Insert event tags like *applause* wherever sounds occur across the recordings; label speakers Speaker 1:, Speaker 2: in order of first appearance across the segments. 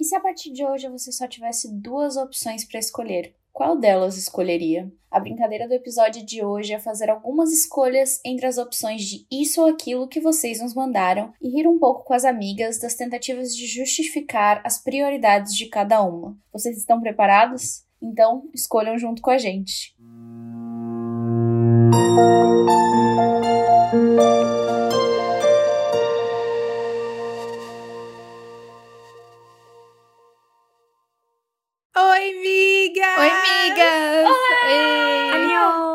Speaker 1: se a partir de hoje você só tivesse duas opções para escolher? Qual delas escolheria? A brincadeira do episódio de hoje é fazer algumas escolhas entre as opções de isso ou aquilo que vocês nos mandaram e rir um pouco com as amigas das tentativas de justificar as prioridades de cada uma. Vocês estão preparados? Então, escolham junto com a gente.
Speaker 2: Oi, miga!
Speaker 3: Oi, amigas! Ei!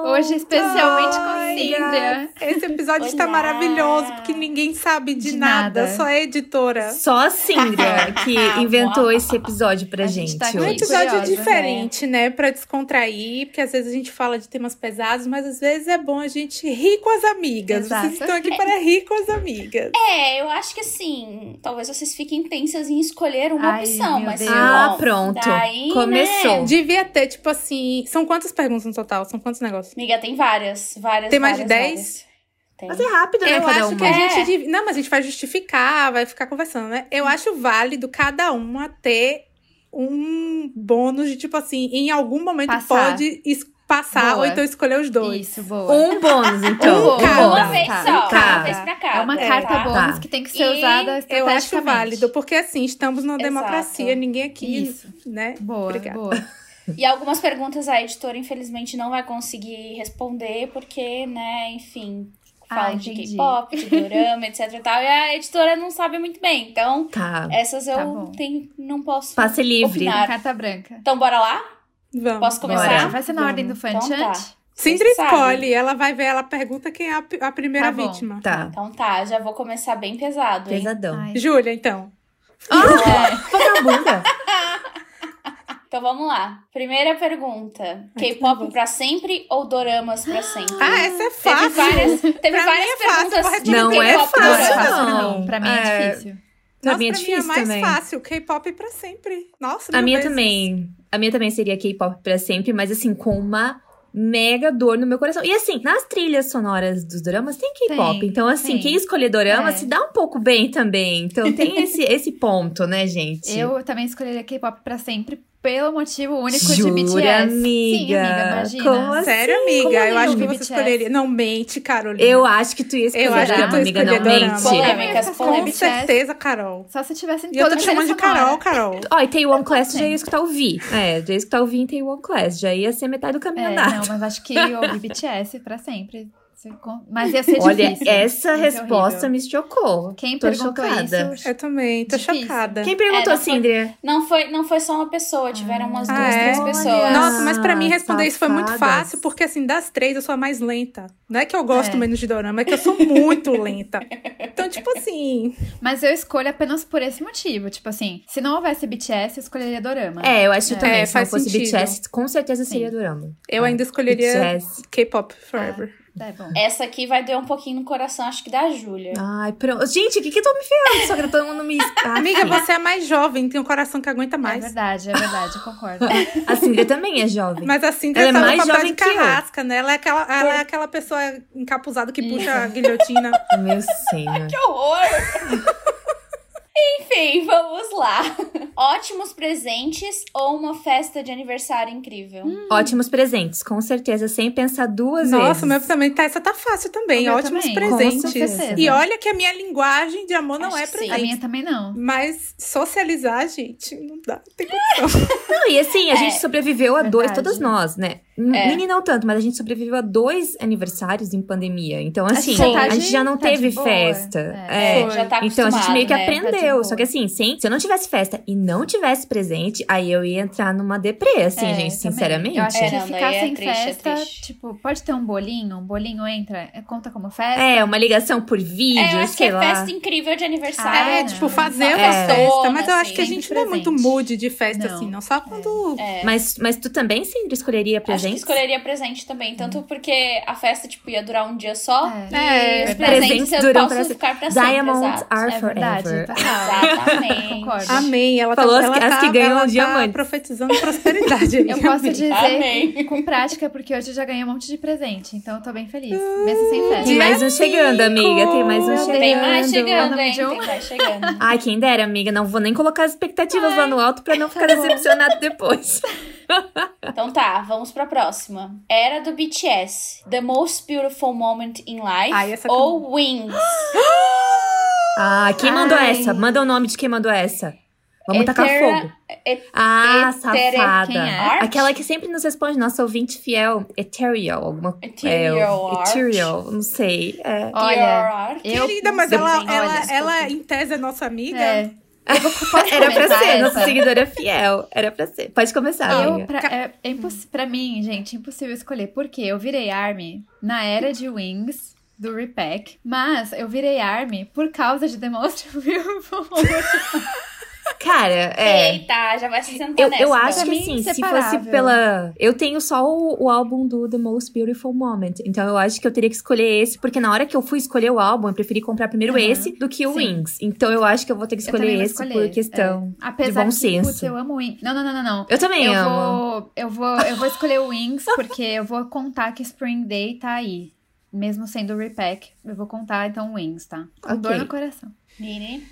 Speaker 3: Hoje especialmente com Cíntia.
Speaker 2: Esse episódio está
Speaker 1: Olá!
Speaker 2: maravilhoso, porque ninguém sabe de,
Speaker 3: De
Speaker 2: nada,
Speaker 3: nada.
Speaker 2: só a editora.
Speaker 4: Só a Cíndia
Speaker 3: *laughs*
Speaker 4: que inventou esse episódio pra
Speaker 3: A gente
Speaker 4: gente,
Speaker 3: tá aqui.
Speaker 2: Um
Speaker 4: hoje.
Speaker 2: episódio
Speaker 3: curiosa,
Speaker 2: diferente, né? Pra descontrair, porque às vezes a gente fala de temas pesados, mas às vezes é bom a gente rir com as amigas. Vocês
Speaker 3: Exato.
Speaker 2: estão aqui para rir com as amigas.
Speaker 1: É, eu acho que assim, talvez vocês fiquem tensas em escolher uma
Speaker 3: Ai,
Speaker 1: opção,
Speaker 3: meu
Speaker 1: mas
Speaker 3: Deus.
Speaker 4: Ah,
Speaker 1: bom,
Speaker 4: pronto.
Speaker 1: daí, né?
Speaker 4: Começou.
Speaker 2: Devia ter, tipo assim. São quantas perguntas no total? São quantos negócios?
Speaker 1: Amiga, tem várias, várias.
Speaker 2: Tem mais de
Speaker 1: várias,
Speaker 2: 10?
Speaker 1: várias. Tem.
Speaker 4: Mas é rápido, né,
Speaker 2: Eu
Speaker 4: cada
Speaker 2: acho
Speaker 4: uma.
Speaker 2: que a
Speaker 1: É.
Speaker 2: gente. dev- Não, mas a gente vai justificar, vai ficar conversando, né? Eu acho válido cada uma ter um bônus de tipo assim, em algum momento
Speaker 3: Passar.
Speaker 2: pode es- passar ou
Speaker 3: Boa.
Speaker 2: então escolher os dois.
Speaker 3: Isso, boa.
Speaker 4: *laughs* Um bônus, então.
Speaker 3: Um bônus.
Speaker 4: bônus.
Speaker 1: Uma vez
Speaker 3: Tá,
Speaker 1: só,
Speaker 4: tá.
Speaker 1: uma vez pra cá.
Speaker 3: É uma carta
Speaker 1: tá?
Speaker 3: bônus
Speaker 4: Tá.
Speaker 3: que tem que ser
Speaker 1: E
Speaker 3: usada
Speaker 2: Eu
Speaker 3: estrategicamente.
Speaker 2: acho válido, porque assim, estamos numa
Speaker 1: Exato.
Speaker 2: democracia, ninguém aqui,
Speaker 3: Isso.
Speaker 2: né?
Speaker 3: Boa,
Speaker 2: Obrigada.
Speaker 3: boa.
Speaker 1: E algumas perguntas a editora, infelizmente, não vai conseguir responder, porque, né, enfim, fala
Speaker 3: Ah,
Speaker 1: de
Speaker 3: entendi.
Speaker 1: K-pop, de dorama, etc e tal. E a editora não sabe muito bem. Então,
Speaker 4: Tá.
Speaker 1: essas eu
Speaker 3: bom.
Speaker 1: tenho- não posso.
Speaker 4: Passe livre.
Speaker 1: Opinar.
Speaker 3: Carta branca.
Speaker 1: Então, bora lá?
Speaker 2: Vamos.
Speaker 1: Posso começar?
Speaker 4: Bora.
Speaker 3: Vai ser na
Speaker 2: Vamos.
Speaker 3: ordem do fan
Speaker 1: Então tá.
Speaker 3: chant?
Speaker 1: Vocês
Speaker 2: Sindri
Speaker 1: sabem.
Speaker 2: escolhe, ela vai ver, ela pergunta quem é a, p- a primeira
Speaker 3: Tá bom.
Speaker 2: vítima.
Speaker 4: Tá.
Speaker 1: Então tá, já vou começar bem pesado, hein? é,
Speaker 4: Pesadão.
Speaker 3: Ai,
Speaker 2: Júlia, então.
Speaker 4: *laughs* Vagabunda.
Speaker 1: Então vamos lá. Primeira pergunta: K-pop pra sempre ou doramas pra sempre?
Speaker 2: Ah, essa é
Speaker 1: Hum, Teve
Speaker 2: fácil.
Speaker 1: várias, teve
Speaker 2: Pra mim
Speaker 1: várias
Speaker 2: é fácil,
Speaker 1: perguntas
Speaker 2: vou
Speaker 1: de
Speaker 2: repetir.
Speaker 4: Não
Speaker 1: K-pop
Speaker 4: é
Speaker 1: e
Speaker 3: Não
Speaker 4: fácil,
Speaker 3: é
Speaker 1: doramas.
Speaker 3: fácil,
Speaker 4: não.
Speaker 3: não. Pra mim é,
Speaker 4: É.
Speaker 3: difícil.
Speaker 4: Pra
Speaker 2: Nossa, pra
Speaker 4: mim é
Speaker 2: mim é
Speaker 4: difícil
Speaker 2: mais
Speaker 4: também.
Speaker 2: fácil. K-pop pra sempre. Nossa,
Speaker 4: A
Speaker 2: mil
Speaker 4: minha
Speaker 2: vezes.
Speaker 4: também. A minha também seria K-pop pra sempre, mas assim, com uma mega dor no meu coração. E assim, nas trilhas sonoras dos dramas tem K-pop.
Speaker 3: Tem,
Speaker 4: Então, assim,
Speaker 3: tem.
Speaker 4: quem escolher dorama
Speaker 3: É.
Speaker 4: se dá um pouco bem também. Então tem esse, esse ponto, né, gente?
Speaker 3: Eu também escolheria K-pop pra sempre pelo motivo único
Speaker 4: Jura,
Speaker 3: de BTS. Sim,
Speaker 4: amiga?
Speaker 3: amiga, imagina.
Speaker 4: Como assim?
Speaker 2: Sério, amiga?
Speaker 3: como
Speaker 2: Eu
Speaker 3: eu
Speaker 2: acho que
Speaker 3: vi
Speaker 2: você
Speaker 3: BTS?
Speaker 2: escolheria. Não mente, Carolina.
Speaker 4: Eu acho que tu ia escolher
Speaker 2: Eu acho que eu tô
Speaker 4: drama, amiga, não
Speaker 2: escolhendo
Speaker 4: mente.
Speaker 2: drama.
Speaker 1: Polêmicas,
Speaker 2: Com
Speaker 1: polêmicas.
Speaker 2: certeza, Carol.
Speaker 3: Só se tivessem
Speaker 2: E eu tô te
Speaker 3: todas
Speaker 2: chamando de
Speaker 3: trilha sonora.
Speaker 2: Carol, Carol.
Speaker 4: Ó, e
Speaker 3: É
Speaker 4: Taiwan Class tu já ia escutar o Vi. É, já ia escutar o Vi em Taiwan Class. Já ia ser metade do caminho
Speaker 3: É,
Speaker 4: andado.
Speaker 3: não, mas acho que eu ouvi BTS pra sempre. Se con- Mas ia ser
Speaker 4: Olha,
Speaker 3: difícil.
Speaker 4: essa
Speaker 3: Ia ser
Speaker 4: resposta
Speaker 3: horrível.
Speaker 4: me chocou.
Speaker 3: Quem
Speaker 4: Tô
Speaker 3: perguntou
Speaker 4: chocada.
Speaker 3: isso?
Speaker 2: Eu também, tô
Speaker 3: Difícil.
Speaker 2: chocada.
Speaker 4: Quem perguntou,
Speaker 1: É, não foi-
Speaker 4: Cindria?
Speaker 1: Não foi, não foi só uma pessoa, tiveram umas duas,
Speaker 2: Ah, é?
Speaker 1: três pessoas.
Speaker 2: Nossa, mas pra mim responder isso foi muito
Speaker 4: Ah, Safadas.
Speaker 2: fácil, porque assim, das três eu sou a mais lenta. Não é que eu gosto
Speaker 3: É.
Speaker 2: menos de dorama, é que eu sou muito lenta. Então, tipo assim,
Speaker 3: Mas eu escolho apenas por esse motivo. Tipo assim, se não houvesse BTS, eu escolheria Dorama.
Speaker 4: É, eu acho
Speaker 3: É,
Speaker 4: também. Se não
Speaker 2: faz
Speaker 4: fosse
Speaker 2: sentido.
Speaker 4: BTS, com certeza
Speaker 3: Sim.
Speaker 4: seria Dorama.
Speaker 2: eu
Speaker 4: É.
Speaker 2: ainda escolheria
Speaker 4: BTS.
Speaker 2: K-pop forever.
Speaker 3: É bom.
Speaker 1: Essa aqui vai doer um pouquinho no coração, acho que da
Speaker 2: É.
Speaker 1: Júlia.
Speaker 4: Ai, pronto. Gente, o que que eu tô me ferrando? Só que todo mundo me...
Speaker 2: *laughs*
Speaker 4: Ah,
Speaker 2: Amiga,
Speaker 4: sim.
Speaker 2: você é a mais jovem, tem um coração que aguenta
Speaker 3: É
Speaker 2: mais.
Speaker 3: verdade, é verdade,
Speaker 2: *laughs*
Speaker 3: eu concordo.
Speaker 4: A Cindria também é jovem.
Speaker 2: Mas assim,
Speaker 4: Ela é
Speaker 2: tava
Speaker 4: mais
Speaker 2: no papel
Speaker 4: jovem
Speaker 2: de
Speaker 4: que eu.
Speaker 2: carrasca, né? Ela é aquela, ela é aquela pessoa encapuzada que puxa a guilhotina.
Speaker 4: Meu senhor.
Speaker 1: Que horror! *laughs* Enfim, vamos lá. Ótimos presentes ou uma festa de aniversário incrível?
Speaker 4: Hum, Ótimos presentes, com certeza, sem pensar duas
Speaker 2: Nossa, o meu
Speaker 4: vezes.
Speaker 2: também tá. Essa tá fácil também.
Speaker 3: O meu
Speaker 2: Ótimos
Speaker 3: também.
Speaker 4: Com
Speaker 2: presentes.
Speaker 4: certeza.
Speaker 2: E olha que a minha linguagem de amor não
Speaker 1: Acho
Speaker 2: é
Speaker 1: que sim.
Speaker 2: presente.
Speaker 3: A minha também não.
Speaker 2: Mas socializar, gente, não dá. Tem como-
Speaker 4: Não, e assim, a
Speaker 1: É,
Speaker 4: gente sobreviveu a dois,
Speaker 3: verdade.
Speaker 4: todas nós, né? N-
Speaker 1: É.
Speaker 4: Mini não tanto, mas a gente sobreviveu a dois aniversários em pandemia. Então,
Speaker 3: Acho que
Speaker 4: assim,
Speaker 3: já tá
Speaker 4: a gente
Speaker 3: de-
Speaker 4: já não
Speaker 3: tá de
Speaker 4: teve
Speaker 3: boa.
Speaker 4: festa.
Speaker 3: É.
Speaker 4: é.
Speaker 1: É, já tá
Speaker 4: Então a gente
Speaker 1: acostumado,
Speaker 4: meio que
Speaker 1: né?
Speaker 3: Tá de
Speaker 4: aprendeu.
Speaker 3: boa.
Speaker 4: Só que assim, sem, se eu não tivesse festa e não tivesse presente, aí eu ia entrar numa deprê, assim,
Speaker 3: É,
Speaker 4: gente,
Speaker 3: também.
Speaker 4: sinceramente.
Speaker 3: Eu acho
Speaker 1: É,
Speaker 3: que
Speaker 1: não, daí
Speaker 3: ficar
Speaker 1: é
Speaker 3: sem
Speaker 1: triste, é
Speaker 3: festa,
Speaker 1: triste.
Speaker 3: tipo, pode ter um bolinho, um bolinho entra, é- conta como festa.
Speaker 4: É, uma ligação por
Speaker 1: É, eu
Speaker 4: vídeo,
Speaker 1: acho que
Speaker 4: sei
Speaker 1: é
Speaker 4: lá.
Speaker 1: festa incrível de aniversário.
Speaker 3: Ah,
Speaker 2: é,
Speaker 3: não.
Speaker 2: tipo, fazer uma
Speaker 4: É.
Speaker 2: festa. Mas eu acho que a
Speaker 3: Sim,
Speaker 2: gente não é muito
Speaker 3: presente.
Speaker 2: mood de festa,
Speaker 3: Não. É.
Speaker 2: assim, não. Só quando.
Speaker 4: Mas, mas tu também, Sandra, escolheria
Speaker 1: Acho que
Speaker 4: presente?
Speaker 1: escolheria presente também. Tanto porque a festa, tipo, ia durar um dia só.
Speaker 3: É.
Speaker 1: E
Speaker 2: É,
Speaker 1: os
Speaker 3: verdade.
Speaker 1: presentes
Speaker 4: Presentes duram
Speaker 1: eu
Speaker 4: pra
Speaker 1: posso
Speaker 4: se-
Speaker 1: ficar pra sempre,
Speaker 4: Diamonds
Speaker 1: exato.
Speaker 4: are
Speaker 3: É verdade,
Speaker 4: forever.
Speaker 3: total.
Speaker 1: Exatamente.
Speaker 3: Concordo.
Speaker 2: Amém. Ela
Speaker 4: Falou
Speaker 2: tá,
Speaker 4: as
Speaker 2: ela
Speaker 4: que- as
Speaker 2: tá-
Speaker 4: que ganham
Speaker 2: ela tá
Speaker 4: diamantes.
Speaker 2: profetizando prosperidade. aí.
Speaker 3: *laughs* Eu
Speaker 4: *laughs*
Speaker 3: posso dizer
Speaker 1: Amém.
Speaker 3: com prática, porque hoje eu já ganhei um monte de presente, então eu tô bem feliz,
Speaker 4: Ah,
Speaker 3: mesmo sem festa.
Speaker 4: Tem mais um chegando, amiga. Tem mais um
Speaker 3: Tá Meu Deus.
Speaker 4: chegando.
Speaker 1: Tem mais
Speaker 3: Ana
Speaker 1: chegando, hein?
Speaker 3: Joe.
Speaker 1: Tem mais chegando.
Speaker 4: Ai, quem dera, amiga. Não vou nem colocar as expectativas lá no alto pra não ficar
Speaker 3: *laughs*
Speaker 4: decepcionado depois.
Speaker 1: Então tá, vamos pra próxima. Era do BTS. The Most Beautiful Moment in Life.
Speaker 2: Ai, essa
Speaker 1: ou Wings.
Speaker 4: Ah, quem mandou
Speaker 3: Ai.
Speaker 4: essa? Manda o nome de quem mandou essa. Vamos tacar
Speaker 1: Eterna-
Speaker 4: fogo.
Speaker 1: Et-
Speaker 4: Ah,
Speaker 1: Etere-
Speaker 4: safada.
Speaker 3: quem é?
Speaker 1: Art?
Speaker 4: Aquela que sempre nos responde, nossa ouvinte fiel. Ethereal, alguma coisa. É,
Speaker 1: Ethereal Art.
Speaker 4: Ethereal, não sei. É.
Speaker 3: Olha,
Speaker 1: Art.
Speaker 3: eu
Speaker 2: Querida, mas
Speaker 3: não
Speaker 2: ela,
Speaker 3: sei,
Speaker 2: ela,
Speaker 3: olha.
Speaker 2: ela em tese é nossa amiga.
Speaker 3: É. Eu vou- posso
Speaker 4: *laughs* Era pra
Speaker 3: começar
Speaker 4: ser,
Speaker 3: essa?
Speaker 4: nossa seguidora fiel. Era pra ser. Pode começar,
Speaker 3: Eu,
Speaker 4: amiga.
Speaker 3: pra, é, é impossi- pra mim, gente, impossível escolher. Porque eu virei Army na era de Wings, do Repack. Mas eu virei Army por causa de The *laughs* Most Beautiful.
Speaker 4: Cara, é.
Speaker 1: Eita, já vai se sentar
Speaker 4: Eu,
Speaker 1: nessa.
Speaker 2: né,
Speaker 1: né?
Speaker 4: eu acho
Speaker 3: pra
Speaker 4: que
Speaker 3: mim,
Speaker 4: assim, se fosse
Speaker 3: inseparável.
Speaker 4: pela. Eu tenho só o, o álbum do The Most Beautiful Moment. Então eu acho que eu teria que escolher esse, porque na hora que eu fui escolher o álbum, eu preferi comprar primeiro
Speaker 3: Aham.
Speaker 4: esse do que o
Speaker 3: Sim.
Speaker 4: Wings. Então eu acho que eu vou ter que
Speaker 3: Eu também
Speaker 4: escolher
Speaker 3: vou
Speaker 4: esse
Speaker 3: escolher,
Speaker 2: é.
Speaker 3: é.
Speaker 4: por questão.
Speaker 3: Apesar
Speaker 4: bom
Speaker 3: que,
Speaker 4: senso.
Speaker 3: putz, eu amo Wings. Não, não, não, não, não.
Speaker 4: Eu também
Speaker 3: Eu
Speaker 4: amo.
Speaker 3: vou, eu, vou, eu vou escolher o Wings, *laughs* porque eu vou contar que Spring Day tá aí. Mesmo sendo o Repack, eu vou contar então Wings, tá? Com
Speaker 4: Ok.
Speaker 3: dor no coração.
Speaker 1: Mini.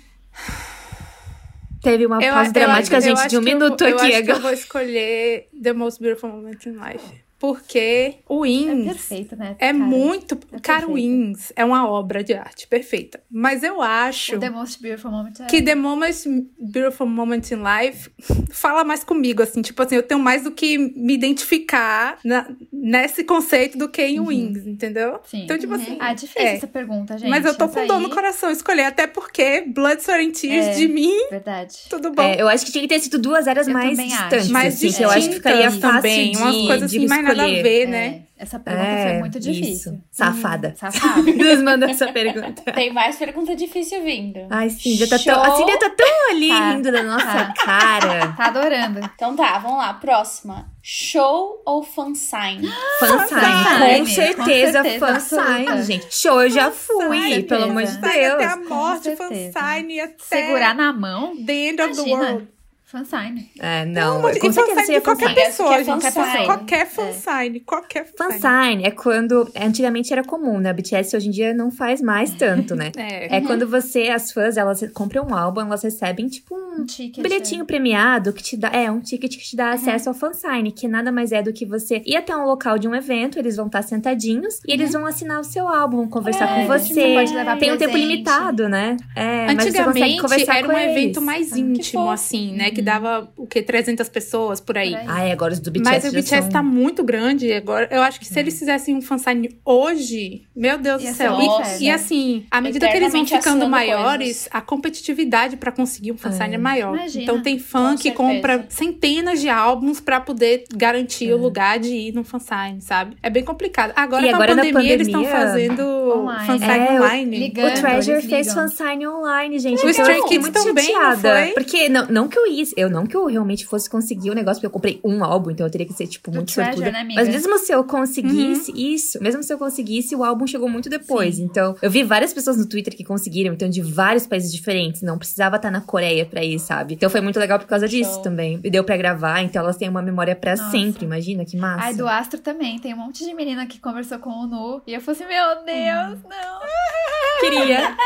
Speaker 4: Teve uma
Speaker 2: Eu-
Speaker 4: pausa
Speaker 2: eu
Speaker 4: dramática,
Speaker 2: acho- eu
Speaker 4: gente,
Speaker 2: acho
Speaker 4: de um
Speaker 2: que eu-
Speaker 4: minuto
Speaker 2: eu acho que
Speaker 4: aqui
Speaker 2: eu
Speaker 4: agora.
Speaker 2: vou escolher The Most Beautiful Moment in Life. Porque o
Speaker 3: É
Speaker 2: Wings
Speaker 3: perfeito, né?
Speaker 2: é,
Speaker 3: cara?
Speaker 2: muito.
Speaker 3: é
Speaker 2: cara, o
Speaker 3: perfeito.
Speaker 2: Wings é uma obra de arte perfeita. Mas eu acho
Speaker 3: O The Most Beautiful Moment é...
Speaker 2: que The Most Beautiful Moment in Life *laughs* fala mais comigo, assim. Tipo assim, eu tenho mais do que me identificar na- nesse conceito do que em Wings, entendeu?
Speaker 3: Sim.
Speaker 2: Então, tipo
Speaker 1: Uhum.
Speaker 2: assim.
Speaker 3: Uhum. Ah, difícil
Speaker 2: É.
Speaker 3: essa pergunta, gente.
Speaker 2: mas eu tô com
Speaker 3: Essa
Speaker 2: dor
Speaker 3: aí-
Speaker 2: no coração escolher, até porque Blood, Sweat and Tears
Speaker 3: É.
Speaker 2: de mim,
Speaker 3: Verdade.
Speaker 2: tudo bom.
Speaker 4: É, eu acho que tinha que ter sido duas eras
Speaker 3: Eu
Speaker 4: mais
Speaker 3: também acho.
Speaker 4: distantes.
Speaker 2: Mais
Speaker 4: assim, que eu acho que ficaria
Speaker 2: distintas
Speaker 4: fácil
Speaker 2: também,
Speaker 4: de,
Speaker 2: umas coisas
Speaker 4: de
Speaker 2: assim, mais nada a
Speaker 4: escolher.
Speaker 2: ver, né?
Speaker 3: É, Essa pergunta foi muito difícil.
Speaker 4: Isso. Safada. *laughs*
Speaker 3: Safado.
Speaker 4: Nos mandou essa pergunta.
Speaker 1: Tem mais pergunta difícil vindo.
Speaker 4: Ai, Cíndia tá tão,
Speaker 1: Show.
Speaker 4: a Cíndia tá tão ali
Speaker 3: Tá.
Speaker 4: rindo da nossa
Speaker 3: Tá.
Speaker 4: cara.
Speaker 3: Tá adorando.
Speaker 1: Então tá, vamos lá. Próxima. Show ou fansign?
Speaker 4: Fansign,
Speaker 3: Fansign,
Speaker 4: com
Speaker 3: com
Speaker 4: certeza,
Speaker 3: certeza,
Speaker 4: fansign,
Speaker 3: absoluta.
Speaker 4: gente. Show, eu já fui,
Speaker 2: Fansign,
Speaker 4: pelo amor de
Speaker 2: Fansign até a
Speaker 4: Deus.
Speaker 2: morte,
Speaker 3: Com certeza.
Speaker 2: fansign *laughs* até
Speaker 3: Segurar na mão?
Speaker 2: the end of the
Speaker 3: Imagina.
Speaker 2: world.
Speaker 3: Fansign.
Speaker 4: É, não,
Speaker 2: Mas-
Speaker 4: com
Speaker 2: e
Speaker 4: certeza
Speaker 2: fansign
Speaker 4: seria
Speaker 2: de qualquer
Speaker 4: fansign.
Speaker 2: pessoa,
Speaker 1: Qualquer
Speaker 2: gente.
Speaker 1: fansign.
Speaker 2: Qualquer fansign, qualquer fansign.
Speaker 4: Fansign é quando, antigamente era comum, né? A BTS hoje em dia não faz mais tanto, né?
Speaker 2: É.
Speaker 4: É quando você, as fãs, elas compram um álbum, elas recebem, tipo, um
Speaker 3: Um
Speaker 2: Hum,
Speaker 3: ticket.
Speaker 4: Um bilhetinho premiado que te dá. É, um ticket que te dá acesso ao fansign, que nada mais é do que você ir até um local de um evento, eles vão estar sentadinhos e eles vão assinar o seu álbum, vão conversar
Speaker 1: É,
Speaker 4: com
Speaker 1: você
Speaker 4: você.
Speaker 3: pode levar
Speaker 4: Tem um tempo
Speaker 3: presente.
Speaker 4: limitado, né? É, mas você consegue
Speaker 2: Antigamente
Speaker 4: conversar
Speaker 2: era
Speaker 4: com Uhum.
Speaker 2: um
Speaker 4: eles.
Speaker 2: evento mais íntimo,
Speaker 1: fofo.
Speaker 2: assim, né? Que dava o quê? 300 pessoas por aí.
Speaker 3: Por aí.
Speaker 4: Ai, Ah, é, agora os do BTS.
Speaker 2: Mas o
Speaker 4: já
Speaker 2: BTS
Speaker 4: são... É.
Speaker 2: tá muito grande agora. Eu acho que se eles fizessem um fansign hoje, meu Deus
Speaker 3: Ia
Speaker 2: do
Speaker 3: ser
Speaker 2: céu.
Speaker 1: uma
Speaker 2: E,
Speaker 1: festa.
Speaker 2: e assim, à medida que eles vão
Speaker 1: Eternamente
Speaker 2: ficando
Speaker 1: assinando
Speaker 2: maiores, a competitividade pra conseguir um fansign é, maior.
Speaker 3: Imagina.
Speaker 2: Então tem fã
Speaker 1: Com
Speaker 2: que
Speaker 1: certeza.
Speaker 2: compra centenas de álbuns pra poder garantir o lugar de ir num fansign, sabe? É bem complicado. Agora,
Speaker 4: É. E
Speaker 2: com a
Speaker 4: agora na
Speaker 2: pandemia, eles estão
Speaker 4: pandemia,
Speaker 2: fazendo
Speaker 3: online.
Speaker 2: fansign
Speaker 4: É,
Speaker 2: online.
Speaker 3: Ligando,
Speaker 4: O Treasure
Speaker 3: eles
Speaker 4: fez
Speaker 3: ligam.
Speaker 4: fansign online, gente.
Speaker 2: O
Speaker 4: então
Speaker 2: Stray
Speaker 4: eu fiquei
Speaker 2: Kids
Speaker 4: muito
Speaker 2: também, não
Speaker 4: chateada.
Speaker 2: foi?
Speaker 4: Porque não, não que eu ia, eu não que eu realmente fosse conseguir o negócio, porque eu comprei um álbum, então eu teria que ser, tipo,
Speaker 3: Do
Speaker 4: muito
Speaker 3: Treasure,
Speaker 4: sortuda.
Speaker 3: né, amiga? Uhum.
Speaker 4: Mas mesmo se eu conseguisse isso, mesmo se eu conseguisse, o álbum chegou muito depois. Então, eu vi várias pessoas no Twitter que conseguiram, então, de vários países diferentes. Não precisava estar na Coreia pra ir, sabe? Então foi muito legal por causa disso
Speaker 1: Show.
Speaker 4: também. E deu pra gravar, então elas têm uma memória pra
Speaker 3: Nossa.
Speaker 4: sempre, imagina que massa.
Speaker 3: Ai, do Astro também. Tem um monte de menina que conversou com o Nu. E eu falei assim, meu Deus,
Speaker 4: Hum.
Speaker 3: não.
Speaker 4: Ah, Queria.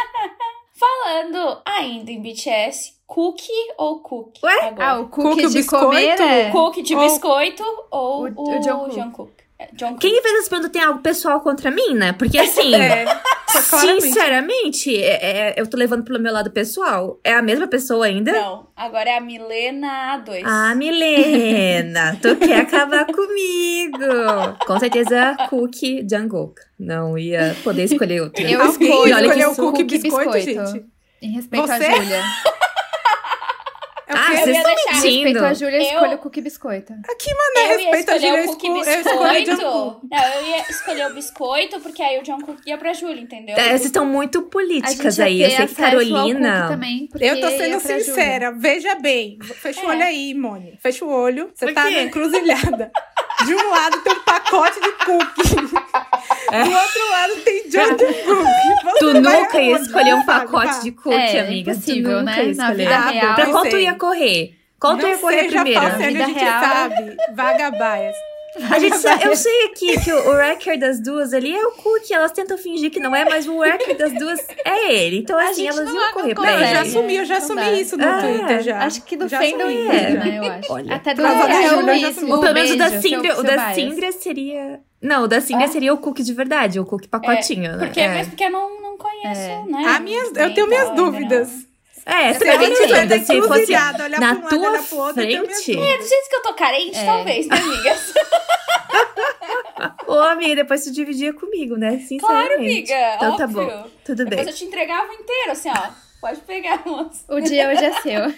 Speaker 1: Falando ainda em BTS, cookie ou cookie?
Speaker 4: Ué?
Speaker 1: Agora.
Speaker 3: Ah, o cookie,
Speaker 2: o
Speaker 3: de
Speaker 2: biscoito?
Speaker 3: comer é...
Speaker 1: Cookie de
Speaker 2: Ou-
Speaker 1: biscoito ou
Speaker 3: O-
Speaker 1: o,
Speaker 3: o Jungkook.
Speaker 1: Jungkook? É, Jungkook.
Speaker 4: Quem fez essa pergunta tem algo pessoal contra mim, né? Porque
Speaker 3: *laughs*
Speaker 4: assim.
Speaker 2: É, claramente.
Speaker 4: Sinceramente, é- é- eu tô levando pelo meu lado pessoal. É a mesma pessoa ainda?
Speaker 1: Não, agora é a Milena A2.
Speaker 4: Ah, Milena, tu quer acabar comigo? Com certeza, Cookie Jungkook. Não ia poder escolher outro.
Speaker 3: Eu
Speaker 2: Alguém
Speaker 3: escolho.
Speaker 4: E é olha que
Speaker 2: escolheu o
Speaker 4: suco.
Speaker 2: cookie
Speaker 3: Cookie
Speaker 2: biscoito,
Speaker 3: biscoito.
Speaker 2: gente.
Speaker 3: Em respeito à
Speaker 2: Você?
Speaker 3: Júlia.
Speaker 2: É o
Speaker 4: Ah,
Speaker 2: quê?
Speaker 1: Eu
Speaker 4: vocês
Speaker 1: ia
Speaker 4: estão
Speaker 1: deixar.
Speaker 3: Em respeito
Speaker 4: mentindo.
Speaker 3: à Júlia, eu
Speaker 1: Eu-
Speaker 3: escolho o cookie biscoito.
Speaker 2: né,
Speaker 1: eu ia
Speaker 2: respeito a
Speaker 1: escolher o
Speaker 2: Julia,
Speaker 1: cookie
Speaker 2: eu escolho- eu escolho
Speaker 1: biscoito.
Speaker 2: Jungkook.
Speaker 1: Não, eu ia escolher o biscoito, porque aí o Jungkook ia pra Júlia, entendeu?
Speaker 4: É, Vocês estão muito políticas aí. Eu sei que Carolina.
Speaker 3: Também, porque
Speaker 2: Eu tô
Speaker 3: ia
Speaker 2: sendo
Speaker 3: pra Júlia.
Speaker 2: sincera, veja bem. Fecha o
Speaker 1: É.
Speaker 2: olho aí, Mone. Fecha o olho. Você
Speaker 4: Por
Speaker 2: tá
Speaker 4: quê?
Speaker 2: na encruzilhada. De um lado tem um pacote de cookie. Do outro lado tem Jungkook.
Speaker 4: Tu
Speaker 2: Você vai
Speaker 4: nunca ia
Speaker 2: arrumar,
Speaker 4: escolher um
Speaker 2: sabe?
Speaker 4: pacote de cookie,
Speaker 3: É,
Speaker 4: amiga.
Speaker 3: impossível,
Speaker 4: tu nunca
Speaker 3: né?
Speaker 4: ia
Speaker 3: Na
Speaker 4: escolher.
Speaker 3: vida
Speaker 2: Ah,
Speaker 3: real.
Speaker 4: Pra qual
Speaker 2: Não
Speaker 4: tu
Speaker 2: sei.
Speaker 4: ia correr? Qual tu
Speaker 2: Não
Speaker 4: ia correr
Speaker 2: seja
Speaker 4: primeiro?
Speaker 2: falsério,
Speaker 3: Vida
Speaker 2: a gente
Speaker 3: real.
Speaker 2: sabe. Vaga bias.
Speaker 4: A gente sa- eu sei aqui que o, o record das duas ali é o cookie. Elas tentam fingir que não é, mas o record das duas é ele. Então, assim,
Speaker 3: gente
Speaker 4: elas
Speaker 3: não
Speaker 4: iam
Speaker 3: vai
Speaker 4: correr pra
Speaker 2: Não,
Speaker 3: concorrer.
Speaker 4: ele.
Speaker 2: eu já
Speaker 3: Sério?
Speaker 2: assumi, eu já
Speaker 3: Não dá.
Speaker 2: assumi isso no
Speaker 4: Ah,
Speaker 2: Fandom já.
Speaker 3: Acho que do
Speaker 2: Já
Speaker 3: fandom
Speaker 2: assumi.
Speaker 3: inteiro, né, eu acho.
Speaker 4: Olha.
Speaker 3: Até do
Speaker 2: Pra
Speaker 3: é,
Speaker 2: valer,
Speaker 3: é o
Speaker 2: Júlia, eu já
Speaker 3: mesmo,
Speaker 2: sumi.
Speaker 4: Ou pelo menos o da
Speaker 3: beijo, seu-
Speaker 4: Cindria, o
Speaker 3: seu
Speaker 4: da
Speaker 3: bias.
Speaker 4: Cindria seria... Não, o da Cindria seria o cookie de verdade, o cookie pacotinho, né?
Speaker 1: Porque, é Mesmo porque eu não, não conheço,
Speaker 3: É.
Speaker 1: né?
Speaker 2: Ah, minhas,
Speaker 1: Ninguém
Speaker 2: eu tenho minhas
Speaker 1: tal, ainda
Speaker 2: dúvidas.
Speaker 1: não.
Speaker 4: É,
Speaker 2: Se a
Speaker 4: seria
Speaker 2: gente
Speaker 4: linda,
Speaker 2: tivesse
Speaker 1: né,
Speaker 4: se fosse
Speaker 2: encruzilhado, olhar pra
Speaker 4: na
Speaker 2: um lado,
Speaker 4: tua
Speaker 2: olhar pro outro, eu tenho minhas
Speaker 4: frente...
Speaker 1: É, do jeito que eu tô carente,
Speaker 3: É.
Speaker 1: talvez, né, amigas?
Speaker 4: Ô, amiga, depois tu dividia comigo, né? Sinceramente.
Speaker 1: Claro, amiga.
Speaker 4: Então tá
Speaker 1: óbvio.
Speaker 4: bom, tudo
Speaker 1: Depois
Speaker 4: bem.
Speaker 1: eu te entregava inteiro, assim, ó. Pode pegar, moça.
Speaker 3: O dia hoje é
Speaker 4: *laughs*
Speaker 3: seu.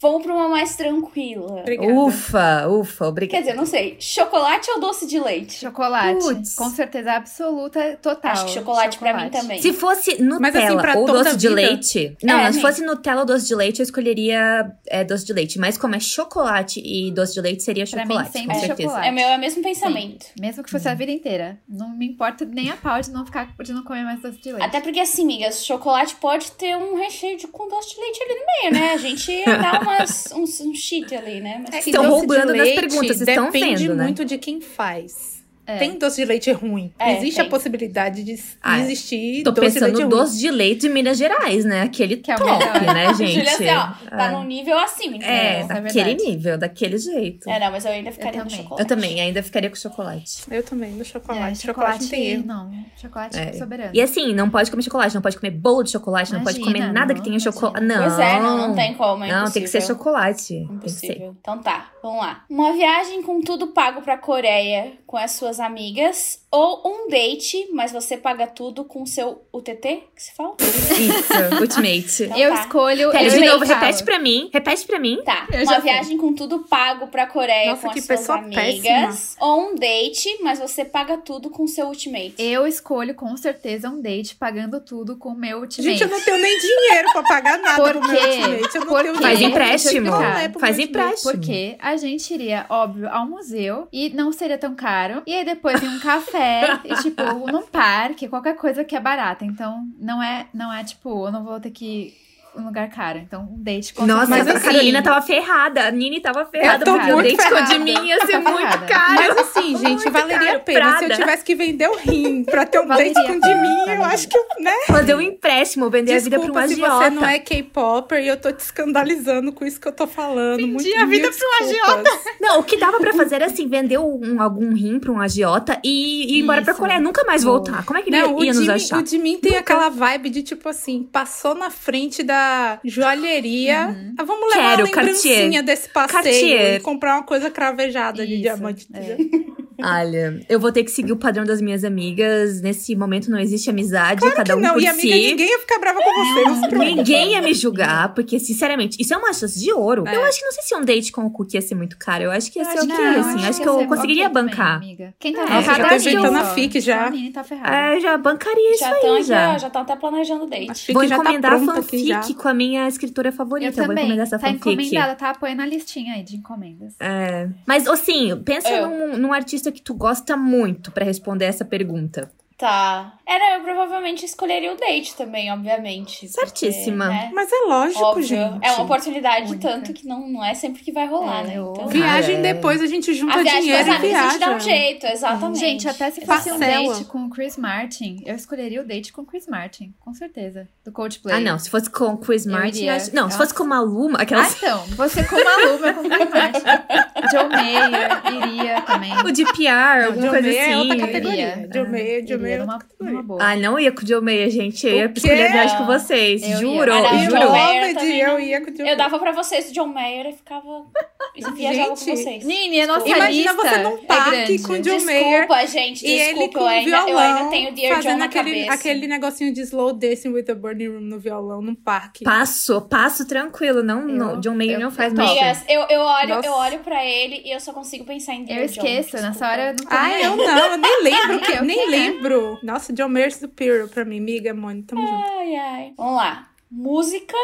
Speaker 1: Vamos pra uma mais tranquila.
Speaker 2: Obrigada.
Speaker 4: Ufa, ufa,
Speaker 1: Quer
Speaker 4: obrigada.
Speaker 1: dizer, não sei. Chocolate ou doce de leite?
Speaker 3: Chocolate.
Speaker 4: Puts.
Speaker 3: Com certeza absoluta, total.
Speaker 1: Acho que chocolate, pra mim também.
Speaker 4: Se fosse Nutella
Speaker 2: Mas, assim, pra
Speaker 4: ou
Speaker 2: toda
Speaker 4: doce de
Speaker 2: a vida?
Speaker 4: leite. Não,
Speaker 1: É,
Speaker 4: não, se
Speaker 1: amiga.
Speaker 4: fosse Nutella ou doce de leite, eu escolheria é, doce de leite. Mas como é chocolate e doce de leite, seria
Speaker 3: Pra mim,
Speaker 4: chocolate,
Speaker 3: sempre
Speaker 4: com certeza.
Speaker 3: chocolate.
Speaker 1: É meu, é o mesmo pensamento.
Speaker 3: Mesmo que
Speaker 4: Hum.
Speaker 3: fosse a vida inteira. Não me importa nem a pau de não ficar de não comer mais doce de leite.
Speaker 1: Até porque, assim, migas, chocolate pode ter um recheio de, com doce de leite ali no meio, né? A gente
Speaker 4: *laughs*
Speaker 1: dá umas, uns, um cheat ali, né? Mas
Speaker 2: É que
Speaker 4: Estão
Speaker 2: doce de
Speaker 4: roubando nas
Speaker 2: leite
Speaker 4: perguntas, vocês estão
Speaker 2: Depende
Speaker 4: vendo, né? É.
Speaker 2: muito de quem faz. Tem doce de leite ruim.
Speaker 1: É,
Speaker 2: Existe
Speaker 1: tem.
Speaker 2: a possibilidade de s-
Speaker 4: Ah,
Speaker 2: existir
Speaker 4: Tô
Speaker 2: doce de
Speaker 4: pensando
Speaker 2: leite é
Speaker 4: no
Speaker 2: ruim.
Speaker 4: doce de leite de Minas Gerais, né? Aquele
Speaker 3: Que é o
Speaker 4: top,
Speaker 3: melhor.
Speaker 4: né, gente?
Speaker 1: Júlia, assim, ó, tá num nível acima, entendeu?
Speaker 4: é,
Speaker 3: Essa é a
Speaker 4: daquele
Speaker 3: verdade.
Speaker 4: nível, daquele jeito.
Speaker 1: É, não, mas eu ainda ficaria no
Speaker 3: também.
Speaker 1: chocolate.
Speaker 4: Eu também, ainda ficaria com chocolate.
Speaker 2: Eu também, no chocolate.
Speaker 3: É,
Speaker 2: chocolate. não tem erro.
Speaker 3: não. Chocolate
Speaker 4: É.
Speaker 3: soberano.
Speaker 4: E assim, não pode comer chocolate, não pode comer bolo de chocolate, não pode
Speaker 3: Imagina,
Speaker 4: comer nada
Speaker 3: não,
Speaker 4: que tenha chocolate. Não.
Speaker 1: Pois é, não, não tem como, é
Speaker 4: Não, tem que ser
Speaker 1: impossível.
Speaker 4: chocolate. Tem que ser.
Speaker 1: Impossível. Então tá, vamos lá. Uma viagem com tudo pago pra Coreia com as suas amigas ou um date, mas você paga tudo com seu UTT, que se fala?
Speaker 4: Isso, *laughs* ultimate.
Speaker 1: Então
Speaker 3: Eu
Speaker 1: tá.
Speaker 3: escolho.
Speaker 4: Pera,
Speaker 3: eu
Speaker 4: de novo,
Speaker 3: escolho.
Speaker 4: repete pra mim. Repete pra mim.
Speaker 1: Tá,
Speaker 3: Eu
Speaker 1: uma
Speaker 3: já fui.
Speaker 1: viagem com tudo pago pra Coreia
Speaker 2: Nossa,
Speaker 1: com
Speaker 2: que
Speaker 1: as suas
Speaker 2: pessoa
Speaker 1: amigas
Speaker 2: péssima.
Speaker 1: ou um date, mas você paga tudo com seu ultimate.
Speaker 3: Eu escolho com certeza um date pagando tudo com o meu ultimate.
Speaker 2: Gente, eu não tenho nem dinheiro pra pagar nada
Speaker 3: Por
Speaker 2: pro meu
Speaker 3: quê?
Speaker 2: ultimate. Eu não
Speaker 3: Por
Speaker 2: tenho
Speaker 3: quê?
Speaker 4: Faz
Speaker 2: dinheiro.
Speaker 4: empréstimo.
Speaker 2: Não é pro
Speaker 4: Faz
Speaker 2: meu ultimate.
Speaker 4: empréstimo.
Speaker 3: Porque a gente iria, óbvio, ao museu e não seria tão caro. E aí depois em um café e,
Speaker 4: *laughs*
Speaker 3: tipo, num parque, qualquer coisa que é barata. Então, não é, não é tipo, eu não vou ter que ir em um lugar caro. Então, um date com
Speaker 4: Nossa,
Speaker 3: certeza.
Speaker 2: Mas
Speaker 4: a
Speaker 2: assim-
Speaker 4: Carolina tava ferrada. A Nini tava ferrada.
Speaker 2: tô
Speaker 4: porque o
Speaker 2: muito
Speaker 4: date com o de
Speaker 2: ferrada.
Speaker 4: mim ia ser
Speaker 3: Tô
Speaker 4: muito
Speaker 3: ferrada.
Speaker 4: caro.
Speaker 2: Mas assim, gente,
Speaker 4: Muito
Speaker 2: valeria
Speaker 4: é caro,
Speaker 2: a pena. Se
Speaker 4: Prada.
Speaker 2: eu tivesse que vender o rim pra ter um date
Speaker 3: Valeria
Speaker 2: com
Speaker 3: a
Speaker 2: o
Speaker 3: pena,
Speaker 2: de mim, eu
Speaker 3: valeria.
Speaker 2: acho que, eu, né?
Speaker 4: Fazer um empréstimo, vender a vida pra um
Speaker 2: Desculpa se
Speaker 4: agiota.
Speaker 2: você não é K-Popper e eu tô te escandalizando com isso que eu tô falando. Muito
Speaker 3: a vida
Speaker 2: pra um agiota.
Speaker 4: Não, o que dava pra fazer era assim, vender um, algum rim pra um agiota e, e ir embora pra
Speaker 3: Isso.
Speaker 4: Coreia. Nunca mais
Speaker 3: Boa.
Speaker 4: voltar. Como é que ele
Speaker 2: Não, o
Speaker 4: ia nos
Speaker 2: Jimmy,
Speaker 4: achar?
Speaker 2: o Jimin tem aquela vibe de tipo assim, passou na frente da joalheria.
Speaker 3: Uhum.
Speaker 2: Ah, vamos levar
Speaker 4: Quero,
Speaker 2: a lembrancinha
Speaker 4: Cartier.
Speaker 2: desse passeio
Speaker 4: Cartier.
Speaker 2: e comprar uma coisa cravejada de
Speaker 3: Isso,
Speaker 2: diamante.
Speaker 3: é.
Speaker 2: *laughs* entendeu?
Speaker 4: Olha, eu vou ter que seguir o padrão das minhas amigas. Nesse momento não existe amizade, cada um
Speaker 2: Não,
Speaker 4: por
Speaker 2: e
Speaker 4: si.
Speaker 2: amiga, ninguém ia ficar brava com você. não se preocupe.
Speaker 4: Ninguém ia me julgar, porque, sinceramente, isso é uma chance de ouro.
Speaker 2: É.
Speaker 4: Eu acho que não sei se um date com o Cookie ia ser muito caro. Eu acho que ia ser
Speaker 3: Acho
Speaker 4: ok,
Speaker 3: que não,
Speaker 4: assim. Acho, que
Speaker 3: ia
Speaker 4: eu
Speaker 3: ser
Speaker 4: conseguiria
Speaker 3: ok também,
Speaker 4: bancar.
Speaker 3: amiga. Quem tá
Speaker 4: É,
Speaker 3: ferrada
Speaker 4: já tô
Speaker 3: é eu,
Speaker 4: inventando
Speaker 2: a
Speaker 3: ó.
Speaker 2: fic já.
Speaker 3: A menina tá ferrada.
Speaker 4: É, eu já bancaria
Speaker 1: já
Speaker 4: isso
Speaker 1: estão
Speaker 4: aí,
Speaker 1: aqui, ó,
Speaker 4: já.
Speaker 1: já estão até planejando o date.
Speaker 2: Acho que
Speaker 4: Vou
Speaker 2: já tá
Speaker 4: encomendar a
Speaker 2: pronta aqui já.
Speaker 4: fanfic com a minha escritora favorita.
Speaker 3: Eu
Speaker 4: vou
Speaker 3: também.
Speaker 4: encomendar essa
Speaker 3: tá
Speaker 4: fanfic.
Speaker 3: encomendada, tá? Põe na listinha aí de encomendas.
Speaker 4: É. Mas, assim, pensa
Speaker 1: Eu.
Speaker 4: num, num artista que tu gosta muito pra responder essa pergunta.
Speaker 1: Tá. Era, eu provavelmente escolheria o date também, obviamente. porque,
Speaker 4: Certíssima.
Speaker 1: né,
Speaker 2: Mas é lógico,
Speaker 1: Óbvio.
Speaker 2: gente.
Speaker 1: É uma oportunidade,
Speaker 3: Única.
Speaker 1: tanto que não, não é sempre que vai rolar,
Speaker 3: É,
Speaker 1: né?
Speaker 3: eu-
Speaker 1: Então,
Speaker 2: Viagem
Speaker 4: Ah, é.
Speaker 2: depois, a gente junta
Speaker 1: a viagem
Speaker 2: dinheiro
Speaker 1: com as
Speaker 2: e
Speaker 1: amigas a gente
Speaker 2: viaja.
Speaker 1: dá um jeito, exatamente.
Speaker 3: Gente, até se fosse um
Speaker 2: Parcela.
Speaker 3: date com o Chris Martin, eu escolheria o date com o Chris Martin, com certeza. Do Coldplay.
Speaker 4: Ah, não. Se fosse com o Chris
Speaker 3: Eu
Speaker 4: Martin...
Speaker 3: iria.
Speaker 4: acho- Não, se fosse
Speaker 3: Nossa.
Speaker 4: com uma Luma...
Speaker 3: Ah,
Speaker 4: *laughs* Aquelas...
Speaker 3: então, você com Malu, mas com o Chris Martin. John Mayer iria também.
Speaker 4: O de PR,
Speaker 2: Não,
Speaker 4: alguma
Speaker 2: John
Speaker 4: coisa
Speaker 2: Mayer é
Speaker 4: assim.
Speaker 2: outra
Speaker 3: Eu
Speaker 2: categoria.
Speaker 3: iria.
Speaker 2: John
Speaker 3: Ah,
Speaker 2: Mayer, John
Speaker 3: iria
Speaker 2: Mayer é
Speaker 3: numa-
Speaker 2: outra
Speaker 3: numa
Speaker 2: categoria.
Speaker 3: boa.
Speaker 4: Ah, não eu ia com o John Mayer, gente. Eu ia
Speaker 2: O quê?
Speaker 4: escolher a viagem com vocês.
Speaker 3: Eu ia.
Speaker 4: Juro,
Speaker 1: Ah, não,
Speaker 4: juro.
Speaker 1: John Mayer.
Speaker 2: Jovem,
Speaker 1: também
Speaker 2: um eu
Speaker 1: não-
Speaker 2: ia com um o John
Speaker 1: Eu dava pra vocês o John Mayer e ficava. e viajava com
Speaker 2: Gente,
Speaker 1: vocês.
Speaker 3: Nini, a nossa
Speaker 2: Imagina
Speaker 3: lista
Speaker 2: você num parque
Speaker 3: é grande.
Speaker 2: com um o John Mayer.
Speaker 1: Desculpa, gente,
Speaker 2: E ele
Speaker 1: desculpa,
Speaker 2: com
Speaker 1: eu ainda,
Speaker 2: violão,
Speaker 1: eu ainda tenho Dear John
Speaker 2: fazendo
Speaker 1: na
Speaker 2: aquele,
Speaker 1: cabeça.
Speaker 2: aquele negocinho de slow dancing with the burning room no violão, num parque.
Speaker 4: Passo, passo tranquilo. Não,
Speaker 3: Eu-
Speaker 4: não, John Mayer
Speaker 3: eu-
Speaker 4: não faz
Speaker 3: eu-
Speaker 4: mal.
Speaker 1: Amigas, eu, eu, olho,
Speaker 2: Nossa.
Speaker 1: eu olho pra ele e eu só consigo pensar em Dear
Speaker 3: Eu
Speaker 1: John,
Speaker 3: esqueço, nessa
Speaker 1: desculpa.
Speaker 3: hora eu não tô
Speaker 2: Ah,
Speaker 3: nem
Speaker 2: eu
Speaker 3: aí.
Speaker 2: não,
Speaker 1: *laughs*
Speaker 2: eu nem lembro. que-
Speaker 1: É,
Speaker 3: Eu
Speaker 2: nem
Speaker 3: quero.
Speaker 2: lembro.
Speaker 1: É.
Speaker 2: Nossa, John Mayer superior pra mim, miga, Moni, tamo junto.
Speaker 1: Ai, ai. Vamos lá. Música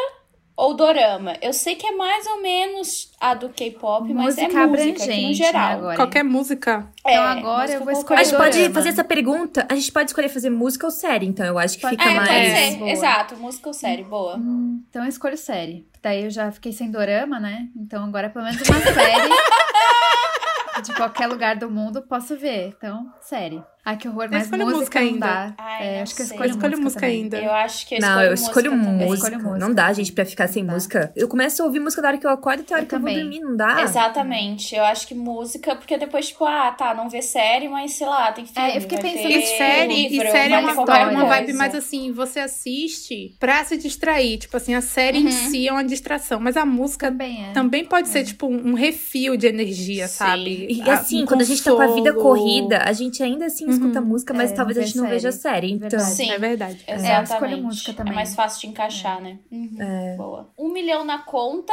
Speaker 1: ou dorama. Eu sei que é mais ou menos a do K-pop, mas é
Speaker 3: Música
Speaker 1: música aqui no
Speaker 3: abrangente, né,
Speaker 1: geral.
Speaker 3: agora.
Speaker 2: Qualquer música.
Speaker 1: É,
Speaker 3: Então agora
Speaker 1: música
Speaker 3: eu
Speaker 1: com
Speaker 3: vou escolher
Speaker 4: A
Speaker 1: qualquer
Speaker 4: gente
Speaker 1: dorama.
Speaker 4: pode fazer essa pergunta, a gente pode escolher fazer música ou série, então eu acho que
Speaker 3: Pode-
Speaker 4: fica
Speaker 1: É,
Speaker 4: mais.
Speaker 1: pode ser.
Speaker 3: Boa.
Speaker 1: Exato, música ou série, boa.
Speaker 3: Hum, então eu escolho série. Daí eu já fiquei sem dorama, né? Então agora pelo menos uma série *laughs* de qualquer lugar do mundo eu posso ver. Então, série. Ai, que horror,
Speaker 2: Eu
Speaker 3: mas
Speaker 2: escolho
Speaker 3: música,
Speaker 2: música
Speaker 3: não
Speaker 2: ainda.
Speaker 3: dá.
Speaker 1: Ai,
Speaker 3: É,
Speaker 1: não
Speaker 3: acho que eu
Speaker 1: sei.
Speaker 2: Eu
Speaker 3: escolho,
Speaker 2: escolho
Speaker 3: música,
Speaker 2: música
Speaker 3: também.
Speaker 2: ainda.
Speaker 1: Eu acho que eu
Speaker 4: Não,
Speaker 1: escolho
Speaker 4: eu escolho
Speaker 1: música também.
Speaker 4: música.
Speaker 3: Escolho música.
Speaker 4: Não dá, gente, pra ficar sem
Speaker 3: Não dá.
Speaker 4: música. Eu começo a ouvir música da hora que eu acordo até a hora
Speaker 3: Eu
Speaker 4: que eu vou
Speaker 3: também.
Speaker 4: dormir, não dá?
Speaker 1: Exatamente, eu acho que música, porque depois, tipo, ah, tá, não vê série, mas sei lá, tem filme,
Speaker 3: É, eu fiquei
Speaker 1: vai
Speaker 3: pensando
Speaker 1: ter
Speaker 2: E
Speaker 3: nisso.
Speaker 2: série,
Speaker 1: um livro,
Speaker 2: e série é
Speaker 1: vai
Speaker 2: uma,
Speaker 1: ter qualquer
Speaker 2: é uma vibe
Speaker 1: coisa.
Speaker 2: mais assim, você assiste pra se distrair. Tipo assim, a série
Speaker 1: Uhum.
Speaker 2: em si é uma distração, mas a música
Speaker 3: Também é.
Speaker 2: também pode ser tipo um um refil de energia,
Speaker 1: Sim.
Speaker 2: sabe?
Speaker 4: E
Speaker 2: Ah,
Speaker 4: assim,
Speaker 2: um
Speaker 4: quando a gente tá com a vida
Speaker 2: consolo.
Speaker 4: corrida, a gente ainda assim
Speaker 2: Uhum.
Speaker 4: escuta música, mas
Speaker 3: É,
Speaker 4: talvez
Speaker 3: não
Speaker 4: a gente
Speaker 3: vê
Speaker 4: não veja
Speaker 3: série.
Speaker 4: série. Então,
Speaker 3: Verdade.
Speaker 1: Sim.
Speaker 2: É verdade.
Speaker 3: eu
Speaker 1: Exatamente.
Speaker 3: escolho música também.
Speaker 1: É mais fácil de encaixar, né? Uhum,
Speaker 4: É.
Speaker 1: Boa. Um milhão na conta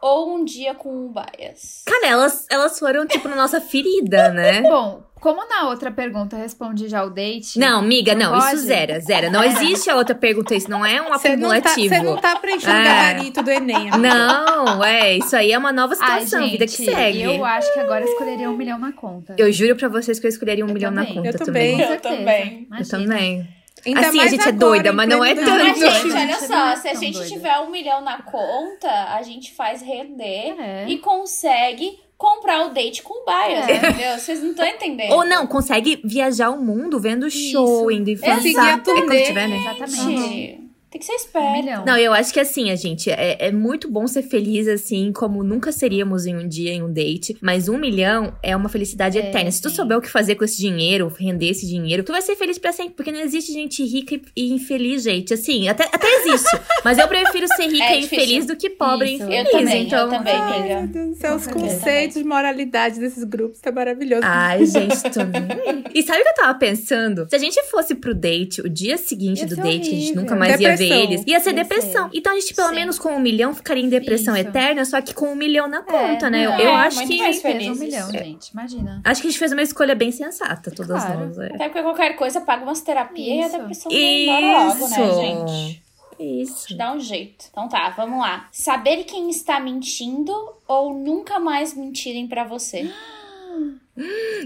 Speaker 1: ou um dia com um bias?
Speaker 4: cara, elas, elas foram tipo na nossa ferida, né?
Speaker 3: Bom, como na outra pergunta eu respondi já o date.
Speaker 4: Não, miga, não,
Speaker 3: Não
Speaker 4: isso
Speaker 3: pode.
Speaker 4: zera, zera. Não existe a outra pergunta, isso não é um
Speaker 2: Você não, tá,
Speaker 4: acumulativo.
Speaker 2: você não tá preenchendo o
Speaker 4: É.
Speaker 2: gabarito do Enem. amiga.
Speaker 4: Não, é, isso aí é uma nova
Speaker 3: Ai,
Speaker 4: situação,
Speaker 3: gente,
Speaker 4: vida que segue.
Speaker 3: eu acho que agora eu escolheria um milhão na conta.
Speaker 4: Eu juro pra vocês que eu escolheria um
Speaker 3: Eu
Speaker 4: milhão
Speaker 3: também.
Speaker 4: na conta
Speaker 2: Eu também.
Speaker 4: também.
Speaker 3: Com
Speaker 1: Eu
Speaker 3: certeza.
Speaker 1: também.
Speaker 4: Eu
Speaker 3: Imagina.
Speaker 4: também.
Speaker 2: Ainda
Speaker 4: Assim, a
Speaker 2: mais
Speaker 4: gente é
Speaker 2: agora,
Speaker 4: doida,
Speaker 2: em
Speaker 4: mas não é
Speaker 2: pleno
Speaker 4: tanto.
Speaker 1: Mas,
Speaker 2: 2020.
Speaker 1: gente, olha
Speaker 3: Não,
Speaker 1: só,
Speaker 3: não
Speaker 1: se a
Speaker 3: tão
Speaker 1: gente
Speaker 3: doida.
Speaker 1: tiver um milhão na conta, a gente faz render
Speaker 3: É.
Speaker 1: e consegue comprar o date com o bias,
Speaker 3: É.
Speaker 1: entendeu? Vocês não estão entendendo.
Speaker 4: Ou não, consegue viajar o mundo vendo
Speaker 3: Isso.
Speaker 4: show, indo em
Speaker 2: Conseguir
Speaker 4: fanzar. É quando
Speaker 2: atender.
Speaker 4: tiver, né?
Speaker 3: Exatamente.
Speaker 1: Gente, tem que ser
Speaker 3: Um
Speaker 1: esperto.
Speaker 3: milhão.
Speaker 4: Não, eu acho que assim, a gente, é, é muito bom ser feliz assim, como nunca seríamos em um dia, em um date. Mas um milhão é uma felicidade
Speaker 3: É,
Speaker 4: eterna. Se tu
Speaker 3: sim.
Speaker 4: souber o que fazer com esse dinheiro, render esse dinheiro, tu vai ser feliz pra sempre. Porque não existe gente rica e- e infeliz, gente. Assim, até, até existe. mas eu prefiro ser rica
Speaker 1: É
Speaker 4: e
Speaker 1: difícil.
Speaker 4: infeliz do que pobre
Speaker 3: Isso,
Speaker 4: e
Speaker 3: eu
Speaker 4: infeliz.
Speaker 1: Eu também,
Speaker 4: então,
Speaker 1: eu também,
Speaker 2: Ai,
Speaker 1: amiga.
Speaker 2: meu Deus, seus
Speaker 3: Com certeza.
Speaker 2: conceitos de moralidade desses grupos tá maravilhoso.
Speaker 4: Ai, gente, tô nem aí. E sabe o que eu tava pensando? Se a gente fosse pro date, o dia seguinte
Speaker 3: Ia
Speaker 4: do
Speaker 3: ser
Speaker 4: date, que a gente
Speaker 3: horrível.
Speaker 4: nunca mais ia
Speaker 2: Depressão.
Speaker 4: ver eles, ia ser
Speaker 3: Ia
Speaker 4: depressão. Então a gente, pelo
Speaker 1: Sim.
Speaker 4: menos com um milhão, ficaria em depressão
Speaker 3: Isso.
Speaker 4: eterna, só que com um milhão na conta, né? Eu,
Speaker 3: não,
Speaker 4: eu
Speaker 1: é,
Speaker 4: acho
Speaker 1: muito
Speaker 4: que.
Speaker 1: mais
Speaker 3: Fez um
Speaker 1: felizes.
Speaker 3: milhão, gente. Imagina.
Speaker 4: Acho que a gente fez uma escolha bem sensata, todas
Speaker 3: Claro.
Speaker 4: nós. É.
Speaker 1: Até porque qualquer coisa paga umas terapias e
Speaker 3: Isso.
Speaker 1: a depressão vai embora logo,
Speaker 4: Isso.
Speaker 1: né, gente?
Speaker 4: Isso.
Speaker 1: Dá um jeito. Então tá, vamos lá. Saber quem está mentindo ou nunca mais mentirem pra você.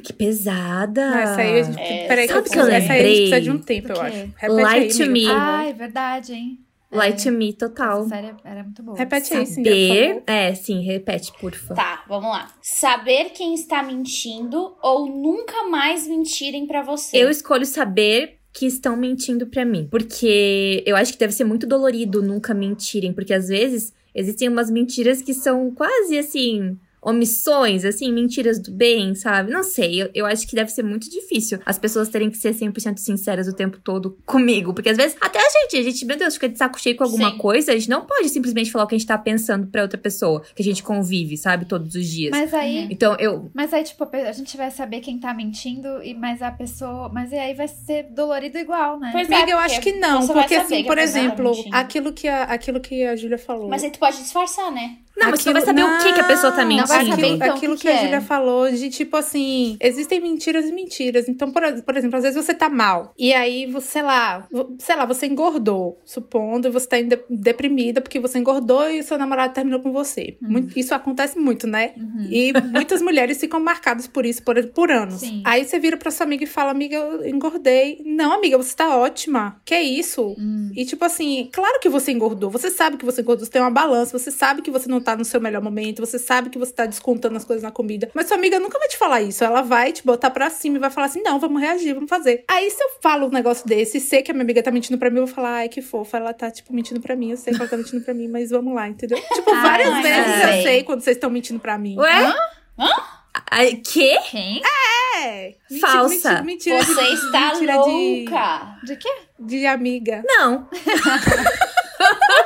Speaker 4: Que pesada.
Speaker 2: Não, essa aí a gente.
Speaker 1: É,
Speaker 2: peraí,
Speaker 4: sabe
Speaker 2: que,
Speaker 4: que eu
Speaker 2: preciso- essa aí a gente
Speaker 4: lembrei?
Speaker 2: precisa de um tempo,
Speaker 3: Do
Speaker 2: eu
Speaker 3: quê?
Speaker 2: acho.
Speaker 4: Lie
Speaker 2: Repete
Speaker 4: to
Speaker 2: aí, amiga.
Speaker 4: E-
Speaker 3: Ah, é verdade, hein?
Speaker 4: Light to me total.
Speaker 3: Essa série era muito boa.
Speaker 2: Repete aí, Cindy, por favor.
Speaker 4: Saber. É, sim, repete, por favor.
Speaker 1: Tá, vamos lá. Saber quem está mentindo ou nunca mais mentirem pra você.
Speaker 4: Eu escolho saber que estão mentindo pra mim, porque eu acho que deve ser muito dolorido nunca mentirem, porque às vezes existem umas mentiras que são quase assim omissões, assim, mentiras do bem, sabe? Não sei, eu, eu acho que deve ser muito difícil as pessoas terem que ser 100% sinceras o tempo todo comigo, porque às vezes até a gente, a gente, meu Deus, fica de saco cheio com alguma
Speaker 1: Sim.
Speaker 4: coisa, a gente não pode simplesmente falar o que a gente tá pensando pra outra pessoa, que a gente convive, sabe, todos os dias.
Speaker 3: Mas aí.
Speaker 4: Então, eu,
Speaker 3: Mas aí, tipo, a pe- a gente vai saber quem tá mentindo, e mas a pessoa. Mas aí vai ser dolorido igual, né?
Speaker 1: Pois é,
Speaker 2: Amiga, eu
Speaker 1: porque
Speaker 2: acho que não,
Speaker 1: você vai
Speaker 2: porque
Speaker 1: saber
Speaker 2: assim,
Speaker 1: que
Speaker 2: por
Speaker 1: a pessoa tá
Speaker 2: exemplo,
Speaker 1: mentindo.
Speaker 2: aquilo que a, aquilo que a Júlia falou.
Speaker 1: Mas aí tu pode disfarçar, né?
Speaker 4: não, mas tu não vai saber
Speaker 2: Aquilo-
Speaker 4: o que que a pessoa tá
Speaker 2: Não,
Speaker 4: mentindo.
Speaker 3: vai saber,
Speaker 2: aquilo,
Speaker 3: então, o
Speaker 2: aquilo
Speaker 3: que
Speaker 2: que,
Speaker 3: que
Speaker 2: a
Speaker 3: é.
Speaker 2: Julia falou de tipo assim, existem mentiras e mentiras. Então, por, por exemplo, às vezes você tá mal. E aí, você, sei lá, vo- sei lá, você engordou, supondo, e você tá em de- deprimida porque você engordou e o seu namorado terminou com você.
Speaker 3: Uhum.
Speaker 2: Muito- isso acontece muito, né?
Speaker 3: Uhum.
Speaker 2: E muitas *laughs* mulheres ficam marcadas por isso por, por anos.
Speaker 3: Sim.
Speaker 2: Aí você vira pra sua amiga e fala, amiga, eu engordei. Não, amiga, você tá ótima. Que isso?
Speaker 3: Hum.
Speaker 2: E tipo assim, claro que você engordou, você sabe que você engordou, você tem uma balança, você sabe que você não tá no seu melhor momento, você sabe que você tá descontando as coisas na comida. Mas sua amiga nunca vai te falar isso. Ela vai te botar pra cima e vai falar assim: não, vamos reagir, vamos fazer. Aí se eu falo um negócio desse e sei que a minha amiga tá mentindo pra mim, eu vou falar, ai, que fofa, ela tá, tipo, mentindo pra mim, eu sei que ela tá mentindo pra mim, mas vamos lá,
Speaker 4: *laughs*
Speaker 2: entendeu? Tipo,
Speaker 3: Ah,
Speaker 2: várias
Speaker 1: mas
Speaker 2: vezes
Speaker 4: não
Speaker 2: eu
Speaker 3: sei.
Speaker 2: sei quando vocês estão mentindo pra mim.
Speaker 4: Ué?
Speaker 3: Hã?
Speaker 4: Ai, quê?
Speaker 3: Quem?
Speaker 2: É. Mentira,
Speaker 4: Falsa.
Speaker 2: mentira,
Speaker 1: Você
Speaker 2: mentira
Speaker 1: está
Speaker 2: mentira de-
Speaker 1: louca.
Speaker 3: De quê?
Speaker 2: de, de amiga.
Speaker 4: Não.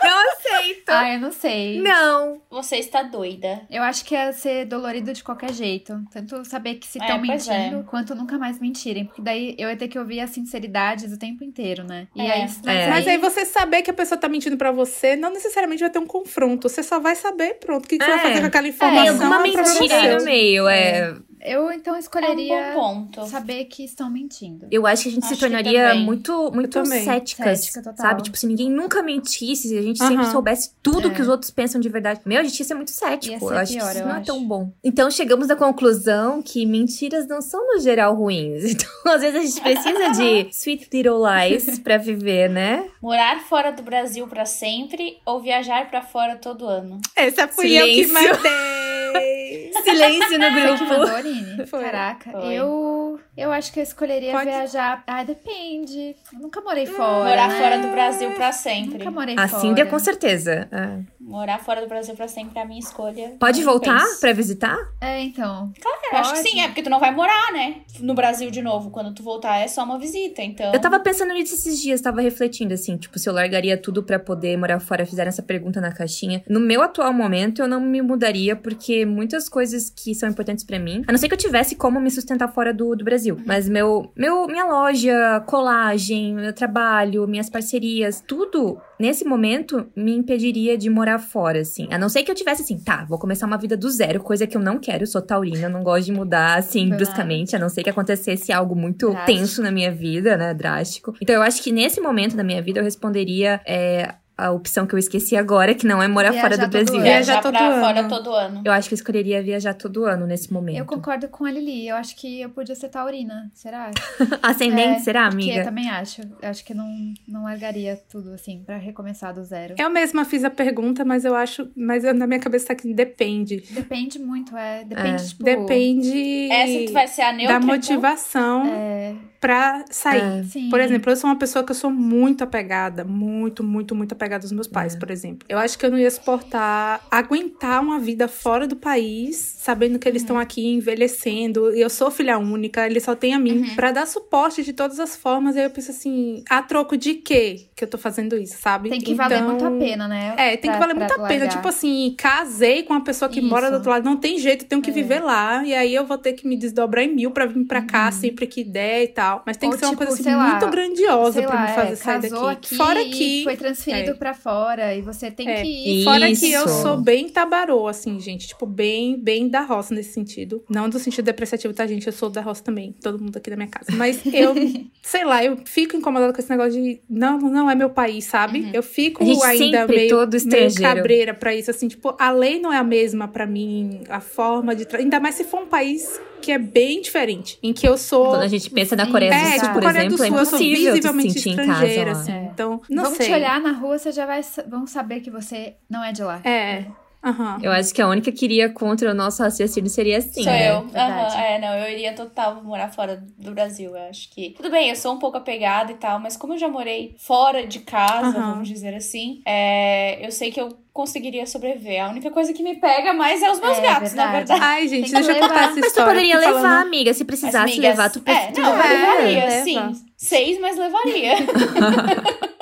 Speaker 4: não aceito.
Speaker 3: Ah, eu não sei.
Speaker 4: Não.
Speaker 1: Você está doida. É um
Speaker 3: Eu acho que ia ser dolorido de qualquer jeito. Tanto saber que se
Speaker 1: É,
Speaker 3: estão
Speaker 1: pois é.
Speaker 3: mentindo, quanto nunca mais mentirem. Porque daí eu ia ter que ouvir as sinceridades o tempo inteiro, né? E
Speaker 1: É.
Speaker 3: aí, mas
Speaker 4: É.
Speaker 2: Mas aí você saber que a pessoa tá mentindo pra você, não necessariamente vai ter um confronto. Você só vai saber, pronto, o que, que você
Speaker 4: É.
Speaker 2: vai fazer com aquela
Speaker 4: Tem
Speaker 2: informação.
Speaker 4: alguma
Speaker 2: é um problema
Speaker 4: mentira aí
Speaker 2: seu.
Speaker 4: no meio. É.
Speaker 3: Eu então
Speaker 1: É um bom
Speaker 3: escolheria
Speaker 1: ponto.
Speaker 3: saber que estão mentindo.
Speaker 4: Eu acho que a gente se
Speaker 1: Acho que
Speaker 4: tornaria
Speaker 1: também.
Speaker 4: muito, muito
Speaker 2: também.
Speaker 4: céticas,
Speaker 3: Cética total.
Speaker 4: sabe? Tipo, se ninguém nunca mentisse, se a gente sempre
Speaker 2: Aham.
Speaker 4: soubesse tudo
Speaker 3: É.
Speaker 4: que os outros pensam de verdade. Meu, a gente ia ser muito cético.
Speaker 3: Ia ser
Speaker 4: eu acho
Speaker 3: pior,
Speaker 4: que isso
Speaker 3: eu
Speaker 4: não é
Speaker 3: acho.
Speaker 4: tão bom. Então, chegamos à conclusão que mentiras não são, no geral, ruins. *laughs* Então, às vezes, a gente precisa de sweet little lies pra viver, né?
Speaker 1: Morar fora do Brasil pra sempre ou viajar pra fora todo ano?
Speaker 2: É, Essa fui eu que
Speaker 4: Silêncio.
Speaker 2: matei.
Speaker 4: Silêncio no
Speaker 3: Você que
Speaker 4: grupo.
Speaker 3: mandou, Aline?
Speaker 2: *laughs* Foi.
Speaker 3: Caraca,
Speaker 1: Foi.
Speaker 3: eu eu acho que eu escolheria
Speaker 2: Pode- Hum,
Speaker 3: viajar. Ah, depende. Eu nunca morei fora.
Speaker 1: Morar
Speaker 3: né?
Speaker 1: fora do Brasil pra sempre.
Speaker 3: Nunca morei
Speaker 2: Assim,
Speaker 4: A
Speaker 3: fora.
Speaker 4: Cíndia, com certeza. Ah.
Speaker 1: Morar fora do Brasil pra sempre é a minha escolha.
Speaker 4: Pode
Speaker 1: Eu
Speaker 4: voltar
Speaker 1: penso.
Speaker 4: pra visitar?
Speaker 3: É, então.
Speaker 1: Eu acho que
Speaker 3: Pode.
Speaker 1: sim, é porque tu não vai morar, né? No Brasil de novo. Quando tu voltar é só uma visita, então.
Speaker 4: Eu tava pensando nisso esses dias, tava refletindo assim, tipo, se eu largaria tudo pra poder morar fora, fizeram essa pergunta na caixinha. No meu atual momento, eu não me mudaria, porque muitas coisas que são importantes pra mim, a não ser que eu tivesse como me sustentar fora do, do Brasil, mas meu, meu, minha loja, colagem, meu trabalho, minhas parcerias, tudo nesse momento me impediria de morar fora, assim. A não ser que eu tivesse assim, tá, vou começar uma vida do zero, coisa que eu não quero, eu sou taurina, eu não gosto de mudar assim
Speaker 3: Claro.
Speaker 4: bruscamente, a não ser que acontecesse algo muito
Speaker 3: Drástico.
Speaker 4: tenso na minha vida, né, drástico. Então eu acho que nesse momento da minha vida eu responderia é, a opção que eu esqueci agora, que não é morar
Speaker 3: Viajar
Speaker 4: fora do
Speaker 3: todo
Speaker 4: Brasil.
Speaker 3: ano.
Speaker 1: viajar
Speaker 2: viajar todo
Speaker 1: pra
Speaker 2: ano.
Speaker 1: fora todo ano.
Speaker 4: Eu acho que eu escolheria viajar todo ano nesse momento.
Speaker 3: Eu concordo com a Lili. Eu acho que eu podia ser taurina. Será?
Speaker 4: *laughs* Ascendente,
Speaker 3: É,
Speaker 4: será,
Speaker 3: Porque eu
Speaker 4: amiga?
Speaker 3: também acho. Eu acho que não, não largaria tudo, assim, pra recomeçar do zero.
Speaker 2: Eu mesma fiz a pergunta, mas eu acho. Mas eu- na minha cabeça tá aqui, depende.
Speaker 3: Depende muito, é. Depende, tipo.
Speaker 2: Depende
Speaker 1: Essa tu vai ser a neutra.
Speaker 2: da
Speaker 1: então?
Speaker 2: motivação pra sair.
Speaker 4: É.
Speaker 3: Sim.
Speaker 2: Por exemplo, eu sou uma pessoa que eu sou muito apegada, muito, muito, muito apegada aos meus
Speaker 3: É.
Speaker 2: pais, por exemplo. Eu acho que eu não ia suportar aguentar uma vida fora do país, sabendo que eles
Speaker 3: Uhum.
Speaker 2: estão aqui envelhecendo. E eu sou filha única, eles só têm a mim,
Speaker 3: Uhum.
Speaker 2: pra dar suporte de todas as formas. Aí eu penso assim, a troco de quê que eu tô fazendo isso, sabe?
Speaker 3: Tem que valer
Speaker 2: Então,
Speaker 3: muito a pena, né?
Speaker 2: É, tem
Speaker 3: pra-
Speaker 2: que valer
Speaker 3: pra
Speaker 2: muito a pena.
Speaker 3: largar.
Speaker 2: Tipo assim, casei com uma pessoa que mora
Speaker 3: Isso. É.
Speaker 2: do outro lado, não tem jeito, tenho que viver lá. E aí eu vou ter que me desdobrar em mil pra vir pra cá sempre que der e tal. Mas tem
Speaker 3: Uhum. Ou
Speaker 2: que ser uma
Speaker 3: tipo,
Speaker 2: coisa assim,
Speaker 3: sei lá,
Speaker 2: muito grandiosa
Speaker 3: Sei
Speaker 2: pra
Speaker 3: lá,
Speaker 2: me fazer
Speaker 3: é,
Speaker 2: sair
Speaker 3: casou
Speaker 2: daqui.
Speaker 3: aqui
Speaker 2: Fora
Speaker 3: e
Speaker 2: que.
Speaker 3: Foi transferido
Speaker 2: É.
Speaker 3: pra fora e você tem
Speaker 2: É.
Speaker 3: que ir.
Speaker 4: E-
Speaker 2: Fora que eu
Speaker 4: Isso.
Speaker 2: sou bem tabarô, assim, gente. Tipo, bem, bem da roça nesse sentido. Não do sentido depreciativo, tá, gente? Eu sou da roça também. Todo mundo aqui da minha casa. Mas
Speaker 4: *laughs*
Speaker 2: eu, sei lá, eu fico incomodada com esse negócio de não, não é meu país, sabe? Eu fico
Speaker 4: Uhum. A gente
Speaker 2: ainda
Speaker 4: sempre,
Speaker 2: meio,
Speaker 4: todo
Speaker 2: meio
Speaker 4: estrangeiro.
Speaker 2: cabreira pra isso. Assim, tipo, a lei não é a mesma pra mim. A forma de. tra- Ainda mais se for um país que é bem diferente. Em que eu sou.
Speaker 4: Quando a gente pensa na
Speaker 3: Sim.
Speaker 4: Coreia do
Speaker 2: É,
Speaker 4: Sul,
Speaker 2: tipo,
Speaker 4: por
Speaker 2: Coreia
Speaker 4: exemplo,
Speaker 2: do Sul,
Speaker 4: é
Speaker 2: eu sou
Speaker 4: impossível se
Speaker 2: visivelmente
Speaker 4: sentir em casa né?
Speaker 2: estrangeira,
Speaker 4: lá.
Speaker 2: assim.
Speaker 3: É.
Speaker 2: Então, não
Speaker 3: Vão
Speaker 2: sei.
Speaker 3: te olhar na rua, você já vai. sa- Vão saber que você não é de lá.
Speaker 2: É. Aham.
Speaker 4: Eu acho que a única que iria contra o nosso raciocínio seria assim,
Speaker 1: Sou
Speaker 4: né?
Speaker 1: eu.
Speaker 3: Verdade.
Speaker 1: Aham, é, não, eu iria total morar fora do Brasil, eu acho que. Tudo bem, eu sou um pouco apegada e tal, mas como eu já morei fora de casa,
Speaker 2: Aham.
Speaker 1: vamos dizer assim, é, eu sei que eu conseguiria sobreviver. A única coisa que me pega mais é os meus
Speaker 3: É,
Speaker 1: gatos, na
Speaker 3: verdade.
Speaker 1: verdade.
Speaker 2: Ai, gente,
Speaker 3: que
Speaker 2: deixa eu contar
Speaker 3: levar.
Speaker 2: essa história.
Speaker 4: Mas tu poderia
Speaker 2: porque
Speaker 4: levar,
Speaker 2: falando-
Speaker 4: amiga, se
Speaker 1: Mas,
Speaker 4: precisasse
Speaker 1: amigas,
Speaker 4: levar, né? tu,
Speaker 1: é,
Speaker 4: tu
Speaker 1: não, eu
Speaker 2: vai,
Speaker 1: levaria,
Speaker 2: leva.
Speaker 1: sim. Seis, mas levaria.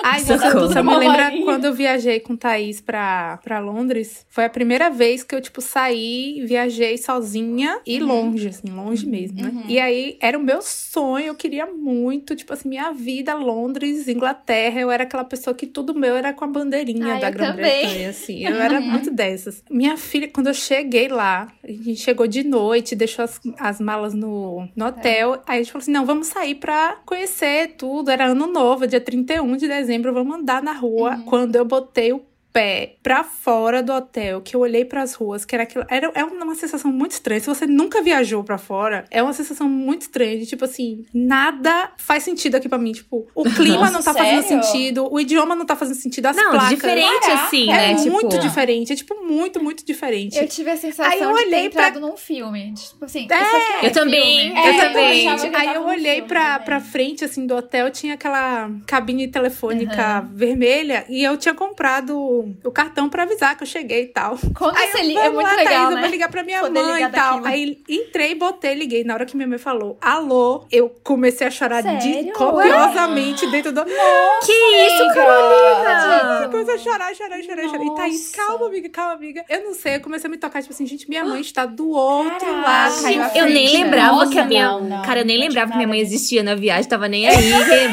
Speaker 2: Ai, gente,
Speaker 4: Socorro.
Speaker 2: só me lembra
Speaker 1: Maria.
Speaker 2: quando eu viajei com Thaís pra, pra Londres. Foi a primeira vez que eu, tipo, saí, viajei sozinha e longe, assim, longe mesmo, né?
Speaker 1: Uhum.
Speaker 2: E aí, era o meu sonho, eu queria muito, tipo assim, minha vida, Londres, Inglaterra. Eu era aquela pessoa que tudo meu era com a bandeirinha
Speaker 3: Ah,
Speaker 2: da
Speaker 3: eu também.
Speaker 2: Grã-Bretanha, assim. Eu era muito dessas. Minha filha, quando eu cheguei lá, a gente chegou de noite, deixou as, as malas no, no hotel. Aí a gente falou assim: não, vamos sair pra conhecer tudo. Era ano novo, dia 31 de dezembro, vamos andar na rua. Quando eu botei o pé pra fora do hotel, que eu olhei pras ruas, que era aquilo. Era, é uma sensação muito estranha. Se você nunca viajou pra fora, é uma sensação muito estranha. De, tipo assim, nada faz sentido aqui pra mim. Tipo, o clima
Speaker 1: Nossa,
Speaker 2: não tá fazendo
Speaker 1: sério?
Speaker 2: sentido, o idioma não tá fazendo sentido, as
Speaker 4: Não,
Speaker 2: placas.
Speaker 4: diferente
Speaker 1: Caraca,
Speaker 4: assim,
Speaker 2: É
Speaker 4: né?
Speaker 2: muito
Speaker 4: tipo,
Speaker 2: diferente, é tipo muito, muito diferente.
Speaker 3: Eu tive a sensação
Speaker 2: Aí eu
Speaker 3: de ter
Speaker 2: olhei pra-
Speaker 3: entrado num filme. de, Tipo assim,
Speaker 2: É,
Speaker 3: isso aqui é
Speaker 4: eu também,
Speaker 3: filme.
Speaker 4: eu
Speaker 1: É, eu
Speaker 4: também.
Speaker 1: achava- que
Speaker 2: Aí
Speaker 1: tava
Speaker 2: eu
Speaker 1: num
Speaker 2: olhei
Speaker 1: filme
Speaker 3: né?
Speaker 2: pra,
Speaker 1: também.
Speaker 2: pra frente, assim, do hotel, tinha aquela cabine telefônica vermelha e eu tinha comprado o cartão pra avisar que eu cheguei e tal.
Speaker 3: Conta
Speaker 2: Aí
Speaker 3: essa
Speaker 2: eu,
Speaker 3: li-
Speaker 2: vamos
Speaker 3: é muito
Speaker 2: lá, tá
Speaker 3: legal,
Speaker 2: Thaís, eu
Speaker 3: né?
Speaker 2: vou ligar pra minha
Speaker 3: Poder
Speaker 2: mãe
Speaker 3: ligar
Speaker 2: e tal.
Speaker 3: daqui, né?
Speaker 2: Aí entrei, botei, liguei. Na hora que minha mãe falou, alô, eu comecei a chorar de,
Speaker 3: Sério?
Speaker 2: copiosamente dentro do...
Speaker 4: Que isso, cara?
Speaker 2: Ah,
Speaker 3: Tipo,
Speaker 2: comecei a chorar, chorar, chorar, chorar. E Thaís,
Speaker 1: Nossa.
Speaker 2: calma, amiga, calma, amiga. Eu não sei, eu comecei a me tocar, tipo assim, gente, minha mãe está do outro
Speaker 1: Caraca,
Speaker 2: lado.
Speaker 3: caiu a
Speaker 4: Eu nem
Speaker 3: ficha.
Speaker 4: lembrava
Speaker 1: Nossa,
Speaker 4: que a minha.
Speaker 1: não, não,
Speaker 4: cara, eu nem
Speaker 1: não tinha
Speaker 4: lembrava que minha
Speaker 1: nada
Speaker 4: mãe
Speaker 1: disso.
Speaker 4: existia na viagem, tava nem aí.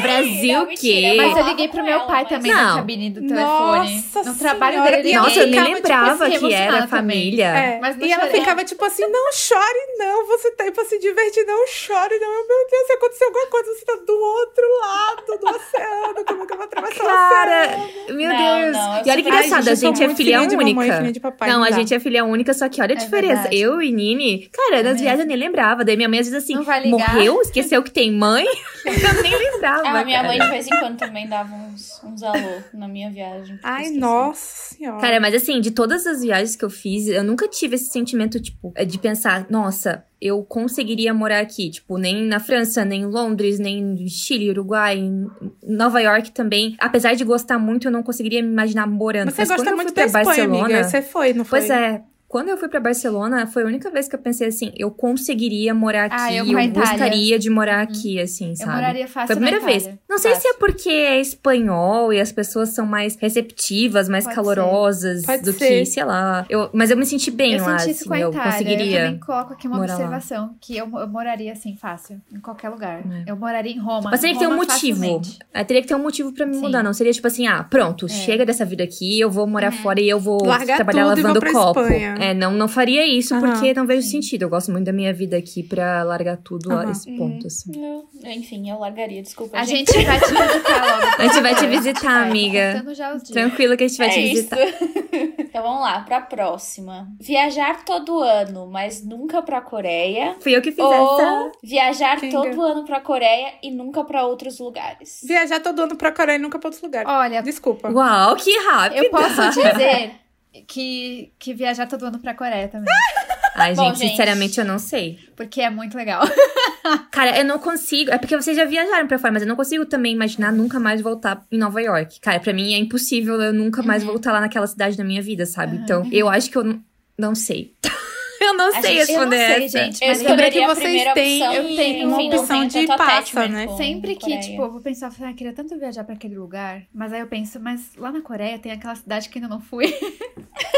Speaker 4: Brasil,
Speaker 1: não,
Speaker 4: o quê?
Speaker 1: mentira,
Speaker 3: Mas eu
Speaker 1: falava
Speaker 3: liguei
Speaker 1: com
Speaker 3: pro meu
Speaker 1: ela,
Speaker 3: pai
Speaker 1: mas-
Speaker 3: também
Speaker 4: Não.
Speaker 3: na cabine do telefone.
Speaker 2: Nossa
Speaker 3: não trabalho
Speaker 2: senhora.
Speaker 3: dele.
Speaker 2: E
Speaker 3: né?
Speaker 4: Nossa, eu nem
Speaker 3: Ficava, tipo,
Speaker 4: lembrava
Speaker 3: assim,
Speaker 4: que era
Speaker 3: emocionada também.
Speaker 4: família.
Speaker 2: É,
Speaker 3: Mas não
Speaker 2: e ela
Speaker 3: chorei.
Speaker 2: ficava tipo assim: não chore, não, você tá aí pra se divertir, não chore, não. Meu Deus, se aconteceu alguma coisa, você tá do outro lado do oceano, como que eu vou atravessar o oceano?
Speaker 4: Cara, meu
Speaker 1: Não,
Speaker 4: Deus.
Speaker 1: não, eu
Speaker 4: e olha que
Speaker 1: super- Ai,
Speaker 4: engraçado,
Speaker 1: gente,
Speaker 4: a
Speaker 1: eu sou
Speaker 4: gente é
Speaker 1: muito
Speaker 4: filha
Speaker 2: filhinha de
Speaker 4: única.
Speaker 2: mamãe, filhinha de papai,
Speaker 4: não,
Speaker 2: não
Speaker 4: a
Speaker 2: dá.
Speaker 4: gente é filha única, só que olha a
Speaker 3: É
Speaker 4: diferença.
Speaker 3: verdade.
Speaker 4: Eu e Nini, cara, nas
Speaker 3: É
Speaker 4: viagens eu nem lembrava. Daí minha mãe às vezes assim,
Speaker 3: Não vai ligar.
Speaker 4: morreu, esqueceu que tem mãe. *laughs* eu nem lembrava.
Speaker 1: Ah, minha mãe
Speaker 4: cara.
Speaker 1: de vez em quando também dava uns, uns alô na minha viagem. porque eu
Speaker 2: Ai,
Speaker 1: esqueci.
Speaker 2: nossa senhora.
Speaker 4: é Cara, mas assim, de todas as viagens que eu fiz, eu nunca tive esse sentimento, tipo, é de pensar, nossa, eu conseguiria morar aqui. Tipo, nem na França, nem em Londres, nem em Chile, Uruguai, em Nova York também. Apesar de gostar muito, eu não conseguiria me imaginar morando.
Speaker 2: Você
Speaker 4: Mas quando
Speaker 2: gosta
Speaker 4: eu
Speaker 2: muito
Speaker 4: fui
Speaker 2: da
Speaker 4: pra
Speaker 2: Espanha,
Speaker 4: Barcelona,
Speaker 2: amiga. Você foi, não foi?
Speaker 4: Pois é. Quando eu fui pra Barcelona, foi a única vez que eu pensei assim, eu conseguiria morar aqui,
Speaker 3: Ah, eu
Speaker 4: eu,
Speaker 3: com a Itália. Uhum.
Speaker 4: gostaria de morar aqui, assim,
Speaker 3: Eu
Speaker 4: sabe?
Speaker 3: moraria fácil
Speaker 4: Foi a primeira
Speaker 3: na
Speaker 4: vez.
Speaker 3: Itália.
Speaker 4: Não sei
Speaker 3: Fácil.
Speaker 4: se é porque é espanhol e as pessoas são mais receptivas, mais
Speaker 3: Pode
Speaker 4: calorosas
Speaker 2: ser. Pode
Speaker 4: do
Speaker 2: ser.
Speaker 4: que, sei lá. Eu, mas eu me senti bem
Speaker 3: eu
Speaker 4: lá,
Speaker 3: senti isso
Speaker 4: assim,
Speaker 3: com a
Speaker 4: eu
Speaker 3: Itália. Eu
Speaker 4: conseguiria.
Speaker 3: também coloco aqui uma
Speaker 4: morar lá.
Speaker 3: observação que eu, eu moraria assim fácil em qualquer lugar.
Speaker 4: É.
Speaker 3: Eu moraria em Roma.
Speaker 4: Mas teria que ter um
Speaker 3: Roma
Speaker 4: motivo.
Speaker 3: facilmente.
Speaker 4: Ah, teria que ter um motivo pra me
Speaker 3: Sim.
Speaker 4: mudar, não seria tipo assim, ah, pronto, chega dessa vida aqui, eu vou morar fora e eu vou
Speaker 2: Largar
Speaker 4: trabalhar
Speaker 2: tudo e vou
Speaker 4: lavando
Speaker 2: pra
Speaker 4: copo.
Speaker 2: Espanha.
Speaker 4: É, não, não faria isso
Speaker 2: Aham.
Speaker 4: porque não vejo sentido. Eu gosto muito da minha vida aqui pra largar tudo a
Speaker 2: Aham.
Speaker 4: esse ponto, assim.
Speaker 1: Eu- enfim, eu largaria, desculpa.
Speaker 3: A gente vai te visitar logo.
Speaker 4: A gente vai te
Speaker 3: Tá, *laughs*
Speaker 4: visitar, Ah, amiga.
Speaker 3: contando já os dias.
Speaker 4: Tranquilo que a gente vai
Speaker 1: é
Speaker 4: te
Speaker 1: isso. *laughs*
Speaker 4: visitar.
Speaker 1: então vamos lá, pra próxima. Viajar todo ano, mas nunca pra Coreia.
Speaker 4: Fui eu que fiz essa.
Speaker 1: Ou viajar
Speaker 2: Kinga.
Speaker 1: todo ano pra Coreia e nunca pra outros lugares.
Speaker 2: Viajar todo ano pra Coreia e nunca pra outros lugares.
Speaker 3: Olha,
Speaker 2: Desculpa.
Speaker 4: Uau, que rápido.
Speaker 3: eu posso dizer que, que viajar todo ano pra Coreia também.
Speaker 4: Ai,
Speaker 1: Bom,
Speaker 4: gente,
Speaker 1: gente.
Speaker 4: sinceramente eu não sei.
Speaker 3: Porque é muito legal.
Speaker 4: Cara, eu não consigo. É porque vocês já viajaram pra fora, mas eu não consigo também imaginar nunca mais voltar em Nova York. Cara, pra mim é impossível eu nunca mais voltar lá naquela cidade da minha vida, sabe? Então, eu acho que eu não, não sei. eu não
Speaker 1: A
Speaker 4: sei
Speaker 1: gente- eu
Speaker 4: responder
Speaker 3: não sei,
Speaker 4: essa.
Speaker 3: gente.
Speaker 1: Eu
Speaker 3: Mas
Speaker 2: lembra que
Speaker 1: escolheria a
Speaker 2: vocês
Speaker 1: primeira
Speaker 2: têm-
Speaker 1: opção.
Speaker 2: eu
Speaker 1: e,
Speaker 2: tenho
Speaker 1: enfim,
Speaker 2: uma
Speaker 1: não
Speaker 2: opção
Speaker 1: tenho
Speaker 2: de
Speaker 1: tanto
Speaker 2: passa,
Speaker 1: attachment
Speaker 2: né?
Speaker 1: com
Speaker 3: Sempre que,
Speaker 1: Coreia.
Speaker 3: tipo, eu vou pensar, eu falo, ah, eu queria tanto viajar pra aquele lugar. Mas aí eu penso, mas lá na Coreia tem aquela cidade que ainda não
Speaker 4: *laughs*
Speaker 3: fui.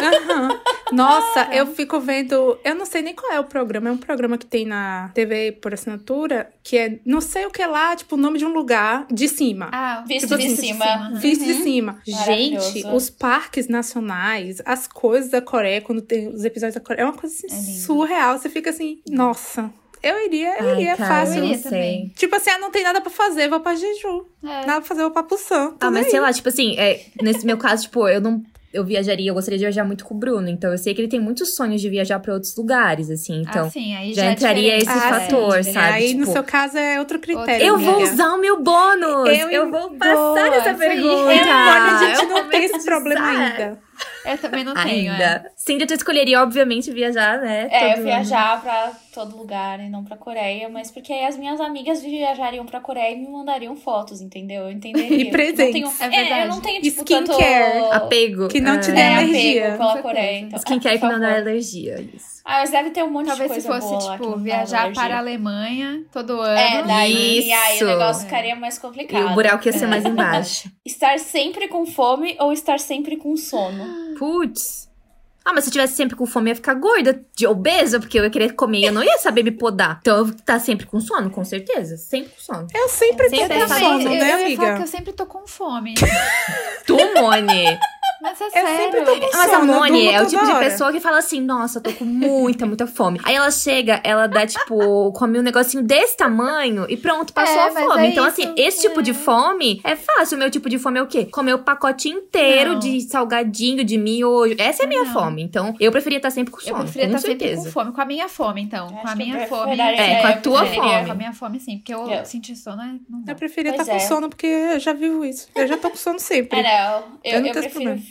Speaker 2: Aham. Nossa, eu fico vendo. Eu não sei nem qual é o programa. É um programa que tem na TV por assinatura, que é não sei o que lá, tipo, o nome de um lugar de cima.
Speaker 3: Ah,
Speaker 1: Visto
Speaker 3: tipo,
Speaker 1: de
Speaker 3: visto
Speaker 1: cima.
Speaker 3: né?
Speaker 2: Visto de cima.
Speaker 1: Maravilhoso.
Speaker 2: Gente, os parques nacionais, as coisas da Coreia, quando tem os episódios da Coreia, é uma coisa assim,
Speaker 3: É lindo.
Speaker 2: surreal. Você fica assim, nossa, eu iria, eu
Speaker 4: Ai,
Speaker 2: iria
Speaker 4: cara,
Speaker 2: fácil.
Speaker 4: Eu
Speaker 3: Eu
Speaker 4: não
Speaker 3: iria
Speaker 4: sei.
Speaker 3: também.
Speaker 2: Tipo assim, ah, não tem nada pra fazer, vou pra Jeju.
Speaker 3: É.
Speaker 2: Nada pra fazer, vou pra Pusan.
Speaker 4: Ah, mas sei lá, tipo assim, é, nesse meu caso, tipo, eu não. Eu viajaria, eu gostaria de viajar muito com o Bruno. Então, eu sei que ele tem muitos sonhos de viajar pra outros lugares, assim. Então,
Speaker 3: ah, sim, aí
Speaker 4: já
Speaker 3: já,
Speaker 4: entraria
Speaker 3: é
Speaker 4: esse
Speaker 3: diferente.
Speaker 4: fator,
Speaker 3: sim,
Speaker 4: sabe?
Speaker 2: Aí, no
Speaker 4: tipo,
Speaker 2: seu caso, é outro critério.
Speaker 4: eu vou
Speaker 2: amiga.
Speaker 4: usar o meu bônus! Eu,
Speaker 2: Eu um
Speaker 4: vou
Speaker 2: boa,
Speaker 4: passar essa
Speaker 3: isso aí.
Speaker 4: pergunta!
Speaker 2: Eu, olha, a gente
Speaker 4: tá. Eu
Speaker 2: não tem
Speaker 4: momento
Speaker 2: esse
Speaker 4: de
Speaker 2: problema
Speaker 4: usar.
Speaker 2: ainda.
Speaker 3: Eu também não tenho, é.
Speaker 4: Ainda. Cindy, tu escolheria, obviamente, viajar, né?
Speaker 1: É,
Speaker 4: todo
Speaker 1: eu viajar pra todo lugar e não pra Coreia, mas porque aí as minhas amigas viajariam pra Coreia e me mandariam fotos, entendeu? Eu entenderia.
Speaker 2: E presentes.
Speaker 1: Eu não
Speaker 3: É
Speaker 1: tenho, é, eu
Speaker 3: verdade.
Speaker 1: não tenho tipo,
Speaker 2: Skincare.
Speaker 1: tanto...
Speaker 4: ano. Apego.
Speaker 2: Que não te
Speaker 4: ah,
Speaker 2: dê
Speaker 1: é,
Speaker 2: alergia.
Speaker 1: apego pela
Speaker 3: Com
Speaker 1: Coreia.
Speaker 3: certeza.
Speaker 1: Então,
Speaker 4: Skincare
Speaker 1: ah,
Speaker 4: que
Speaker 1: por
Speaker 4: não dá
Speaker 1: favor.
Speaker 4: alergia, isso.
Speaker 1: Ah, mas deve ter um monte
Speaker 3: Talvez
Speaker 1: de
Speaker 3: se
Speaker 1: coisa
Speaker 3: fosse,
Speaker 1: boa lá que
Speaker 3: tipo,
Speaker 1: não tá dá
Speaker 3: viajar
Speaker 1: alergia.
Speaker 3: para a Alemanha todo ano. né?
Speaker 1: É, daí
Speaker 4: Isso.
Speaker 1: e aí o negócio ficaria mais
Speaker 4: E
Speaker 1: complicado.
Speaker 4: o buraco ia ser
Speaker 1: É. *laughs*
Speaker 4: mais embaixo.
Speaker 1: Estar sempre com fome ou estar sempre com sono?
Speaker 4: Putz. Ah, mas se eu tivesse sempre com fome, eu ia ficar gorda, de obesa, porque eu ia querer comer e eu não ia saber me podar. Então eu vou estar sempre com sono, com certeza. Sempre com sono.
Speaker 2: Eu sempre
Speaker 4: Sempre
Speaker 2: tenho
Speaker 3: Eu
Speaker 4: Tá
Speaker 3: também,
Speaker 2: sono,
Speaker 3: eu,
Speaker 2: né,
Speaker 3: eu ia falar
Speaker 2: amiga?
Speaker 3: que eu sempre tô com fome.
Speaker 4: Tu, Moni!
Speaker 3: Mas é
Speaker 2: Eu
Speaker 3: sério.
Speaker 2: sempre tô com
Speaker 4: Mas a
Speaker 2: sono, eu
Speaker 4: Moni
Speaker 2: durmo
Speaker 4: é o
Speaker 2: toda
Speaker 4: tipo de
Speaker 2: hora.
Speaker 4: pessoa que fala assim: Nossa, eu tô com muita, muita fome. Aí ela chega, ela dá tipo, *laughs* come um negocinho desse tamanho e pronto, passou
Speaker 3: É,
Speaker 4: a
Speaker 3: mas
Speaker 4: fome.
Speaker 3: é
Speaker 4: então,
Speaker 3: isso,
Speaker 4: assim, esse tipo de
Speaker 3: é.
Speaker 4: fome é fácil. O meu tipo de fome é o quê? Comer o pacote inteiro
Speaker 3: Não.
Speaker 4: de salgadinho, de miojo. Essa é a minha
Speaker 3: Não.
Speaker 4: fome. Então, eu preferia estar sempre com
Speaker 3: Eu
Speaker 4: sono.
Speaker 3: preferia
Speaker 4: com
Speaker 3: estar sempre com
Speaker 4: certeza.
Speaker 3: fome, com a minha fome, então.
Speaker 1: É, Acho
Speaker 3: Com a
Speaker 1: que
Speaker 3: minha
Speaker 1: eu
Speaker 3: fome.
Speaker 1: preferiria-
Speaker 4: É, com a
Speaker 1: eu
Speaker 4: tua
Speaker 1: preferiria-
Speaker 4: fome.
Speaker 3: Com a minha fome, sim, porque eu
Speaker 1: Eu.
Speaker 3: sentir sono é- não dá.
Speaker 2: Eu preferia estar
Speaker 1: Pois
Speaker 2: com
Speaker 1: é.
Speaker 2: sono, porque eu já vivo isso. Eu já tô com sono sempre.
Speaker 1: Ah, não. Eu,
Speaker 2: Eu não
Speaker 1: eu
Speaker 2: tenho esse
Speaker 1: prefiro
Speaker 2: problema.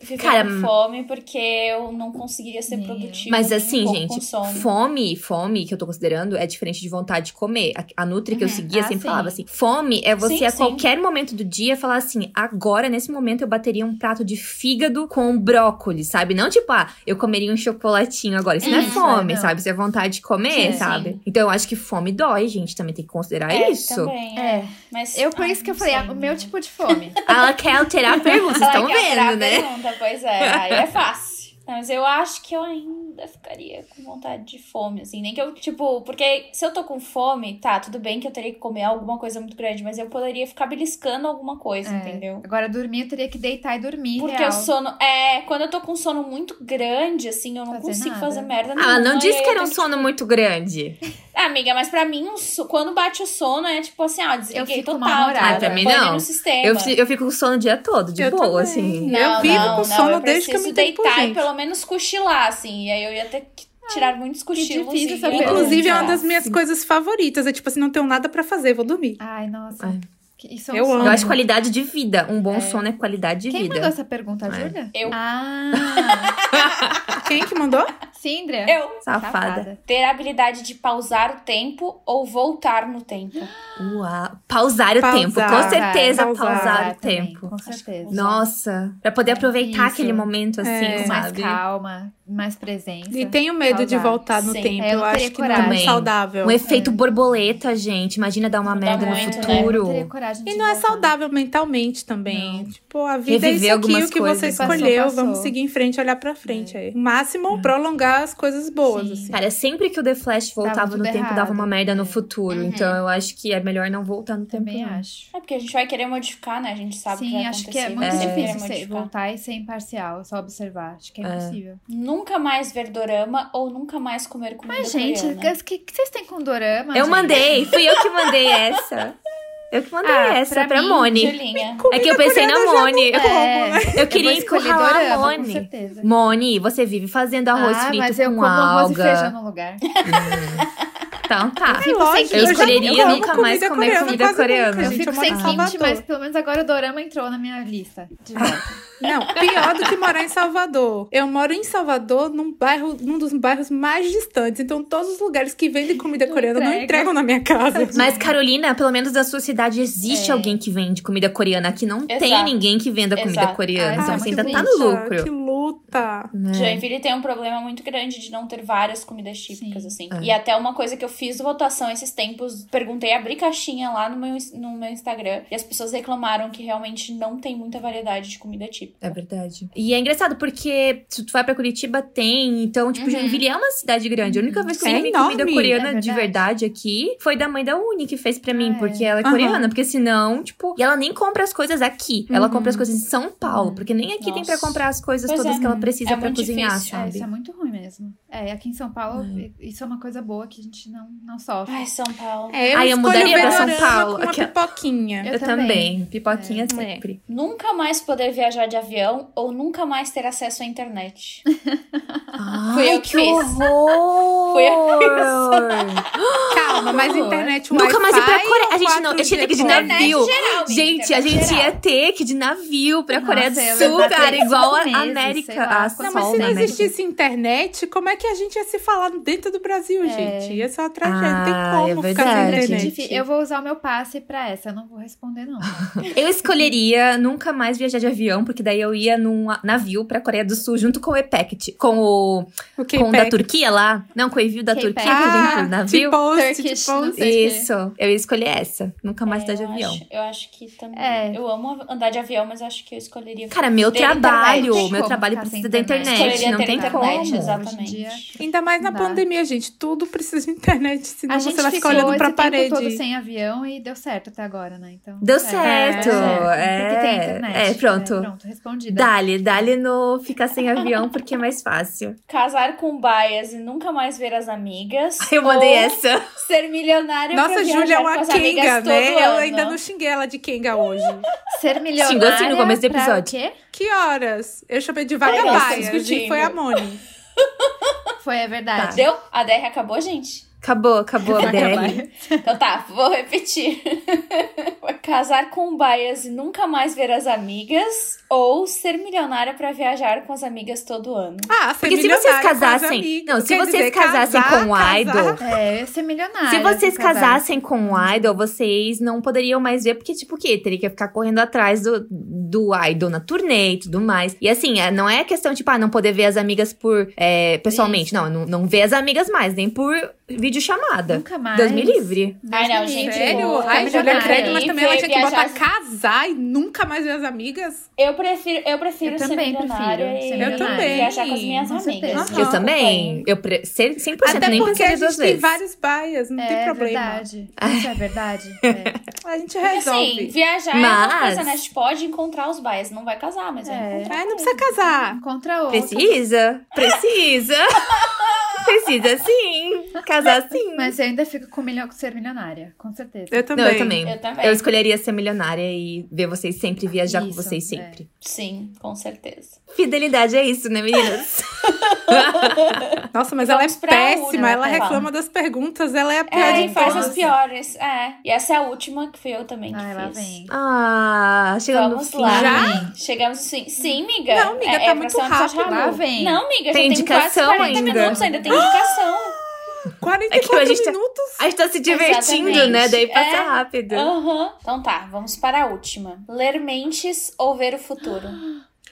Speaker 1: ficar
Speaker 4: Cara,
Speaker 1: com fome porque eu não conseguiria ser
Speaker 3: Nem eu.
Speaker 1: produtiva.
Speaker 4: Mas
Speaker 1: nem
Speaker 4: assim,
Speaker 1: um pouco
Speaker 4: gente,
Speaker 1: com sono.
Speaker 4: fome, fome que eu tô considerando é diferente de vontade de comer. A, a Nutri que eu seguia
Speaker 3: Ah,
Speaker 4: sempre
Speaker 3: sim.
Speaker 4: falava assim: fome é você
Speaker 1: Uhum. Sim,
Speaker 4: a
Speaker 1: sim.
Speaker 4: qualquer momento do dia falar assim, agora, nesse momento, eu bateria um prato de fígado com brócolis, sabe? Não tipo, ah, eu comeria um chocolatinho agora. Isso não é
Speaker 1: Uhum.
Speaker 4: fome,
Speaker 3: Não.
Speaker 4: sabe? Isso é vontade de comer,
Speaker 1: Sim,
Speaker 4: sabe?
Speaker 1: sim.
Speaker 4: Então eu acho que fome dói, gente. Também tem que considerar
Speaker 1: É,
Speaker 4: isso. *laughs*
Speaker 1: também, é.
Speaker 3: É.
Speaker 1: Mas,
Speaker 3: Eu, por
Speaker 1: ai,
Speaker 3: isso que eu
Speaker 1: não
Speaker 3: falei,
Speaker 1: sei, é
Speaker 3: ah, o
Speaker 1: não.
Speaker 3: meu tipo de fome.
Speaker 1: *laughs*
Speaker 4: Ela quer alterar a pergunta, vocês
Speaker 1: Ela
Speaker 4: estão
Speaker 1: quer alterar a
Speaker 4: vendo, né?
Speaker 1: Pergunta, pois é, aí é fácil. Não, Mas eu acho que eu ainda ficaria com vontade de fome, assim. Nem que eu, tipo, porque se eu tô com fome, tá, tudo bem que eu teria que comer alguma coisa muito grande, mas eu poderia ficar beliscando alguma coisa,
Speaker 3: É.
Speaker 1: entendeu?
Speaker 3: Agora dormir, eu teria que deitar e dormir.
Speaker 1: Porque
Speaker 3: real.
Speaker 1: o sono. É, quando eu tô com sono muito grande, assim, eu não
Speaker 3: Fazer
Speaker 1: consigo
Speaker 3: nada.
Speaker 1: fazer merda nenhuma.
Speaker 4: Ela não
Speaker 1: e
Speaker 4: disse
Speaker 1: aí
Speaker 4: que
Speaker 1: eu
Speaker 4: era um
Speaker 1: tenho
Speaker 4: sono muito grande.
Speaker 1: Ah, amiga, mas pra mim, o so- quando bate o sono, é tipo assim, ó, desliguei
Speaker 3: fico
Speaker 1: total.
Speaker 3: mal-humorada.
Speaker 1: tá?
Speaker 4: Ah, pra mim,
Speaker 1: Pane
Speaker 4: não.
Speaker 1: no sistema.
Speaker 4: Eu, fi- eu fico com sono o dia todo, de
Speaker 2: Eu
Speaker 4: boa,
Speaker 2: também.
Speaker 4: assim.
Speaker 2: Eu vivo com sono
Speaker 1: eu
Speaker 2: desde que eu
Speaker 1: preciso
Speaker 2: me dei por
Speaker 1: deitar e
Speaker 2: gente.
Speaker 1: pelo menos cochilar, assim. E aí eu ia ter que tirar muitos cochilos. assim,
Speaker 3: difícil
Speaker 1: e-
Speaker 3: essa pergunta.
Speaker 2: Inclusive, é uma
Speaker 3: Verdade.
Speaker 2: das minhas coisas favoritas. É tipo assim, não tenho nada pra fazer, vou dormir.
Speaker 3: Ai, nossa.
Speaker 4: Ai.
Speaker 3: Que- Isso é um
Speaker 2: Eu amo.
Speaker 4: Eu
Speaker 3: sonho.
Speaker 4: acho qualidade de vida. Um bom
Speaker 1: É.
Speaker 4: sono é qualidade de
Speaker 3: Quem
Speaker 4: vida.
Speaker 3: mandou essa pergunta,
Speaker 4: É.
Speaker 3: Júlia?
Speaker 1: Eu. *laughs*
Speaker 3: Ah,
Speaker 2: Quem que mandou?
Speaker 3: Síndria?
Speaker 1: Eu
Speaker 4: Safada.
Speaker 1: ter a habilidade de pausar o tempo ou voltar no tempo. É,
Speaker 4: Uau. Pausar o
Speaker 2: Pausar.
Speaker 4: tempo. Com certeza,
Speaker 2: Pausar.
Speaker 4: pausar,
Speaker 3: Pausar
Speaker 4: o
Speaker 3: também,
Speaker 4: tempo.
Speaker 3: Com certeza. É
Speaker 4: Nossa. Pra poder aproveitar
Speaker 3: Isso.
Speaker 4: aquele momento, assim,
Speaker 2: É.
Speaker 3: Com mais
Speaker 4: sabe?
Speaker 3: calma, mais presença.
Speaker 2: E tenho medo de
Speaker 3: Saudades.
Speaker 2: voltar no
Speaker 1: Sim.
Speaker 2: tempo.
Speaker 3: É, eu
Speaker 2: eu
Speaker 3: não
Speaker 2: acho
Speaker 3: teria
Speaker 2: que não é
Speaker 3: coragem.
Speaker 2: muito saudável.
Speaker 4: Um
Speaker 3: é.
Speaker 4: efeito borboleta, gente. Imagina dar uma
Speaker 1: Dá
Speaker 4: merda no
Speaker 1: muito, né?
Speaker 3: Eu
Speaker 4: futuro.
Speaker 3: não teria coragem
Speaker 2: E
Speaker 3: de
Speaker 2: não é
Speaker 3: voltar.
Speaker 2: saudável mentalmente também. Tipo, a vida
Speaker 4: Reviver
Speaker 2: é isso aqui,
Speaker 4: algumas
Speaker 2: o que
Speaker 4: coisas. É.
Speaker 2: você
Speaker 3: Passou,
Speaker 2: escolheu.
Speaker 3: passou.
Speaker 2: Vamos seguir em frente, olhar pra frente aí. O máximo, prolongar as coisas boas,
Speaker 3: Sim.
Speaker 2: assim.
Speaker 4: Cara, sempre que o The Flash voltava
Speaker 3: tudo
Speaker 4: no tempo,
Speaker 3: errado.
Speaker 4: dava uma merda no futuro.
Speaker 1: Uhum.
Speaker 4: Então eu acho que é melhor não voltar no tempo.
Speaker 3: Também
Speaker 4: não.
Speaker 3: acho.
Speaker 1: É porque a gente vai querer modificar, né? A gente sabe o que
Speaker 3: Sim,
Speaker 1: vai
Speaker 3: acho que é
Speaker 1: acontecer, né?
Speaker 3: muito
Speaker 1: mas a gente vai
Speaker 3: difícil
Speaker 1: querer
Speaker 3: ser,
Speaker 1: modificar.
Speaker 3: voltar e ser imparcial, só observar. Acho que é impossível.
Speaker 1: Nunca mais ver dorama ou nunca mais comer comida
Speaker 3: Mas, gente,
Speaker 1: coreana.
Speaker 3: o que, que vocês têm com dorama?
Speaker 4: Eu
Speaker 3: gente?
Speaker 4: mandei, fui eu
Speaker 3: *laughs*
Speaker 4: que mandei essa. Eu que mandei
Speaker 3: Ah,
Speaker 4: essa
Speaker 3: pra
Speaker 4: pra,
Speaker 3: mim,
Speaker 4: Moni.
Speaker 1: Julinha.
Speaker 4: É que eu pensei na
Speaker 2: coreana já
Speaker 4: Moni.
Speaker 3: É,
Speaker 4: Eu queria
Speaker 3: vou escolher
Speaker 4: encurralar a
Speaker 3: dorama,
Speaker 4: Moni.
Speaker 3: Com certeza.
Speaker 4: Moni, você vive fazendo arroz
Speaker 3: ah,
Speaker 4: frito
Speaker 3: mas eu
Speaker 4: com
Speaker 3: como arroz e
Speaker 4: alga.
Speaker 3: feijão no lugar.
Speaker 4: Então tá.
Speaker 2: É lógico,
Speaker 4: Eu
Speaker 2: já-
Speaker 4: escolheria
Speaker 2: amo
Speaker 4: nunca
Speaker 2: comida
Speaker 4: mais comer
Speaker 2: coreana,
Speaker 4: comida
Speaker 2: quase
Speaker 4: coreana.
Speaker 2: nunca,
Speaker 3: Eu
Speaker 2: gente.
Speaker 3: fico
Speaker 2: moro
Speaker 3: sem
Speaker 2: em
Speaker 3: kimchi,
Speaker 2: Salvador.
Speaker 3: mas pelo menos agora o dorama entrou na minha lista. de
Speaker 4: Ah,
Speaker 3: É, volta.
Speaker 2: Não, pior do que morar em Salvador. Eu moro em Salvador, num bairro, num dos bairros mais distantes. Então, todos os lugares que vendem comida
Speaker 3: Não
Speaker 2: coreana não
Speaker 3: entrega.
Speaker 2: entregam na minha casa.
Speaker 4: Mas, Carolina, pelo menos na sua cidade existe
Speaker 3: É.
Speaker 4: alguém que vende comida coreana. Aqui não tem
Speaker 1: Exato.
Speaker 4: ninguém que venda comida
Speaker 1: Exato.
Speaker 4: coreana.
Speaker 3: Ah,
Speaker 4: então
Speaker 3: isso
Speaker 4: você
Speaker 3: é
Speaker 4: ainda
Speaker 3: muito
Speaker 4: tá no
Speaker 2: Puxa, Que
Speaker 4: lucro.
Speaker 2: luta.
Speaker 4: né?
Speaker 1: Joinville tem um problema muito grande de não ter várias comidas típicas, assim.
Speaker 4: É.
Speaker 1: E até uma coisa que eu fiz votação esses tempos, perguntei, abri caixinha lá no meu, no meu Instagram, e as pessoas reclamaram que realmente não tem muita variedade de comida típica.
Speaker 4: É verdade. E é engraçado porque se tu vai pra Curitiba, tem. Então, tipo,
Speaker 1: Uhum.
Speaker 4: Joinville é uma cidade grande. A única vez que eu
Speaker 2: É
Speaker 4: comi
Speaker 2: enorme.
Speaker 4: comida coreana
Speaker 3: É
Speaker 4: de
Speaker 3: verdade.
Speaker 4: verdade aqui foi da mãe da Uni que fez pra mim,
Speaker 3: Ah, é.
Speaker 4: porque ela é
Speaker 2: Aham.
Speaker 4: coreana. Porque senão, tipo. E ela nem compra as coisas aqui. Ela
Speaker 2: Uhum.
Speaker 4: compra as coisas em São Paulo. Porque nem aqui tem pra
Speaker 1: Nossa.
Speaker 4: comprar as coisas
Speaker 1: Pois
Speaker 4: todas
Speaker 1: é.
Speaker 4: que ela precisa
Speaker 1: É
Speaker 4: pra
Speaker 1: muito
Speaker 4: cozinhar,
Speaker 1: difícil.
Speaker 3: É,
Speaker 4: sabe?
Speaker 3: isso é muito ruim mesmo. É, aqui em São Paulo, isso é uma coisa boa que a gente não, não sofre.
Speaker 1: Ai, São Paulo.
Speaker 2: É, eu
Speaker 4: Ai, eu
Speaker 2: escolho
Speaker 4: mudaria
Speaker 2: o
Speaker 4: pra São
Speaker 2: Verorama
Speaker 4: Paulo.
Speaker 2: com uma
Speaker 4: Aqui, ó.
Speaker 2: pipoquinha.
Speaker 3: Eu
Speaker 4: Eu, também.
Speaker 3: também.
Speaker 4: Pipoquinha
Speaker 2: É.
Speaker 4: sempre.
Speaker 1: Nunca mais poder viajar de avião ou nunca mais ter acesso à internet.
Speaker 4: Ai,
Speaker 1: Fui eu que
Speaker 4: que
Speaker 1: fiz.
Speaker 4: Ah, horror!
Speaker 1: Fui
Speaker 2: Calma, mas internet Wi-Fi
Speaker 4: Nunca mais ir pra Coreia.
Speaker 2: ou
Speaker 4: A gente não, eu tinha que ir de
Speaker 2: 4G
Speaker 4: navio.
Speaker 1: geral, amiga,
Speaker 4: Gente, a
Speaker 1: internet
Speaker 4: gente é
Speaker 1: geral.
Speaker 4: ia ter que ir de navio pra Coreia do
Speaker 3: Nossa, eu ia
Speaker 4: Sul,
Speaker 3: levar
Speaker 4: cara.
Speaker 3: três
Speaker 4: Igual a
Speaker 3: meses, sei
Speaker 4: América.
Speaker 3: lá,
Speaker 4: A né?
Speaker 2: Não,
Speaker 3: quantos
Speaker 2: mas
Speaker 4: Sol
Speaker 2: se
Speaker 4: na
Speaker 2: não
Speaker 4: América.
Speaker 2: existisse internet, como é que a gente ia se falar dentro do Brasil, gente? Ia ser uma tragédia. Não tem
Speaker 4: Ah,
Speaker 2: como
Speaker 4: é
Speaker 2: ficar sem
Speaker 4: verdade.
Speaker 3: Gente,
Speaker 2: internet.
Speaker 3: difí- Eu vou usar o meu passe pra essa, eu não vou responder, não.
Speaker 4: Eu escolheria nunca mais viajar de avião, porque daí eu ia num a- navio pra Coreia do Sul junto com o EPECT. Com o,
Speaker 2: O
Speaker 4: com o da
Speaker 2: K-Pack.
Speaker 4: Turquia lá. Não, com o envio da
Speaker 3: K-Pack.
Speaker 4: Turquia que tá vem
Speaker 2: Ah,
Speaker 4: pro navio.
Speaker 2: te post, te
Speaker 3: Turkish, não
Speaker 2: post.
Speaker 3: sei o quê.
Speaker 4: Isso. Eu ia escolher essa. Nunca mais
Speaker 1: É,
Speaker 4: viajar de
Speaker 1: eu
Speaker 4: avião.
Speaker 1: acho- eu acho que também.
Speaker 3: É.
Speaker 1: Eu amo andar de avião, mas acho que eu escolheria.
Speaker 4: Cara, meu
Speaker 1: Ter
Speaker 4: trabalho,
Speaker 1: internet.
Speaker 4: meu
Speaker 3: Como
Speaker 4: trabalho
Speaker 3: ficar sem
Speaker 4: precisa da
Speaker 3: internet?
Speaker 4: internet,
Speaker 1: Escolheria
Speaker 4: não
Speaker 1: ter
Speaker 4: tem
Speaker 1: internet,
Speaker 4: como.
Speaker 1: exato.
Speaker 3: Hoje em dia.
Speaker 2: Ainda mais na
Speaker 3: Dá.
Speaker 2: pandemia, gente. Tudo precisa de internet, senão
Speaker 3: A
Speaker 2: você
Speaker 3: gente
Speaker 2: vai ficar
Speaker 3: ficou
Speaker 2: olhando pra
Speaker 3: esse tempo
Speaker 2: parede.
Speaker 3: todo sem avião e deu certo até agora, né? Então,
Speaker 4: Deu
Speaker 3: é, né?
Speaker 4: certo, é.
Speaker 3: Porque tem internet.
Speaker 4: É, pronto.
Speaker 3: É, pronto, respondida.
Speaker 4: Dale, dale no ficar sem avião porque é
Speaker 2: *laughs*
Speaker 4: mais fácil.
Speaker 1: Casar com baias e nunca mais ver as amigas.
Speaker 4: Eu mandei
Speaker 1: ou
Speaker 4: essa.
Speaker 1: Ser milionária pra
Speaker 2: Nossa,
Speaker 1: viajar
Speaker 2: Júlia é
Speaker 1: com
Speaker 2: uma
Speaker 1: as amigas
Speaker 2: Kenga,
Speaker 1: todo
Speaker 2: né? Eu
Speaker 1: ano.
Speaker 2: ainda não xinguei ela de Kenga hoje.
Speaker 3: Ser milionária
Speaker 4: Xingou assim no começo do
Speaker 3: pra
Speaker 4: episódio.
Speaker 3: o quê?
Speaker 2: Que horas? Eu chamei de
Speaker 1: Peraí, nós
Speaker 2: vagabaia
Speaker 1: estamos
Speaker 2: e foi a Moni.
Speaker 3: Foi, é verdade.
Speaker 1: Deu? A DR acabou, gente?
Speaker 4: Acabou, acabou a DR.
Speaker 1: Então tá, *laughs* vou repetir. Casar com baias e nunca mais ver as amigas. Ou ser milionária pra viajar com as amigas todo ano.
Speaker 2: Ah, ser
Speaker 4: Porque se
Speaker 2: milionária
Speaker 4: vocês
Speaker 2: com as
Speaker 4: casassem-
Speaker 2: amigas,
Speaker 4: não, se
Speaker 2: quer
Speaker 4: vocês
Speaker 2: dizer,
Speaker 4: casassem
Speaker 2: casar,
Speaker 4: com o
Speaker 2: casar. Ah,
Speaker 4: idol,
Speaker 3: É, eu ia ser milionária.
Speaker 4: Se vocês
Speaker 3: se eu casasse.
Speaker 4: casassem com o idol, vocês não poderiam mais ver, porque, tipo, o quê? Teria que ficar correndo atrás do, do idol na turnê e tudo mais. E assim, é- não é questão, tipo, ah, não poder ver as amigas por é, pessoalmente.
Speaker 3: Isso.
Speaker 4: Não, não, não ver as amigas mais, nem por de chamada.
Speaker 3: Nunca mais.
Speaker 4: Deus me livre.
Speaker 3: Deus
Speaker 1: Ai, não,
Speaker 3: me livre.
Speaker 1: gente.
Speaker 2: Sério?
Speaker 1: louca,
Speaker 2: Ai, Julia
Speaker 3: milionária.
Speaker 2: Credo, mas
Speaker 1: Aí
Speaker 2: também ela
Speaker 1: foi
Speaker 2: tinha que botar
Speaker 1: viajar-
Speaker 2: casar e nunca mais ver as amigas.
Speaker 1: Eu prefiro, eu prefiro
Speaker 3: Eu
Speaker 1: ser
Speaker 3: também
Speaker 1: milionária
Speaker 3: prefiro ser
Speaker 1: e
Speaker 2: milionária. Eu também.
Speaker 1: viajar com as minhas
Speaker 3: Com
Speaker 1: amigas.
Speaker 2: certeza.
Speaker 4: eu
Speaker 2: Não,
Speaker 4: também. Eu pre... 100%,
Speaker 2: Até
Speaker 4: nem
Speaker 2: porque
Speaker 4: pensaria
Speaker 2: a gente
Speaker 4: duas
Speaker 2: tem
Speaker 4: vezes.
Speaker 2: vários baias, não
Speaker 3: É
Speaker 2: tem problema.
Speaker 3: verdade. Isso é verdade. É.
Speaker 2: A gente
Speaker 1: Assim,
Speaker 2: resolve.
Speaker 1: viajar é uma
Speaker 4: Mas-
Speaker 1: coisa, né? A gente pode encontrar os baias. Não vai casar, mas vai
Speaker 3: É.
Speaker 1: encontrar.
Speaker 2: Ai, não precisa casar.
Speaker 3: Encontra outro.
Speaker 4: Precisa? Precisa. Precisa sim. Casar sim.
Speaker 3: Mas eu ainda fico com milho... ser milionária, com certeza.
Speaker 2: Eu também.
Speaker 4: Não, eu também.
Speaker 1: Eu também.
Speaker 4: Eu escolheria ser milionária e ver vocês sempre, viajar com
Speaker 3: Isso,
Speaker 4: vocês
Speaker 3: é.
Speaker 4: sempre.
Speaker 1: Sim, com certeza.
Speaker 4: Fidelidade é isso, né, meninas?
Speaker 2: Nossa, mas ela é
Speaker 1: Vamos pra
Speaker 2: péssima.
Speaker 1: Una,
Speaker 2: Ela
Speaker 1: vai lá.
Speaker 2: reclama das perguntas. Ela é a pior
Speaker 1: É,
Speaker 2: de
Speaker 1: e faz
Speaker 2: todas.
Speaker 1: as piores. É. E essa é a última que fui eu também que
Speaker 3: Ai, lá
Speaker 1: fiz.
Speaker 3: vem.
Speaker 4: ah, chegando
Speaker 1: Vamos
Speaker 4: no fim.
Speaker 1: lá.
Speaker 2: Já?
Speaker 1: Amiga. Chegamos sim. Sim, miga.
Speaker 2: Não, miga, tá
Speaker 1: pra
Speaker 2: muito
Speaker 1: ser uma pessoa
Speaker 2: rápido.
Speaker 1: rápida.
Speaker 3: Lá vem.
Speaker 1: Não, miga, já tem
Speaker 4: Tem
Speaker 1: quase
Speaker 4: indicação
Speaker 1: 40
Speaker 4: ainda.
Speaker 1: minutos, ainda tem
Speaker 2: *gasps*
Speaker 1: indicação.
Speaker 2: 44
Speaker 4: É que a gente tá-
Speaker 2: minutos.
Speaker 4: A gente tá se divertindo,
Speaker 1: Exatamente.
Speaker 4: né? Daí passa
Speaker 1: É.
Speaker 4: rápido.
Speaker 1: Aham. Então tá, vamos para a última. Ler mentes ou ver o
Speaker 2: *gasps*
Speaker 1: futuro?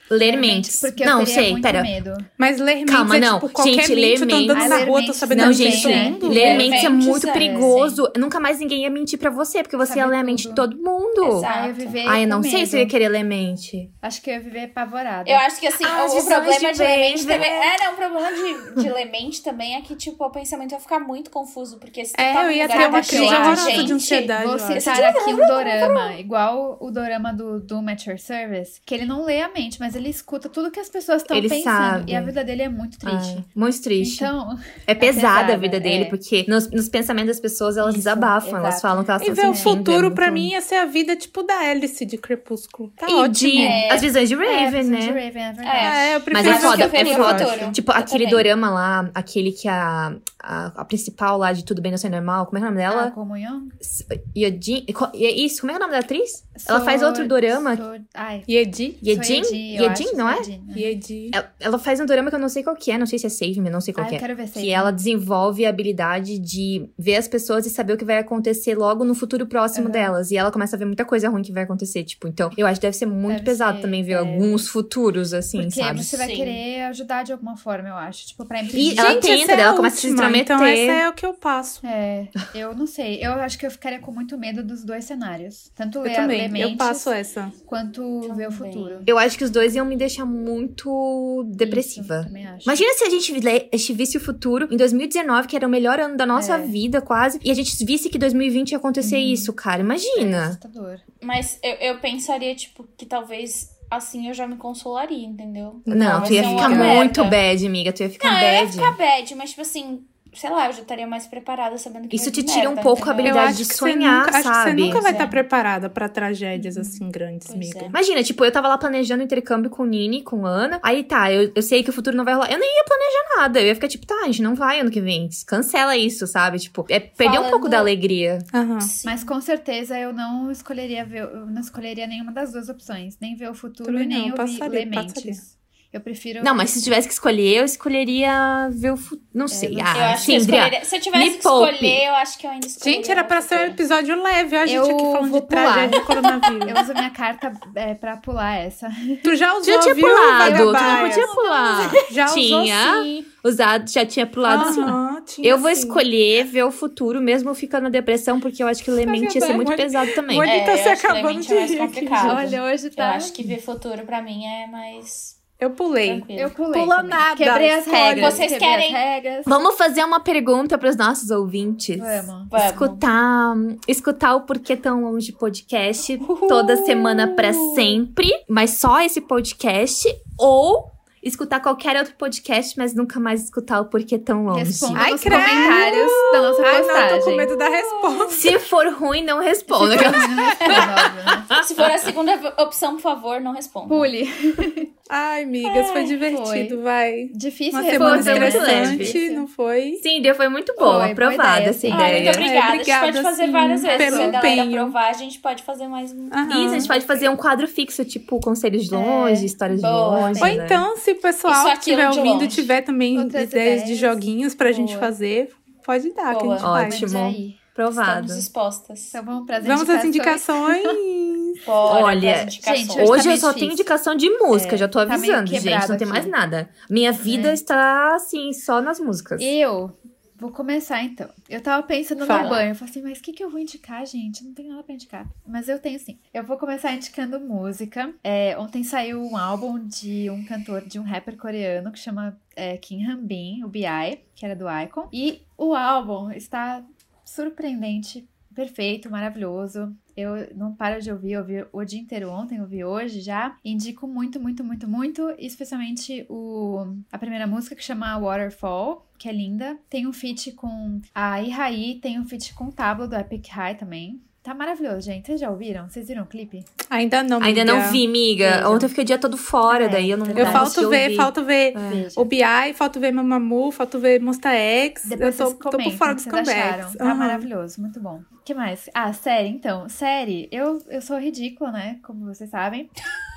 Speaker 4: Ler mentes.
Speaker 3: Porque eu
Speaker 4: não,
Speaker 3: teria
Speaker 4: sei,
Speaker 3: muito
Speaker 4: pera.
Speaker 3: medo.
Speaker 2: Mas ler mentes
Speaker 4: Calma,
Speaker 2: é
Speaker 4: não.
Speaker 2: tipo qualquer
Speaker 4: Gente, ler
Speaker 2: mente. Eu tô andando
Speaker 4: mentes-
Speaker 2: na
Speaker 3: Ah,
Speaker 2: rua,
Speaker 3: ler
Speaker 2: tô sabendo
Speaker 4: Não,
Speaker 2: de
Speaker 4: gente,
Speaker 2: todo
Speaker 3: né?
Speaker 2: mundo.
Speaker 4: ler
Speaker 1: Ler
Speaker 4: mentes é
Speaker 1: mentes,
Speaker 4: muito
Speaker 1: é,
Speaker 4: perigoso. Nunca mais ninguém ia mentir pra você, porque você
Speaker 3: Sabe
Speaker 4: ia ler a mente
Speaker 3: tudo.
Speaker 4: de todo mundo.
Speaker 1: Exato.
Speaker 3: Ah, eu viver
Speaker 4: Ai, eu
Speaker 3: com
Speaker 4: não sei
Speaker 3: medo.
Speaker 4: se eu ia querer ler mente.
Speaker 3: Acho que eu ia viver apavorada.
Speaker 1: Eu acho que assim,
Speaker 4: Ah,
Speaker 1: o-
Speaker 4: as
Speaker 1: o,
Speaker 4: visões
Speaker 1: problema
Speaker 4: de
Speaker 1: de lemente
Speaker 4: vez,
Speaker 1: também. É, não, o problema de, de lemente também é que, tipo, o pensamento vai ficar muito confuso, porque se tu
Speaker 2: É,
Speaker 1: tá
Speaker 2: eu
Speaker 1: num
Speaker 2: ia
Speaker 1: lugar
Speaker 2: ter uma
Speaker 1: muito
Speaker 2: crise
Speaker 1: cheio
Speaker 2: horrorosa
Speaker 1: gente,
Speaker 2: de um ansiedade. eu
Speaker 3: Vou
Speaker 2: acho.
Speaker 3: citar aqui
Speaker 2: *laughs*
Speaker 3: um dorama, igual o dorama do, do Mature Service, que ele não lê a mente, mas ele escuta tudo que as pessoas estão
Speaker 4: Ele
Speaker 3: pensando.
Speaker 4: sabe.
Speaker 3: E a vida dele é muito triste.
Speaker 4: Ai, muito triste.
Speaker 3: Então,
Speaker 4: é pesada
Speaker 3: pesada,
Speaker 4: a vida dele,
Speaker 3: é.
Speaker 4: porque nos, nos pensamentos das pessoas elas
Speaker 3: Isso,
Speaker 4: desabafam, elas
Speaker 3: exato.
Speaker 4: falam que elas
Speaker 2: E
Speaker 4: estão
Speaker 2: ver o
Speaker 4: sentindo, é
Speaker 2: futuro,
Speaker 4: muito-
Speaker 2: pra mim, ia ser a vida tipo da hélice de Crepúsculo. Tá
Speaker 4: e
Speaker 2: ótimo.
Speaker 4: de
Speaker 1: É.
Speaker 4: as visões de
Speaker 3: é,
Speaker 4: Raven,
Speaker 3: Prison
Speaker 4: né?
Speaker 3: de Raven, é verdade.
Speaker 2: É, eu
Speaker 4: Mas
Speaker 2: prefiro
Speaker 4: é
Speaker 1: Acho que
Speaker 4: foda,
Speaker 1: eu
Speaker 4: é
Speaker 1: veria
Speaker 4: foda.
Speaker 1: futuro.
Speaker 4: Tipo,
Speaker 1: Eu
Speaker 4: aquele
Speaker 1: também.
Speaker 4: dorama lá, aquele que a, a, a principal lá de Tudo Bem Não Sei Normal, como é o nome
Speaker 3: Ela...
Speaker 4: dela?
Speaker 3: comunhão.
Speaker 4: Yodin. co- e é Isso, como é o nome da atriz? Ela faz
Speaker 3: Sou-
Speaker 4: outro dorama.
Speaker 3: sou- Ai,
Speaker 2: Yedi?
Speaker 4: Yedin?
Speaker 3: sou eu
Speaker 4: Yedin,
Speaker 3: acho, né?
Speaker 4: não é?
Speaker 3: sou Yedin,
Speaker 2: Yedi.
Speaker 4: Ela, ela faz um dorama que eu não sei qual que é, não sei se é Save Me, não sei qual
Speaker 3: Ai, tá Ah,
Speaker 4: que
Speaker 3: eu
Speaker 4: é.
Speaker 3: quero ver se
Speaker 4: Que ela desenvolve a habilidade de ver as pessoas e saber o que vai acontecer logo no futuro próximo
Speaker 3: Aham.
Speaker 4: delas. E ela começa a ver muita coisa ruim que vai acontecer, tipo. Então, eu acho que deve ser muito
Speaker 3: Deve
Speaker 4: pesado
Speaker 3: ser,
Speaker 4: também ver
Speaker 3: é.
Speaker 4: alguns futuros, assim,
Speaker 3: Porque
Speaker 4: sabe?
Speaker 3: você vai
Speaker 1: Sim.
Speaker 3: querer ajudar de alguma forma, eu acho. Tipo, pra
Speaker 4: E
Speaker 3: impedir.
Speaker 4: ela
Speaker 2: Gente,
Speaker 4: tenta,
Speaker 2: essa é
Speaker 4: daí ela
Speaker 2: a
Speaker 4: começa a se
Speaker 2: última, Então,
Speaker 4: intrometer.
Speaker 2: essa é o que eu passo.
Speaker 3: É, eu não sei. Eu acho que eu ficaria com muito medo dos dois cenários. Tanto
Speaker 2: Eu
Speaker 3: ler,
Speaker 1: é
Speaker 3: ler
Speaker 2: também.
Speaker 3: mentes,
Speaker 2: Eu passo é. essa.
Speaker 3: quanto ver
Speaker 1: Também.
Speaker 3: o futuro.
Speaker 4: Eu acho que os dois iam me deixar muito depressiva.
Speaker 3: Isso, também acho.
Speaker 4: Imagina se a gente le- visse o futuro em 2019, que era o melhor ano da nossa
Speaker 3: É. Uhum.
Speaker 4: vida, quase, e a gente visse que 2020 ia acontecer isso, cara.
Speaker 3: É
Speaker 4: Imagina.
Speaker 3: assustador.
Speaker 1: Mas eu, eu pensaria, tipo, que talvez assim eu já me consolaria, entendeu?
Speaker 4: Não,
Speaker 1: vai
Speaker 4: tu ia
Speaker 1: ser uma
Speaker 4: ficar
Speaker 3: é.
Speaker 1: merda.
Speaker 4: muito bad, amiga. Tu ia ficar
Speaker 1: Não, eu ia
Speaker 4: bad.
Speaker 1: ficar bad, mas tipo assim, sei lá, eu já estaria mais preparada sabendo que
Speaker 4: Isso
Speaker 1: vai
Speaker 4: te
Speaker 1: vir
Speaker 4: tira um
Speaker 1: merda,
Speaker 4: pouco a
Speaker 1: entendeu?
Speaker 2: Eu
Speaker 4: habilidade
Speaker 2: acho
Speaker 4: de
Speaker 2: que você
Speaker 4: sonhar,
Speaker 2: nunca, acho que você
Speaker 4: sabe?
Speaker 2: nunca vai
Speaker 1: Pois é.
Speaker 2: estar preparada pra tragédias assim grandes,
Speaker 1: Pois
Speaker 2: amiga.
Speaker 1: é.
Speaker 4: Imagina, tipo, eu tava lá planejando intercâmbio com o Nini, com a Ana. Aí tá, eu, eu sei que o futuro não vai rolar. Eu nem ia planejar nada. Eu ia ficar tipo, tá, a gente não vai ano que vem. Cancela isso, sabe? Tipo, é perder um
Speaker 1: Falando-
Speaker 4: pouco da alegria.
Speaker 1: é.
Speaker 2: Aham.
Speaker 1: Sim.
Speaker 3: Mas com certeza eu não escolheria ver, eu não escolheria nenhuma das duas opções, nem ver o futuro
Speaker 2: Também
Speaker 3: e
Speaker 2: não,
Speaker 3: nem
Speaker 2: eu
Speaker 3: ouvir
Speaker 2: passaria,
Speaker 3: ler mentes.
Speaker 2: passaria.
Speaker 3: Eu prefiro
Speaker 4: Não, mas se tivesse que escolher, eu escolheria ver o futuro. Não sei.
Speaker 3: não
Speaker 1: eu
Speaker 4: Ah,
Speaker 1: acho que
Speaker 4: sim,
Speaker 1: eu
Speaker 4: Andrea.
Speaker 1: escolheria. Se eu tivesse
Speaker 4: me
Speaker 1: que
Speaker 4: poupe.
Speaker 1: escolher, eu acho que eu ainda escolheria.
Speaker 2: Gente, era pra ser um episódio leve, ó. A gente
Speaker 3: Eu
Speaker 2: aqui falando
Speaker 3: vou
Speaker 2: de
Speaker 3: pular.
Speaker 2: tragédia de
Speaker 4: *laughs*
Speaker 2: coronavírus.
Speaker 3: eu uso minha carta é, pra pular essa.
Speaker 2: Tu já usou,
Speaker 4: Já tinha
Speaker 2: viu,
Speaker 4: pulado. Tu não
Speaker 2: Vagabaia?
Speaker 4: podia pular.
Speaker 2: Já usou
Speaker 4: *laughs* Tinha.
Speaker 2: sim.
Speaker 4: Usado, já tinha pulado sim.
Speaker 2: Aham, tinha
Speaker 4: Eu vou
Speaker 2: sim.
Speaker 4: escolher ver o futuro, mesmo ficando na depressão, porque eu acho que Lemente ia ser
Speaker 2: verdade.
Speaker 4: muito pesado também.
Speaker 2: Moni tá
Speaker 1: É,
Speaker 2: se
Speaker 1: eu acho que
Speaker 2: acabando
Speaker 1: realmente
Speaker 2: de
Speaker 1: é mais
Speaker 2: rir aqui.
Speaker 1: complicado.
Speaker 2: gente.
Speaker 3: Olha, hoje
Speaker 1: Eu
Speaker 3: tá.
Speaker 1: acho que ver futuro pra mim é mais
Speaker 2: Eu pulei.
Speaker 1: tranquilo.
Speaker 3: Eu pulei.
Speaker 2: Pula
Speaker 3: também.
Speaker 2: nada,
Speaker 3: Quebrei as
Speaker 2: escolhe.
Speaker 3: regras.
Speaker 1: Vocês
Speaker 3: quebrei
Speaker 1: querem?
Speaker 3: as regras.
Speaker 4: Vamos fazer uma pergunta para os nossos ouvintes.
Speaker 3: Vamos.
Speaker 1: Vamos.
Speaker 4: Escutar, escutar o Porquê Tão Longe podcast toda semana para sempre, mas só esse podcast ou escutar qualquer outro podcast, mas nunca mais escutar o Porquê Tão Longe.
Speaker 3: Responda
Speaker 2: Ai,
Speaker 3: nos
Speaker 2: credo.
Speaker 3: comentários da nossa
Speaker 2: Ai, Ah, não,
Speaker 3: postagem.
Speaker 2: tô com medo da resposta.
Speaker 4: Ah, Se for ruim, não responda. *laughs*
Speaker 1: Se for a segunda opção, por favor, não responda.
Speaker 3: Pule.
Speaker 2: Ai, amigas, foi divertido, vai.
Speaker 3: Difícil
Speaker 2: Uma semana
Speaker 3: responder.
Speaker 4: foi muito
Speaker 2: estressante,
Speaker 3: leve.
Speaker 2: não foi?
Speaker 4: Sim, Dia, foi muito boa.
Speaker 3: Foi, boa
Speaker 4: aprovada
Speaker 3: ideia,
Speaker 4: essa
Speaker 3: sim.
Speaker 1: Ah,
Speaker 4: ideia.
Speaker 1: muito obrigada.
Speaker 2: É, obrigada,
Speaker 1: a gente pode fazer
Speaker 2: sim,
Speaker 1: várias vezes.
Speaker 2: pelo
Speaker 1: Se a galera
Speaker 2: empenho.
Speaker 1: provar, a gente pode fazer mais um.
Speaker 2: Aham.
Speaker 4: Isso, a gente pode fazer um quadro fixo, tipo conselhos
Speaker 3: É,
Speaker 4: de longe, histórias
Speaker 1: boa.
Speaker 4: de longe.
Speaker 2: Ou
Speaker 4: né?
Speaker 2: então, se o
Speaker 1: Isso,
Speaker 2: pessoal que
Speaker 1: aquilo
Speaker 2: estiver
Speaker 1: de
Speaker 2: ouvindo
Speaker 1: longe.
Speaker 2: tiver também
Speaker 3: Outras
Speaker 2: ideias, de
Speaker 3: ideias.
Speaker 2: joguinhos pra gente
Speaker 1: Boa.
Speaker 2: fazer, pode dar, que a gente
Speaker 1: Boa.
Speaker 2: faz.
Speaker 4: Ótimo.
Speaker 3: Aí.
Speaker 4: aprovado.
Speaker 1: Estamos expostas.
Speaker 3: Então vamos para as
Speaker 2: Vamos às indicações.
Speaker 1: Bora
Speaker 4: Olha,
Speaker 1: pras indicações.
Speaker 3: gente,
Speaker 4: Hoje
Speaker 3: Hoje tá
Speaker 4: eu
Speaker 3: meio
Speaker 4: só
Speaker 3: difícil.
Speaker 4: tenho indicação de música,
Speaker 3: É,
Speaker 4: já tô
Speaker 3: tá meio
Speaker 4: avisando, gente.
Speaker 3: quebrado É.
Speaker 4: Não tem
Speaker 3: aqui.
Speaker 4: mais nada. Minha vida
Speaker 3: É.
Speaker 4: está, assim, só nas músicas.
Speaker 3: Eu Vou começar então. Eu tava pensando
Speaker 2: Fala.
Speaker 3: no rebanho. Eu falei assim, mas o que, que eu vou indicar, gente? Não tem nada pra indicar. Mas eu tenho sim. Eu vou começar indicando música. É, ontem saiu um álbum de um cantor, de um rapper coreano que chama é, Kim Hanbin, o B.I., que era do Icon. E o álbum está surpreendente, perfeito, maravilhoso. Eu não paro de ouvir, ouvi o dia inteiro ontem, ouvi hoje já. Indico muito, muito, muito, muito, especialmente o a primeira música que chama Waterfall, que é linda. Tem um feat com a Irai, tem um feat com o Tablo do Epic High também. Tá maravilhoso, gente. Vocês já ouviram? Vocês viram o clipe?
Speaker 2: *laughs* Ainda não,
Speaker 4: Ainda
Speaker 2: amiga.
Speaker 4: não vi, miga.
Speaker 3: Veja.
Speaker 4: Ontem eu fiquei o dia todo fora,
Speaker 3: É,
Speaker 4: daí eu não
Speaker 3: eu
Speaker 4: não
Speaker 2: Eu
Speaker 3: Tá,
Speaker 2: falto
Speaker 4: consegui
Speaker 2: ver,
Speaker 4: ouvir.
Speaker 2: falto ver
Speaker 3: Veja.
Speaker 2: o BI, falto ver Mamamoo, falto ver Monsta X.
Speaker 3: Depois
Speaker 2: eu tô,
Speaker 3: vocês
Speaker 2: tô por
Speaker 3: comentam
Speaker 2: fora
Speaker 3: o que
Speaker 2: dos
Speaker 3: vocês acharam.
Speaker 2: comebacks.
Speaker 3: Tá
Speaker 2: Aham.
Speaker 3: maravilhoso, muito bom. O que mais? Ah, série, então. Série, eu, eu sou ridícula, né? Como vocês sabem,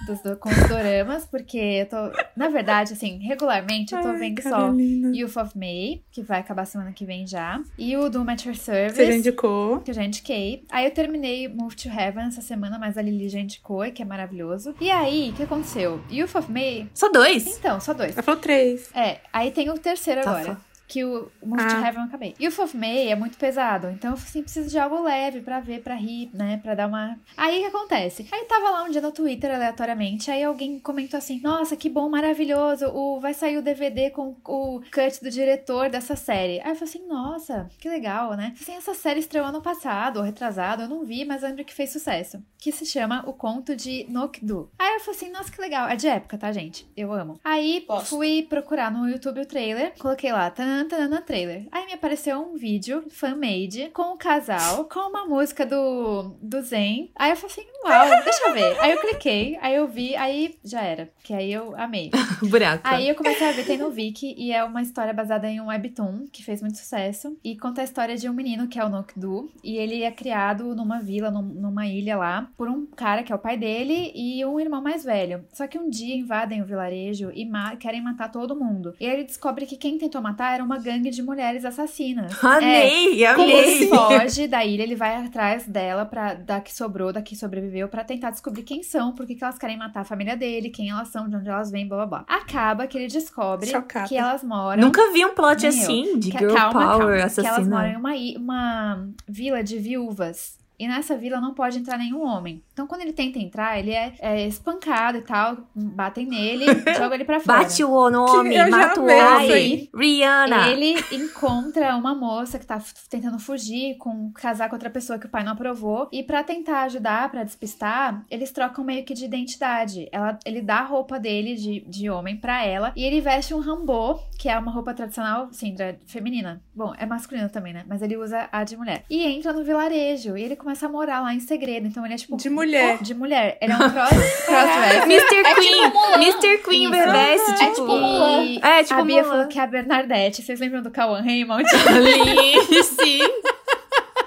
Speaker 3: dos, do- com os doramas, porque eu tô. Na verdade, assim, regularmente eu tô
Speaker 2: Ai,
Speaker 3: vendo só
Speaker 2: Carolina.
Speaker 3: Youth of May, que vai acabar semana que vem já, e o do Mature Service.
Speaker 2: Você já indicou.
Speaker 3: Que eu já indiquei. Aí eu terminei Move to Heaven essa semana, mas a Lili já indicou, e que é maravilhoso. E aí, o que aconteceu? Youth of May.
Speaker 4: Só dois?
Speaker 3: Então, só dois.
Speaker 2: Ela falou três.
Speaker 3: É, aí tem o terceiro
Speaker 4: Tá
Speaker 3: agora. Que o Move to
Speaker 2: Ah.
Speaker 3: Heaven eu acabei. E o Fof May é muito pesado. Então eu assim, preciso de algo leve pra ver, pra rir, né? Pra dar uma. Aí o que acontece? Aí tava lá um dia no Twitter aleatoriamente. Aí alguém comentou assim: Nossa, que bom, maravilhoso. O... Vai sair o DVD com o cut do diretor dessa série. Aí eu falei assim: Nossa, que legal, né? Assim, essa série estreou ano passado, ou retrasado, eu não vi, mas eu lembro que fez sucesso. Que se chama O Conto de Nokdu. Aí eu falei assim: Nossa, que legal. É de época, tá, gente? Eu amo. Aí
Speaker 1: Gosto.
Speaker 3: fui fui procurar no YouTube o trailer, coloquei lá, tanana trailer. Aí me apareceu um vídeo fan-made com o casal, com uma música do, do Zen. Aí eu falei assim, uau, deixa eu ver. Aí eu cliquei, aí eu vi, aí já era. Que aí eu amei.
Speaker 4: *laughs* Buraco.
Speaker 3: Aí eu comecei a ver, tem no Viki, e é uma história baseada em um webtoon, que fez muito sucesso, e conta a história de um menino que é o Nokdu, e ele é criado numa vila, num- numa ilha lá, por um cara que é o pai dele e um irmão mais velho. Só que um dia invadem o vilarejo e ma- querem matar todo mundo. E aí ele descobre que quem tentou matar era uma gangue de mulheres assassinas.
Speaker 4: Amei,
Speaker 3: é, Como assim? ele
Speaker 4: amei.
Speaker 3: foge da ilha, ele vai atrás dela, pra, da que sobrou, da que sobreviveu, pra tentar descobrir quem são, por que que elas querem matar a família dele, quem elas são, de onde elas vêm, blá blá blá. Acaba que ele descobre
Speaker 2: Chocada.
Speaker 3: que elas moram.
Speaker 4: Nunca vi um plot
Speaker 3: Meu,
Speaker 4: assim de
Speaker 3: que-
Speaker 4: girl power
Speaker 3: Que elas moram
Speaker 4: assassina.
Speaker 3: em uma, i- uma vila de viúvas. E nessa vila não pode entrar nenhum homem. Então, quando ele tenta entrar, ele é, é espancado e tal. Batem nele, *laughs* jogam ele pra fora.
Speaker 4: Bate o homem,
Speaker 2: eu já
Speaker 4: mata o
Speaker 2: amei
Speaker 3: isso
Speaker 4: homem.
Speaker 3: aí.
Speaker 4: Rihanna. *laughs*
Speaker 3: Ele encontra uma moça que tá f- tentando fugir, com casar com outra pessoa que o pai não aprovou. E pra tentar ajudar, pra despistar, eles trocam meio que de identidade. Ela, ele dá a roupa dele de, de homem pra ela. E ele veste um rambô, que é uma roupa tradicional, sim, dra- feminina. Bom, é masculina também, né? Mas ele usa a de mulher. E entra no vilarejo. E ele começa a morar lá em segredo. Então ele é tipo.
Speaker 2: De mulher.
Speaker 3: De mulher.
Speaker 4: *laughs*
Speaker 3: Ele é um cross, crossdresser.
Speaker 4: Mr.
Speaker 1: É tipo
Speaker 4: Queen,
Speaker 1: Mulan.
Speaker 4: Mr. Queen
Speaker 3: Isso.
Speaker 4: reveste,
Speaker 1: É
Speaker 4: tipo...
Speaker 1: tipo Mulan.
Speaker 3: E
Speaker 4: É, tipo
Speaker 3: a Bia
Speaker 4: Mulan.
Speaker 3: falou que é a Bernadette. Vocês lembram do Cauan Raymond?
Speaker 4: Ali, sim.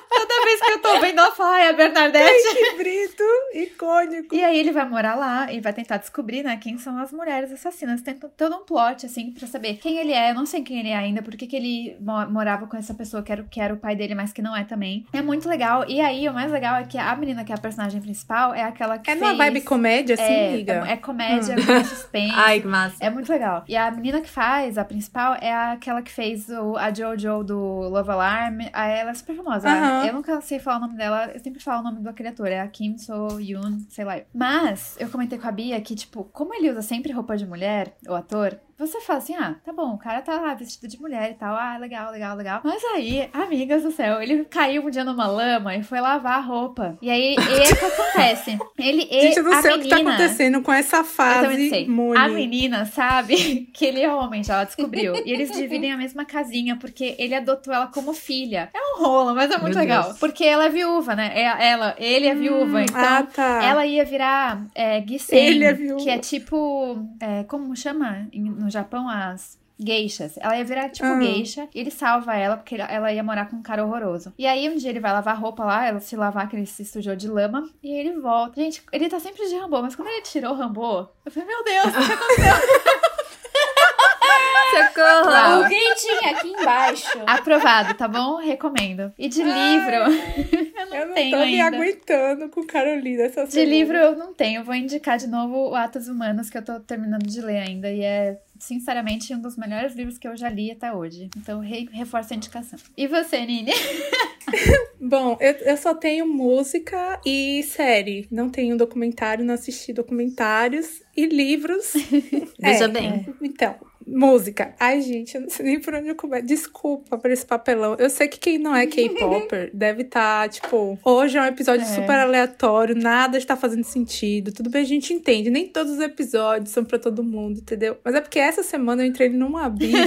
Speaker 3: Toda vez que eu tô vendo, ela fala, ai, a Bernadette.
Speaker 2: Que brito icônico.
Speaker 3: E aí ele vai morar lá e vai tentar descobrir, né, quem são as mulheres assassinas. Tem to- todo um plot, assim, pra saber quem ele é. Eu não sei quem ele é ainda, por que que ele mo- morava com essa pessoa que era, o- que era o pai dele, mas que não é também. É muito legal. E aí, o mais legal é que a menina que é a personagem principal é aquela que
Speaker 2: É numa
Speaker 3: fez-
Speaker 2: vibe comédia, assim,
Speaker 3: é,
Speaker 2: amiga? Hum.
Speaker 3: é, é comédia, é suspense.
Speaker 2: *laughs*
Speaker 4: Ai, que massa.
Speaker 3: É muito legal. E a menina que faz, a principal, é aquela que fez o, a Jojo do Love Alarm. A- Ela é super famosa.
Speaker 2: Aham.
Speaker 3: né? Eu nunca sei falar o nome dela, eu sempre falo o nome da criatura. É a Kim So Yoon, sei lá. Mas eu comentei com a Bia que, tipo, como ele usa sempre roupa de mulher, o ator. Você fala assim, ah, tá bom, o cara tá lá vestido de mulher e tal, ah, legal, legal, legal. Mas aí, amigas do céu, ele caiu um dia numa lama e foi lavar a roupa. E aí, e é o que acontece. Ele, e
Speaker 2: *laughs* Gente, eu não
Speaker 3: a
Speaker 2: sei o que
Speaker 3: menina,
Speaker 2: tá acontecendo com essa
Speaker 3: eu também não
Speaker 2: fase,
Speaker 3: sei.
Speaker 2: Mone.
Speaker 3: A menina sabe *laughs* que ele é homem, já ela descobriu. e eles dividem a mesma casinha, porque ele adotou ela como filha. É um rolo, mas é muito
Speaker 4: Meu
Speaker 3: legal.
Speaker 4: Deus.
Speaker 3: Porque ela é viúva, né? É- Ela, ele é viúva. então,
Speaker 2: ah, tá.
Speaker 3: ela ia virar é, Gisen,
Speaker 2: Ele é viúva.
Speaker 3: que é tipo. é, como chama em- no Japão as. Geixas. Ela ia virar tipo
Speaker 2: Ah.
Speaker 3: geisha. E ele salva ela porque ele- ela ia morar com um cara horroroso. E aí um dia ele vai lavar roupa lá, ela se lavar que ele se sujou de lama. E aí ele volta. Gente, ele tá
Speaker 2: *laughs*
Speaker 3: sempre de Rambo, mas quando ele tirou o Rambo, eu falei, meu Deus, o que aconteceu?
Speaker 4: Socorro!
Speaker 1: Um gritinho aqui
Speaker 4: *laughs*
Speaker 1: embaixo.
Speaker 3: Aprovado, tá bom? Recomendo. E de livro? eu não
Speaker 2: Eu não
Speaker 3: tenho
Speaker 2: tô me
Speaker 3: ainda.
Speaker 2: aguentando com Carolina essa
Speaker 3: De
Speaker 2: semana.
Speaker 3: livro eu não tenho. Vou indicar de novo o Atos Humanos, que eu tô terminando de ler ainda. E é, sinceramente, um dos melhores livros que eu já li até hoje. Então, re reforço a indicação. E você, Nini?
Speaker 2: Bom, eu, eu só tenho música e série. Não tenho documentário, não assisti documentários e
Speaker 3: *laughs*
Speaker 2: livros.
Speaker 4: Veja
Speaker 2: É,
Speaker 4: bem.
Speaker 2: Então, música. Ai, gente, eu não sei nem por onde eu começo. Desculpa por esse papelão. Eu sei que quem não é K-Popper deve estar, tipo, hoje é um episódio
Speaker 3: É.
Speaker 2: super aleatório, nada está fazendo sentido. Tudo bem, a gente entende. Nem todos os episódios são pra todo mundo, entendeu? Mas é porque essa semana eu entrei num abismo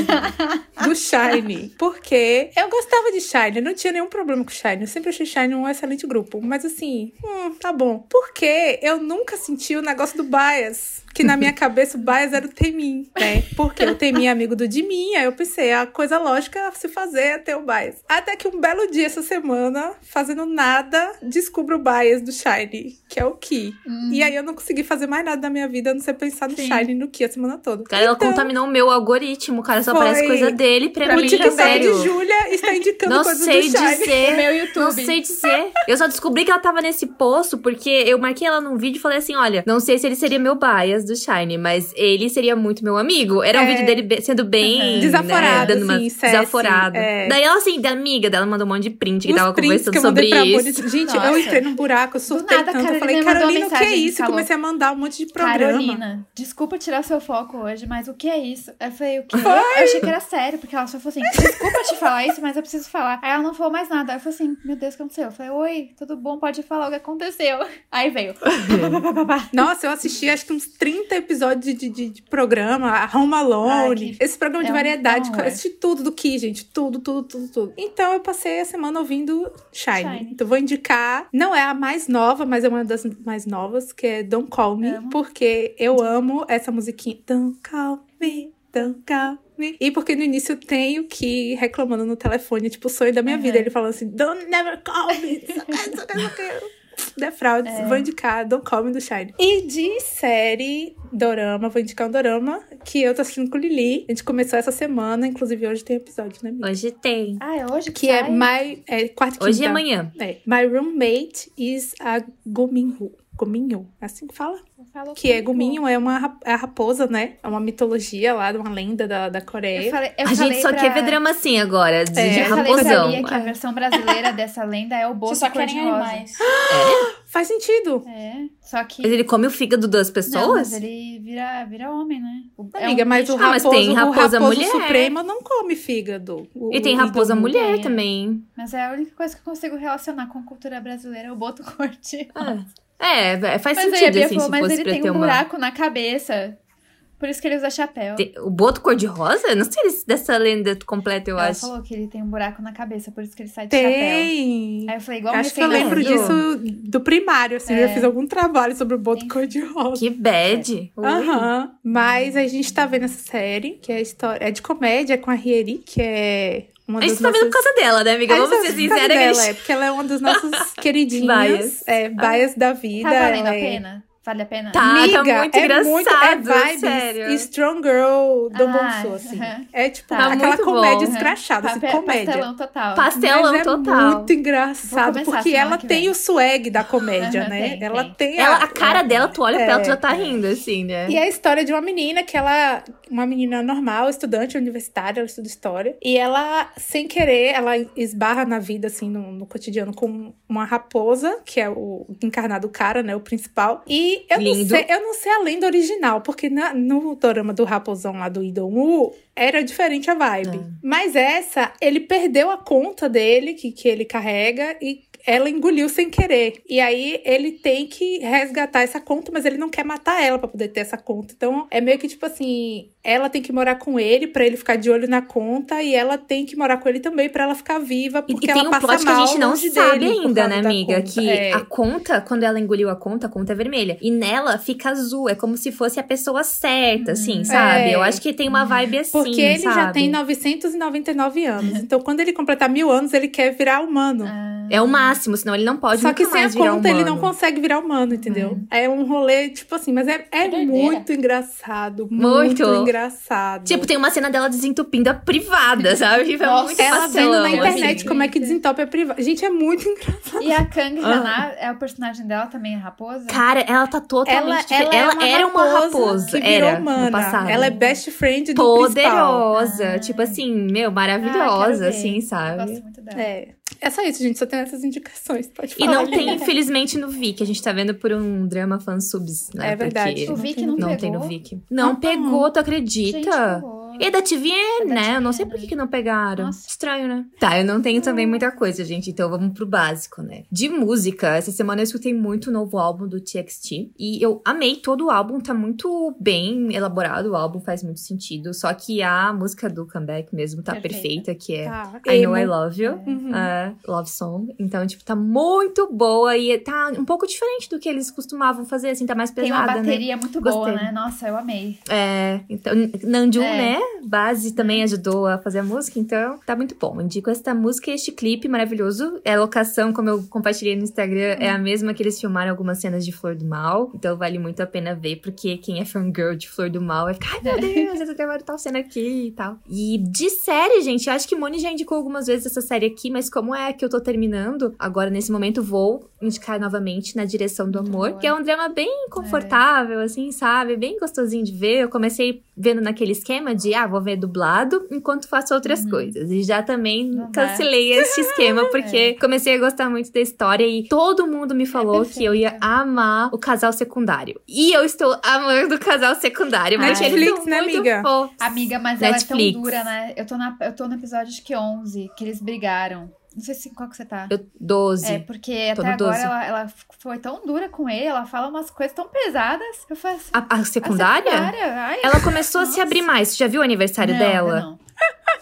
Speaker 2: do Shine. Porque eu gostava de Shine, eu não tinha nenhum problema com Shine. Eu sempre achei Shine um excelente grupo. Mas assim, hum, tá bom. Porque eu nunca senti o negócio do bias. Que na
Speaker 4: *laughs*
Speaker 2: minha cabeça o bias era o Temin, né? Porque o Temin é amigo do Dimin, aí eu pensei, a coisa lógica a se fazer é ter o bias. Até que um belo dia essa semana, fazendo nada, descubro o bias do Shine, que é o Ki.
Speaker 4: Hum.
Speaker 2: E aí eu não consegui fazer mais nada da minha vida a não ser pensar no
Speaker 3: Sim.
Speaker 2: Shine e no Ki a semana toda.
Speaker 4: Cara, ela contaminou o meu algoritmo, cara. Só aparece
Speaker 2: Foi. tipo,
Speaker 4: coisa dele pra
Speaker 2: O
Speaker 4: mim, é
Speaker 2: TikTok de
Speaker 4: sério.
Speaker 2: Júlia está indicando
Speaker 4: Não
Speaker 2: coisas
Speaker 4: sei
Speaker 2: do Shine.
Speaker 3: *laughs*
Speaker 4: dizer.
Speaker 3: meu YouTube.
Speaker 4: É, Não sei dizer. Eu só descobri que ela tava nesse poço porque eu marquei ela num vídeo e falei assim: olha, não sei se ele seria meu bias do Shine, mas ele seria muito meu amigo. Era um
Speaker 2: É.
Speaker 4: vídeo dele be- sendo bem.
Speaker 3: Uhum.
Speaker 2: Desaforado,
Speaker 4: né, dando
Speaker 2: assim, sassy,
Speaker 4: Desaforado.
Speaker 2: é.
Speaker 4: Daí ela, assim, da amiga dela, mandou um monte de print que
Speaker 2: Os
Speaker 4: tava
Speaker 2: prints
Speaker 4: conversando
Speaker 2: que eu
Speaker 4: sobre
Speaker 2: mandei pra
Speaker 4: isso.
Speaker 2: Bonita. Gente, eu
Speaker 3: Nossa.
Speaker 2: entrei num buraco, eu surtei
Speaker 3: nada, a
Speaker 2: tanto. Eu falei,
Speaker 3: Carolina mandou
Speaker 2: Carolina, o que é
Speaker 3: mensagem, tá
Speaker 2: isso? E
Speaker 3: falou.
Speaker 2: comecei a mandar um monte de programa.
Speaker 3: Carolina, desculpa tirar seu foco hoje, mas o que é isso? Eu falei, o quê? Eu achei que era sério, porque ela só falou assim, desculpa te falar isso, mas eu preciso falar. Aí ela não falou mais nada. Aí eu falei assim, meu Deus, o que aconteceu? Eu falei, oi, tudo bom? Pode falar o que aconteceu. Aí
Speaker 4: *laughs*
Speaker 3: veio. Pá, pá, pá, pá, pá.
Speaker 2: Nossa, eu assisti acho que uns 30 episódios de, de- de- de programa, Home Alone,
Speaker 3: Ai, que-
Speaker 2: esse programa de
Speaker 3: é um
Speaker 2: variedade.
Speaker 3: horror.
Speaker 2: eu assisti tudo do Ki, gente. Tudo, tudo, tudo, tudo. Então eu passei a semana ouvindo Shine.
Speaker 3: Shine.
Speaker 2: Então vou indicar. Não é a mais nova, mas é uma das mais novas, que é Don't Call Me.
Speaker 3: Amo.
Speaker 2: Porque eu amo essa musiquinha. Don't Call Me. Don't call me. E porque no início tem o Ki reclamando no telefone, tipo, o sonho da minha
Speaker 3: Uhum.
Speaker 2: vida. Ele falando assim, don't never call me. *laughs* Defraudes,
Speaker 4: É.
Speaker 2: vou indicar Don't Call Me do Shine. E de série, Dorama, vou indicar um Dorama que eu tô assistindo com o Lili. A gente começou essa semana, inclusive hoje tem episódio, né, amiga?
Speaker 4: Hoje tem.
Speaker 3: Ah, é hoje
Speaker 2: Que é
Speaker 3: sai?
Speaker 2: My. É, quarta e
Speaker 4: Hoje e
Speaker 3: então.
Speaker 2: quinta.
Speaker 4: amanhã.
Speaker 2: É. My Roommate is a Gominho. Gominho, é assim que fala?
Speaker 3: Falou
Speaker 2: Que é
Speaker 3: comigo.
Speaker 2: Gominho, é uma rap- é a raposa, né? É uma mitologia lá, de uma lenda da, da Coreia.
Speaker 3: Eu falei, eu
Speaker 4: a gente
Speaker 3: falei
Speaker 4: só
Speaker 3: pra...
Speaker 4: quer ver drama assim agora, de,
Speaker 2: É.
Speaker 4: de É.
Speaker 3: Eu falei pra
Speaker 4: raposão.
Speaker 3: Lia que a versão brasileira dessa lenda é o bolo
Speaker 1: Vocês só querem
Speaker 3: cor-de-rosa.
Speaker 1: animais.
Speaker 2: Faz sentido.
Speaker 3: É, só que...
Speaker 4: Mas ele come o fígado das pessoas?
Speaker 3: Não, mas ele vira, vira homem, né? É
Speaker 2: Amiga,
Speaker 3: um
Speaker 2: mas o
Speaker 3: bicho-
Speaker 4: Ah, mas
Speaker 2: raposo,
Speaker 4: tem raposa
Speaker 2: o raposo
Speaker 4: mulher.
Speaker 2: supremo não come fígado. O-
Speaker 4: E tem
Speaker 2: o-
Speaker 4: raposa
Speaker 2: do-
Speaker 4: mulher
Speaker 3: é.
Speaker 4: também.
Speaker 3: Mas é a única coisa que eu consigo relacionar com cultura brasileira, é o boto
Speaker 4: *laughs*
Speaker 3: corte.
Speaker 4: É, é, faz
Speaker 3: Ah. mas aí a
Speaker 4: sentido,
Speaker 3: Bia
Speaker 4: assim,
Speaker 3: falou,
Speaker 4: se
Speaker 3: mas
Speaker 4: fosse
Speaker 3: ele
Speaker 4: pra
Speaker 3: tem
Speaker 4: ter
Speaker 3: um
Speaker 4: uma...
Speaker 3: buraco na cabeça. Por isso que ele usa chapéu.
Speaker 4: Te- O boto cor-de-rosa? Não sei se dessa lenda completa, eu
Speaker 3: Ela
Speaker 4: acho.
Speaker 3: falou que ele tem um buraco na cabeça, por isso que ele sai de chapéu.
Speaker 2: Tem.
Speaker 3: Aí eu falei, igual um
Speaker 2: Acho que eu
Speaker 4: recém
Speaker 2: lembro disso
Speaker 4: nascido.
Speaker 2: do primário, assim,
Speaker 3: É.
Speaker 2: eu já fiz algum trabalho sobre o boto
Speaker 3: Enfim.
Speaker 2: cor-de-rosa.
Speaker 4: Que bad. Ui.
Speaker 2: é. Aham, mas a gente tá vendo essa série, que é, história, é de comédia com a Rieri, que é uma
Speaker 4: A gente
Speaker 2: das
Speaker 4: tá vendo por
Speaker 2: nossas...
Speaker 4: causa dela, né, amiga?
Speaker 2: Ah,
Speaker 4: Vamos
Speaker 2: isso
Speaker 4: ser
Speaker 2: é por causa
Speaker 4: sinceras. que a
Speaker 2: dela,
Speaker 4: gente-
Speaker 2: é, porque ela é uma das
Speaker 4: *laughs*
Speaker 2: nossas queridinhas,
Speaker 4: Bias.
Speaker 2: é, bias da vida.
Speaker 3: Tá valendo
Speaker 2: ela
Speaker 3: a
Speaker 2: é-
Speaker 3: pena? Vale a pena?
Speaker 4: Tá. Ah,
Speaker 2: Amiga,
Speaker 4: muito
Speaker 2: é muito, é
Speaker 4: engraçado,
Speaker 2: vibes,
Speaker 4: sério.
Speaker 2: strong girl do
Speaker 3: Ah,
Speaker 2: Bonsu, assim.
Speaker 3: aham.
Speaker 2: É tipo,
Speaker 3: Tá
Speaker 2: aquela
Speaker 4: muito bom,
Speaker 2: comédia
Speaker 4: aham.
Speaker 2: escrachada, assim,
Speaker 3: Papel-
Speaker 2: comédia.
Speaker 3: Pastelão total.
Speaker 4: Pastelão
Speaker 2: Mas é
Speaker 4: total.
Speaker 2: muito engraçado,
Speaker 3: Vou começar
Speaker 2: porque
Speaker 3: semana
Speaker 2: ela
Speaker 3: que
Speaker 2: tem
Speaker 3: vem.
Speaker 2: o swag da comédia,
Speaker 3: Aham,
Speaker 2: né?
Speaker 3: tem,
Speaker 2: ela tem,
Speaker 3: tem.
Speaker 4: Ela, a cara dela, tu olha pra ela,
Speaker 2: É.
Speaker 4: tu já tá rindo, assim, né?
Speaker 2: E é a história de uma menina que ela. Uma menina normal, estudante universitária, ela estuda história. E ela, sem querer, ela esbarra na vida, assim, no, no cotidiano, com uma raposa, que é o encarnado cara, né? O principal. E eu não,
Speaker 4: Lindo.
Speaker 2: sei, eu não sei a lenda original, porque na- no dorama do raposão lá do Idol Mu, era diferente a vibe. Mas essa, ele perdeu a conta dele, que, que ele carrega, e ela engoliu sem querer. E aí ele tem que resgatar essa conta, mas ele não quer matar ela pra poder ter essa conta. Então é meio que tipo assim, ela tem que morar com ele pra ele ficar de olho na conta e ela tem que morar com ele também pra ela ficar viva,
Speaker 4: E, e
Speaker 2: porque
Speaker 4: tem
Speaker 2: ela
Speaker 4: um
Speaker 2: passa
Speaker 4: plot que
Speaker 2: mal
Speaker 4: a gente não
Speaker 2: longe dele
Speaker 4: sabe
Speaker 2: por
Speaker 4: ainda,
Speaker 2: causa
Speaker 4: né,
Speaker 2: da
Speaker 4: amiga?
Speaker 2: conta.
Speaker 4: Que
Speaker 2: É.
Speaker 4: a conta, quando ela engoliu a conta, a conta é vermelha. E nela fica azul. É como se fosse a pessoa certa, assim, sabe?
Speaker 2: É.
Speaker 4: Eu acho que tem uma vibe assim.
Speaker 2: Porque ele já
Speaker 4: sabe?
Speaker 2: tem 999 anos. Então, quando ele completar mil anos, ele quer virar humano.
Speaker 4: É o máximo, senão ele não pode
Speaker 2: Só que
Speaker 4: nunca
Speaker 2: sem a
Speaker 4: mais virar
Speaker 2: conta ele não
Speaker 4: humano. Hum.
Speaker 2: consegue virar humano, entendeu? É um rolê, tipo assim, mas é, é
Speaker 1: doideira.
Speaker 2: muito engraçado. Muito,
Speaker 4: Muito.
Speaker 2: engraçado.
Speaker 4: Tipo, tem uma cena dela desentupindo a
Speaker 2: *laughs*
Speaker 4: privada, sabe? É
Speaker 1: Nossa,
Speaker 4: muito
Speaker 2: ela
Speaker 4: pastelão,
Speaker 2: vendo na internet
Speaker 4: assim.
Speaker 2: como é que desentope a privada. Gente, é muito engraçado.
Speaker 3: E a Kang
Speaker 2: Ah.
Speaker 3: Haná, é o personagem dela também, a raposa?
Speaker 4: Cara, ela tá totalmente
Speaker 2: Ela, ela
Speaker 4: diferente.
Speaker 2: é
Speaker 4: Ela,
Speaker 2: uma
Speaker 4: era uma raposa.
Speaker 2: que virou
Speaker 4: era,
Speaker 2: humana.
Speaker 4: no passado.
Speaker 2: Ela é best friend do principal. Ah,
Speaker 4: poderosa.
Speaker 3: Ai.
Speaker 4: Tipo assim, meu,
Speaker 3: Ah, quero
Speaker 4: maravilhosa,
Speaker 3: ver.
Speaker 4: assim,
Speaker 3: Eu
Speaker 4: sabe?
Speaker 3: gosto muito dela.
Speaker 2: É. É só isso, gente. Só tem essas indicações. Pode
Speaker 4: E
Speaker 2: falar. *laughs*
Speaker 4: não tem, infelizmente, no Vic. A gente tá vendo por um drama fansubs, né?
Speaker 2: É verdade.
Speaker 4: Porque
Speaker 3: O Vic não,
Speaker 4: não
Speaker 3: pegou.
Speaker 4: tem no Vic. Não,
Speaker 2: Ah,
Speaker 4: pegou,
Speaker 3: Gente,
Speaker 4: tu acredita?
Speaker 3: que horror.
Speaker 4: E da TVN,
Speaker 3: É da
Speaker 4: né? Eu não sei
Speaker 3: TVN,
Speaker 4: por que, que não pegaram.
Speaker 3: Nossa.
Speaker 4: Estranho, né? Tá, eu não tenho também muita coisa, gente. Então vamos pro básico, né? De música, essa semana eu escutei muito o novo álbum do TXT. E eu amei todo o álbum, tá muito bem elaborado. O álbum faz muito sentido. Só que a música do comeback mesmo tá
Speaker 1: Perfeita.
Speaker 4: perfeita, que é
Speaker 2: Tá.
Speaker 4: I Know I
Speaker 2: emo.
Speaker 4: Love You.
Speaker 2: Uhum.
Speaker 4: É, Love Song. Então, tipo, tá muito boa e tá um pouco diferente do que eles costumavam fazer, assim, tá mais
Speaker 3: Tem uma
Speaker 4: pesada, né?
Speaker 3: bateria muito boa,
Speaker 4: Gostei.
Speaker 3: né? Nossa, eu amei.
Speaker 4: É, então, Nanjum,
Speaker 3: É.
Speaker 4: né? Base também ajudou a fazer a música, então tá muito bom. Indico esta música e este clipe maravilhoso. É a locação, como eu compartilhei no Instagram, é a mesma que eles filmaram algumas cenas de Flor do Mal. Então vale muito a pena ver, porque quem é fangirl de Flor do Mal vai ficar, ai meu Deus, eles gravaram tal cena aqui e tal. E de série, gente, eu acho que Moni já indicou algumas vezes essa série aqui, mas como é que eu tô terminando, agora nesse momento vou indicar novamente na direção do amor,
Speaker 3: Amor.
Speaker 4: que é um drama bem confortável, assim, sabe? Bem gostosinho de ver. Eu comecei vendo naquele esquema de, ah, vou ver dublado enquanto faço outras
Speaker 3: Uhum.
Speaker 4: coisas. E já também
Speaker 3: Não dá. *laughs*
Speaker 4: cancelei esse esquema, porque
Speaker 3: É.
Speaker 4: comecei a gostar muito da história e todo mundo me falou que eu ia amar o casal secundário. E eu estou amando o casal secundário, porque eles
Speaker 2: Netflix,
Speaker 4: são
Speaker 2: né,
Speaker 4: muito
Speaker 2: amiga?
Speaker 4: fofos.
Speaker 3: Amiga, mas ela é
Speaker 4: Netflix.
Speaker 3: tão dura, né? Eu tô, na, eu tô no episódio acho que 11, que eles brigaram. Não sei se qual que você tá.
Speaker 4: Eu, 12.
Speaker 3: É, porque até
Speaker 4: Tô no
Speaker 3: agora
Speaker 4: 12.
Speaker 3: ela, ela foi tão dura com ele, ela fala umas coisas tão pesadas. Eu falei assim,
Speaker 4: A, a secundária?
Speaker 3: A secundária? Ai,
Speaker 4: Ela começou a se
Speaker 3: Nossa.
Speaker 4: abrir mais. Você já viu o aniversário
Speaker 3: não,
Speaker 4: dela?
Speaker 3: eu não.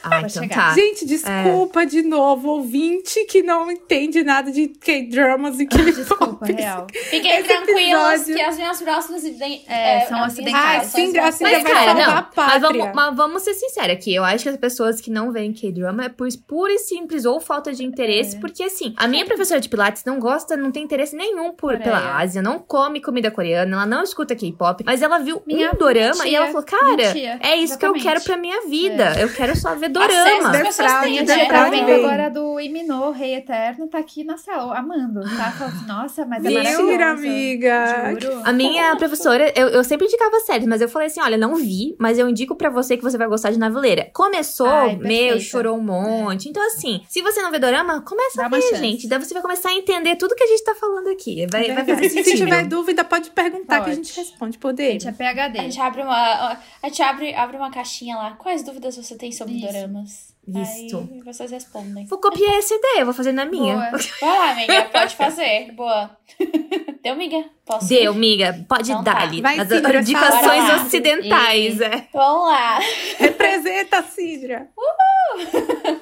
Speaker 4: Ah,
Speaker 3: Vou
Speaker 4: então
Speaker 3: chegar.
Speaker 4: tá.
Speaker 2: Gente, desculpa de novo, ouvinte que não entende nada de K-dramas e K-pop.
Speaker 3: Ah,
Speaker 4: *laughs*
Speaker 3: Desculpa, é real.
Speaker 1: Fiquem
Speaker 2: Esse
Speaker 1: tranquilas
Speaker 2: episódio-
Speaker 1: que as minhas próximas ident...
Speaker 3: É, são
Speaker 2: Ai,
Speaker 3: acidentais.
Speaker 2: sim, graças
Speaker 4: Mas,
Speaker 2: ainda vai
Speaker 4: cara,
Speaker 2: salvar
Speaker 4: não.
Speaker 2: a pátria.
Speaker 4: Mas vamos, mas vamos ser sinceros aqui. Eu acho que as pessoas que não veem K-drama é por pura e simples ou falta de
Speaker 2: É.
Speaker 4: interesse, porque assim, a minha professora de Pilates não gosta, não tem interesse nenhum por,
Speaker 3: Coreia.
Speaker 4: pela Ásia, não come comida coreana, ela não escuta K-pop, mas ela viu
Speaker 3: Minha-
Speaker 4: um dorama
Speaker 3: minha
Speaker 4: e ela
Speaker 3: tia,
Speaker 4: falou: Cara,
Speaker 3: minha tia,
Speaker 4: é isso que eu
Speaker 3: exatamente.
Speaker 4: quero pra minha vida.
Speaker 2: É.
Speaker 4: Eu quero só ver
Speaker 1: Acesso,
Speaker 4: dorama.
Speaker 1: né? pessoas
Speaker 2: Defraude,
Speaker 1: têm,
Speaker 3: Gente,
Speaker 1: né?
Speaker 2: defraude,
Speaker 3: tá
Speaker 1: Pra
Speaker 3: vendo
Speaker 1: mim.
Speaker 2: bem.
Speaker 3: agora do Iminô, Rei Eterno, tá aqui na sala, amando, tá? Falando assim, nossa, mas é
Speaker 2: Mentira,
Speaker 3: maravilhoso.
Speaker 2: amiga.
Speaker 3: Juro.
Speaker 4: A minha professora, eu, eu sempre indicava séries, mas eu falei assim: olha, não vi, mas eu indico pra você que você vai gostar de Naveleira. Começou,
Speaker 3: Ai,
Speaker 4: meu,
Speaker 3: perfeita.
Speaker 2: É.
Speaker 4: chorou um monte. Então, assim, se você não vê dorama, começa
Speaker 3: Dá
Speaker 4: a
Speaker 3: uma
Speaker 4: ver,
Speaker 3: chance.
Speaker 4: gente. Daí você vai começar a entender tudo que a gente tá falando aqui. Vai,
Speaker 1: é
Speaker 4: vai fazer
Speaker 2: *laughs*
Speaker 4: sentido.
Speaker 2: Se tiver dúvida, pode perguntar que a
Speaker 3: Pode.
Speaker 2: gente responde por
Speaker 3: Gente,
Speaker 2: DM.
Speaker 3: é PHD.
Speaker 1: A gente abre uma, a gente abre, abre uma caixinha lá. Quais dúvidas você tem sobre
Speaker 3: Isso.
Speaker 1: doramas?
Speaker 4: Isso.
Speaker 1: Aí vocês respondem.
Speaker 4: Vou copiar essa ideia, vou fazer na é minha.
Speaker 3: Boa.
Speaker 1: Vai lá, amiga, pode fazer. *laughs* Boa. Deu, miga? Posso?
Speaker 4: Deu, miga, pode
Speaker 1: Então tá.
Speaker 4: dar ali.
Speaker 2: Vai,
Speaker 4: Nas
Speaker 2: Cíntia,
Speaker 4: indicações
Speaker 1: fala.
Speaker 4: ocidentais, é.
Speaker 1: Vamos lá.
Speaker 2: *laughs* Representa, Cidra.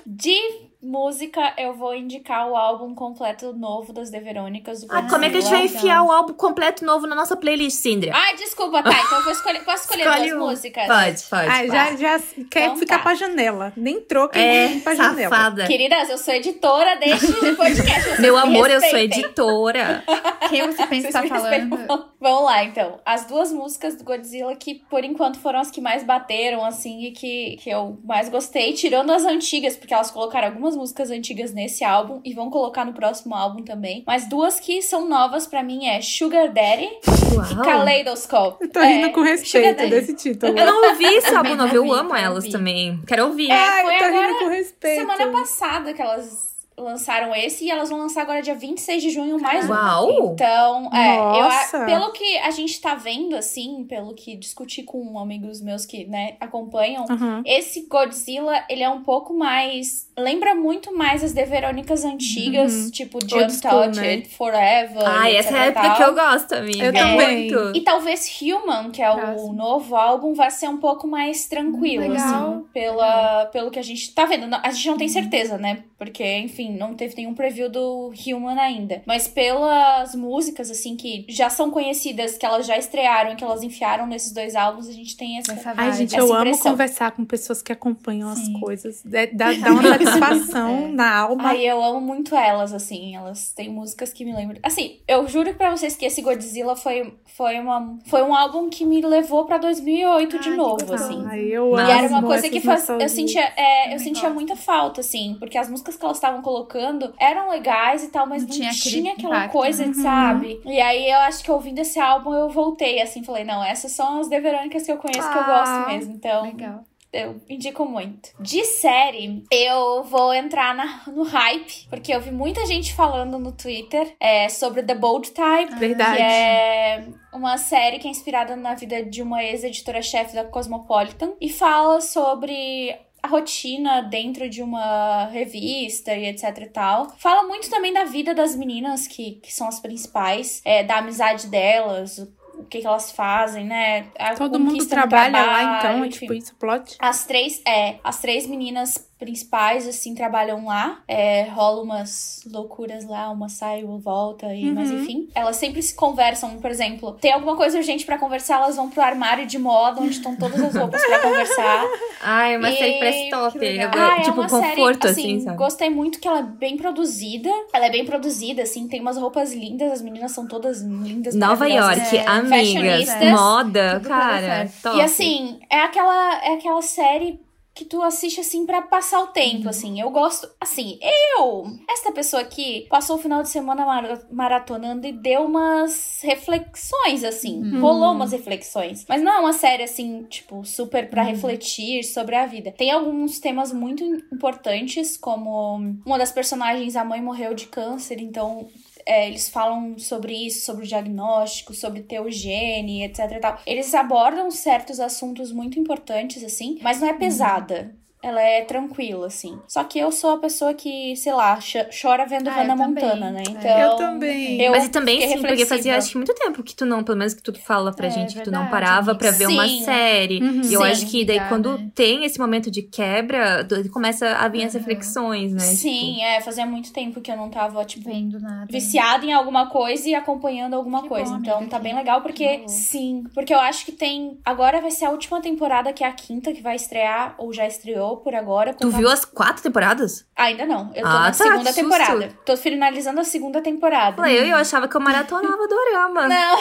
Speaker 1: De música, eu vou indicar o álbum completo novo das The Verônicas. Do
Speaker 4: Ah, como é que a gente vai
Speaker 1: Godzilla.
Speaker 4: enfiar o álbum completo novo na nossa playlist, Cindra?
Speaker 1: Ai, desculpa, tá. Então eu vou escolher. Posso escolher
Speaker 4: É. Escolhe
Speaker 1: duas
Speaker 4: um.
Speaker 1: músicas?
Speaker 4: Pode, pode.
Speaker 2: Ah, já, já quer
Speaker 1: Então
Speaker 2: ficar
Speaker 1: tá.
Speaker 2: pra janela. Nem troca
Speaker 4: É,
Speaker 2: e pra janela.
Speaker 4: safada.
Speaker 1: Queridas, eu sou editora deste podcast. vocês
Speaker 4: Meu
Speaker 1: me
Speaker 4: amor, eu sou
Speaker 1: respeitem.
Speaker 4: editora.
Speaker 3: Quem você pensa que
Speaker 1: Vocês é
Speaker 3: tá
Speaker 1: me respeitam. *laughs*
Speaker 3: falando?
Speaker 1: Vamos lá, então. As duas músicas do Godzilla que, por enquanto, foram as que mais bateram, assim, e que, que eu mais gostei, tirando as antigas, porque elas colocaram algumas músicas antigas nesse álbum e vão colocar no próximo álbum também. Mas duas que são novas pra mim é Sugar Daddy e
Speaker 4: Uau.
Speaker 1: Kaleidoscope.
Speaker 2: Eu tô
Speaker 1: É,
Speaker 2: rindo com respeito
Speaker 1: Sugar Daddy.
Speaker 2: desse título.
Speaker 4: Eu não ouvi esse álbum
Speaker 3: Também
Speaker 4: novo,
Speaker 3: não
Speaker 4: eu
Speaker 3: vi,
Speaker 4: amo
Speaker 3: não
Speaker 4: elas
Speaker 3: vi.
Speaker 4: também. Quero ouvir.
Speaker 2: Ai,
Speaker 1: É, foi
Speaker 2: eu tô rindo
Speaker 1: agora,
Speaker 2: com respeito.
Speaker 1: Semana passada que elas lançaram esse e elas vão lançar agora dia 26 de junho mais um.
Speaker 4: Uau!
Speaker 1: Então, é, eu,
Speaker 2: Nossa!
Speaker 1: a- pelo que a gente tá vendo, assim, pelo que discuti com amigos meus que, né, acompanham,
Speaker 2: Aham.
Speaker 1: esse Godzilla, ele é um pouco mais. Lembra muito mais as de Verônicas antigas, tipo
Speaker 2: Old
Speaker 1: Jump
Speaker 2: school,
Speaker 1: Touch,
Speaker 2: né?
Speaker 1: Forever.
Speaker 4: Ai, Uhum. essa é a
Speaker 1: etc e
Speaker 4: época
Speaker 1: tal.
Speaker 4: que eu gosto, amiga.
Speaker 2: Eu também.
Speaker 4: Muito.
Speaker 1: E talvez Human, que é o
Speaker 3: Próximo.
Speaker 1: novo álbum, vai ser um pouco mais tranquilo,
Speaker 3: Legal.
Speaker 1: assim, pela, pelo que a gente tá vendo. Não- A gente não tem certeza, né? Porque, enfim, não teve nenhum preview do Human ainda. Mas pelas músicas, assim, que já são conhecidas, que elas já estrearam, que elas enfiaram nesses dois álbuns, a gente tem essa.
Speaker 3: Essa
Speaker 2: Ai,
Speaker 3: vibe.
Speaker 2: gente,
Speaker 1: essa
Speaker 2: eu amo
Speaker 1: impressão.
Speaker 2: conversar com pessoas que acompanham
Speaker 3: Sim.
Speaker 2: as coisas. É,
Speaker 1: *laughs*
Speaker 2: dá, dá uma satisfação
Speaker 3: É.
Speaker 2: na alma.
Speaker 1: Ai, eu amo muito elas, assim. Elas têm músicas que me lembram. Assim, eu juro pra vocês que esse Godzilla foi, foi, uma, foi um álbum que me levou pra 2008 de
Speaker 3: Ai, que
Speaker 1: novo,
Speaker 3: gostoso.
Speaker 1: assim.
Speaker 2: Ai, eu
Speaker 4: E
Speaker 1: E era uma
Speaker 2: amo
Speaker 1: coisa
Speaker 2: essas
Speaker 1: que faz, eu
Speaker 2: nostalgias.
Speaker 1: sentia, é, eu
Speaker 3: Também
Speaker 1: sentia
Speaker 3: gosto.
Speaker 1: muita falta, assim, porque as músicas que elas estavam colocando eram legais e tal, mas
Speaker 3: Não
Speaker 1: não,
Speaker 3: tinha
Speaker 1: tinha,
Speaker 3: aquele
Speaker 1: aquela
Speaker 3: impacto,
Speaker 1: coisa,
Speaker 2: né? Uhum.
Speaker 1: sabe? E aí eu acho que ouvindo esse álbum eu voltei, assim, falei, não, essas são as Deverônicas que eu conheço que eu
Speaker 2: Ah,
Speaker 1: gosto mesmo, então
Speaker 3: Legal.
Speaker 1: eu indico muito. De série, eu vou entrar na- no hype, porque eu vi muita gente falando no Twitter é, sobre The Bold Type.
Speaker 3: Ah,
Speaker 2: Verdade.
Speaker 1: Que é uma série que é inspirada na vida de uma ex-editora-chefe da Cosmopolitan e fala sobre a rotina dentro de uma revista e etc e tal. Fala muito também da vida das meninas, que, que são as principais, é, da amizade delas, o, o que, que elas fazem, né? A
Speaker 2: Todo mundo
Speaker 1: conquista no
Speaker 2: trabalha lá, então,
Speaker 1: trabalho,
Speaker 2: é
Speaker 1: enfim.
Speaker 2: tipo isso, plot.
Speaker 1: As três, é, as três meninas principais, assim, trabalham lá. É, rola umas loucuras lá, uma sai, uma volta, e, mas
Speaker 2: Uhum.
Speaker 1: enfim. Elas sempre se conversam, por exemplo, tem alguma coisa urgente pra conversar, elas vão pro armário de moda, onde estão todas as roupas pra
Speaker 4: *laughs*
Speaker 1: conversar.
Speaker 4: Ai, uma
Speaker 1: E-
Speaker 4: série parece top.
Speaker 3: que legal.
Speaker 4: Eu go-
Speaker 1: Ah, é
Speaker 4: tipo,
Speaker 1: uma
Speaker 4: conforto,
Speaker 1: série,
Speaker 4: assim, sabe?
Speaker 1: Gostei muito que ela é bem produzida. Ela é bem produzida, assim, tem umas roupas lindas, as meninas são todas lindas.
Speaker 4: Nova
Speaker 1: maravilhosas.
Speaker 4: York,
Speaker 3: é,
Speaker 4: amigas,
Speaker 1: fashionistas,
Speaker 4: moda,
Speaker 3: tudo pra
Speaker 4: cara,
Speaker 3: dar
Speaker 4: top.
Speaker 1: E assim, é aquela, é aquela série que tu assiste assim pra passar o tempo, assim. Eu gosto, assim, eu, esta pessoa aqui passou o final de semana mara- maratonando e deu umas reflexões assim,
Speaker 3: Uhum.
Speaker 1: rolou umas reflexões. Mas não é uma série assim, tipo, super pra refletir sobre a vida. Tem alguns temas muito importantes, como uma das personagens, a mãe morreu de câncer, então é, eles falam sobre isso, sobre o diagnóstico, sobre ter o gene, etc e tal. Eles abordam certos assuntos muito importantes, assim, mas
Speaker 3: Uhum.
Speaker 1: não é pesada. Ela é tranquila, assim. Só que eu sou a pessoa que, sei lá, cho- chora vendo
Speaker 3: Ah, eu
Speaker 1: Hannah
Speaker 3: também.
Speaker 1: Montana, né?
Speaker 3: É.
Speaker 1: Então.
Speaker 2: Eu também.
Speaker 1: eu
Speaker 4: Mas e também, sim,
Speaker 1: fiquei
Speaker 4: porque fazia
Speaker 1: reflexiva.
Speaker 4: acho que muito tempo que tu não, pelo menos que tu fala pra
Speaker 3: É,
Speaker 4: gente, que tu não
Speaker 3: verdade,
Speaker 4: parava pra ver uma
Speaker 1: Sim.
Speaker 4: série.
Speaker 2: Uhum.
Speaker 4: E eu
Speaker 1: Sim.
Speaker 4: acho que daí
Speaker 3: Dá,
Speaker 4: quando
Speaker 3: né?
Speaker 4: tem esse momento de quebra, do- começa a vir as
Speaker 3: Uhum.
Speaker 4: reflexões, né?
Speaker 1: Sim,
Speaker 3: tipo
Speaker 1: é, fazia muito tempo que eu não tava, tipo,
Speaker 3: Vendo nada.
Speaker 1: viciada em alguma coisa e acompanhando alguma
Speaker 3: Que
Speaker 1: coisa.
Speaker 3: bom,
Speaker 1: então
Speaker 3: amiga,
Speaker 1: tá
Speaker 3: que-
Speaker 1: bem legal porque
Speaker 3: que bom.
Speaker 1: sim, porque eu acho que tem agora vai ser a última temporada que é a quinta que vai estrear ou já estreou por agora.
Speaker 4: Tu
Speaker 1: porque-
Speaker 4: viu as quatro temporadas?
Speaker 1: Ainda não. Eu tô
Speaker 4: Ah,
Speaker 1: na
Speaker 4: tá,
Speaker 1: segunda
Speaker 4: que susto.
Speaker 1: temporada. Tô finalizando a segunda temporada.
Speaker 4: Falei, eu, eu achava que eu maratonava dorama.
Speaker 1: Não.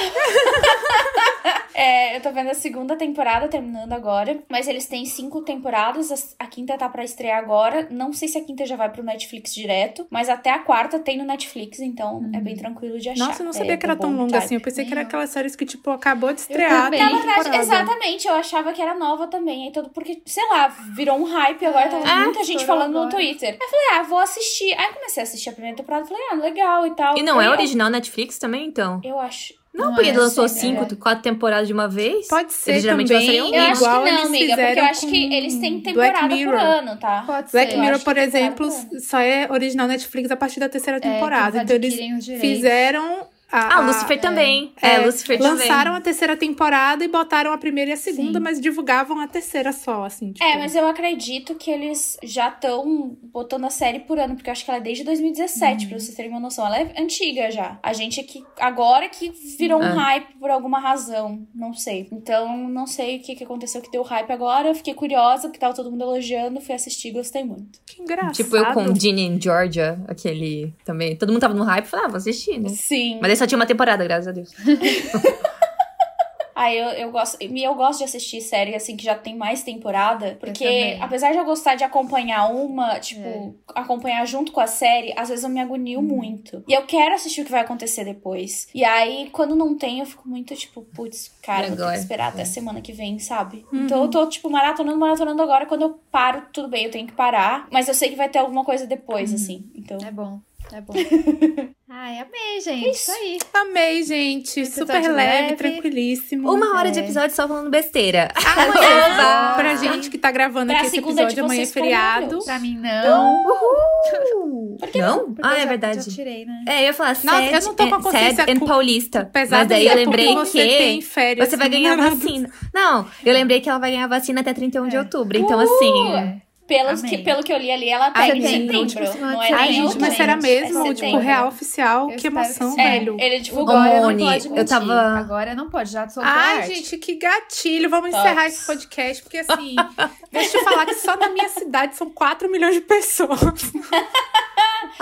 Speaker 1: É, eu tô vendo a segunda temporada terminando agora, mas eles têm cinco temporadas, as- a quinta tá pra estrear agora. Não sei se a quinta já vai pro Netflix direto, mas até a quarta tem no Netflix, então é
Speaker 4: Uhum.
Speaker 1: bem tranquilo de achar.
Speaker 2: Nossa, eu não
Speaker 1: É,
Speaker 2: sabia que era
Speaker 1: The
Speaker 2: tão
Speaker 1: Bold
Speaker 2: longa
Speaker 1: Type.
Speaker 2: assim. Eu pensei que era
Speaker 3: Nem eu.
Speaker 2: aquelas séries que, tipo, acabou de estrear. tem
Speaker 3: também. Na
Speaker 1: Na verdade,
Speaker 2: temporada.
Speaker 1: exatamente, eu achava que era nova também. Aí todo, porque, sei lá, virou um hype agora, tava
Speaker 4: É,
Speaker 1: muita gente
Speaker 3: estourou
Speaker 1: falando no
Speaker 3: agora.
Speaker 1: Twitter. Aí eu falei, ah, vou assistir. Aí comecei a assistir a primeira temporada, falei, ah, legal e tal.
Speaker 4: E não
Speaker 1: Aí
Speaker 4: é
Speaker 1: eu-
Speaker 4: original Netflix também, então?
Speaker 1: Eu acho.
Speaker 4: Não,
Speaker 3: Não
Speaker 4: porque
Speaker 3: é,
Speaker 4: lançou
Speaker 1: sim,
Speaker 4: cinco,
Speaker 1: é.
Speaker 4: quatro temporadas de uma vez.
Speaker 2: assim, Pode ser
Speaker 4: Eles geralmente
Speaker 2: também.
Speaker 4: lançariam
Speaker 1: Eu
Speaker 4: uma.
Speaker 1: acho que
Speaker 2: igual eles
Speaker 1: não, amiga, porque eu
Speaker 2: fizeram
Speaker 1: acho que
Speaker 2: com
Speaker 1: eles têm
Speaker 2: Black
Speaker 1: temporada por
Speaker 2: Mirror.
Speaker 1: ano, tá?
Speaker 3: Pode ser.
Speaker 2: Black
Speaker 1: Eu
Speaker 2: Mirror,
Speaker 1: acho
Speaker 2: por
Speaker 1: que tem
Speaker 2: exemplo,
Speaker 1: temporada.
Speaker 2: só é original Netflix a partir da terceira
Speaker 3: É, que
Speaker 2: temporada. então eles
Speaker 3: adquirem os direitos.
Speaker 2: fizeram a,
Speaker 4: Ah,
Speaker 2: a-
Speaker 4: Lucifer também. É, Lucifer
Speaker 2: lançaram
Speaker 4: também.
Speaker 2: a terceira temporada e botaram a primeira e a segunda,
Speaker 3: Sim.
Speaker 2: mas divulgavam a terceira só, assim. Tipo,
Speaker 1: É, mas eu acredito que eles já estão botando a série por ano, porque eu acho que ela é desde 2017,
Speaker 2: Uhum.
Speaker 1: pra vocês terem uma noção. Ela é antiga já. A gente é que agora que virou um
Speaker 4: Ah.
Speaker 1: hype por alguma razão, não sei. Então, não sei o que, que aconteceu que deu hype agora. Eu fiquei curiosa, porque tava todo mundo elogiando, fui assistir e gostei muito.
Speaker 2: Que engraçado.
Speaker 4: Tipo, eu com Ginny em Georgia, aquele também. Todo mundo tava no hype, eu falei, ah, vou assistir, né?
Speaker 1: Sim.
Speaker 4: Mas aí só tinha uma temporada, graças a Deus.
Speaker 1: Ah, eu, eu gosto. E eu gosto de assistir série assim que já tem mais temporada. Porque,
Speaker 3: também.
Speaker 1: apesar de eu gostar de acompanhar uma, tipo, acompanhar junto com a série, às vezes eu me agonio muito. E eu quero assistir o que vai acontecer depois. E aí, quando não tem, eu fico muito, tipo, putz, cara,
Speaker 4: E
Speaker 1: vou ter
Speaker 4: agora?
Speaker 1: que esperar até semana que vem, sabe? Então eu tô, tipo, maratonando, maratonando agora. Quando eu paro, tudo bem, eu tenho que parar. Mas eu sei que vai ter alguma coisa depois, assim. Então.
Speaker 3: É bom, é bom. Ai, amei, gente.
Speaker 1: Isso.
Speaker 3: Isso aí.
Speaker 2: Amei, gente.
Speaker 3: Episódio
Speaker 2: Super leve,
Speaker 3: leve.
Speaker 2: tranquilíssimo. Ah,
Speaker 4: Uma hora de
Speaker 3: É.
Speaker 4: episódio só falando besteira.
Speaker 2: Amanhã,
Speaker 4: "Ah,
Speaker 2: pra gente que tá gravando
Speaker 1: Pra
Speaker 2: aqui esse
Speaker 1: segunda de
Speaker 2: episódio, amanhã é
Speaker 1: vocês,
Speaker 2: feriado.
Speaker 1: maravilhoso.
Speaker 3: Pra mim, não.
Speaker 4: não?
Speaker 3: porque eu
Speaker 4: Ah, é
Speaker 3: já-
Speaker 4: verdade.
Speaker 3: Já tirei, né?
Speaker 4: É, eu ia falar
Speaker 2: Nossa,
Speaker 4: sad
Speaker 2: eu não tô com a
Speaker 4: and-
Speaker 2: consciência
Speaker 4: sad and
Speaker 2: cu-
Speaker 4: paulista.
Speaker 2: Pesado
Speaker 4: Mas daí eu
Speaker 2: ainda, porque
Speaker 4: lembrei
Speaker 2: você
Speaker 4: que
Speaker 2: tem férias. né?
Speaker 4: você vai ganhar a
Speaker 2: semana-
Speaker 4: vacina. Não, eu lembrei que ela vai ganhar a vacina até 31 de
Speaker 3: É.
Speaker 4: outubro. Então, assim,
Speaker 3: É.
Speaker 1: Pelos
Speaker 3: Amém.
Speaker 1: que, pelo que eu li ali, ela
Speaker 3: Ai,
Speaker 1: pega em
Speaker 3: tem
Speaker 1: setembro.
Speaker 3: último semana
Speaker 1: Não
Speaker 3: de
Speaker 1: é
Speaker 3: setembro.
Speaker 2: Ai,
Speaker 1: nem
Speaker 2: gente,
Speaker 1: outubro,
Speaker 2: mas será mesmo?
Speaker 1: é
Speaker 2: o tipo,
Speaker 1: setembro.
Speaker 2: real oficial?
Speaker 3: Eu
Speaker 2: que
Speaker 3: espero que
Speaker 2: emoção,
Speaker 3: sim.
Speaker 1: É,
Speaker 2: velho.
Speaker 1: ele divulgou.
Speaker 4: Ô,
Speaker 3: Agora
Speaker 4: Mone,
Speaker 3: não pode
Speaker 4: eu
Speaker 3: mentir.
Speaker 4: tava-
Speaker 3: Agora não pode, já soltou a
Speaker 2: Ai,
Speaker 3: arte.
Speaker 2: gente, que gatilho. Vamos
Speaker 1: Tops.
Speaker 2: encerrar esse podcast, porque assim, deixa eu falar que só na minha cidade são 4 milhões de pessoas.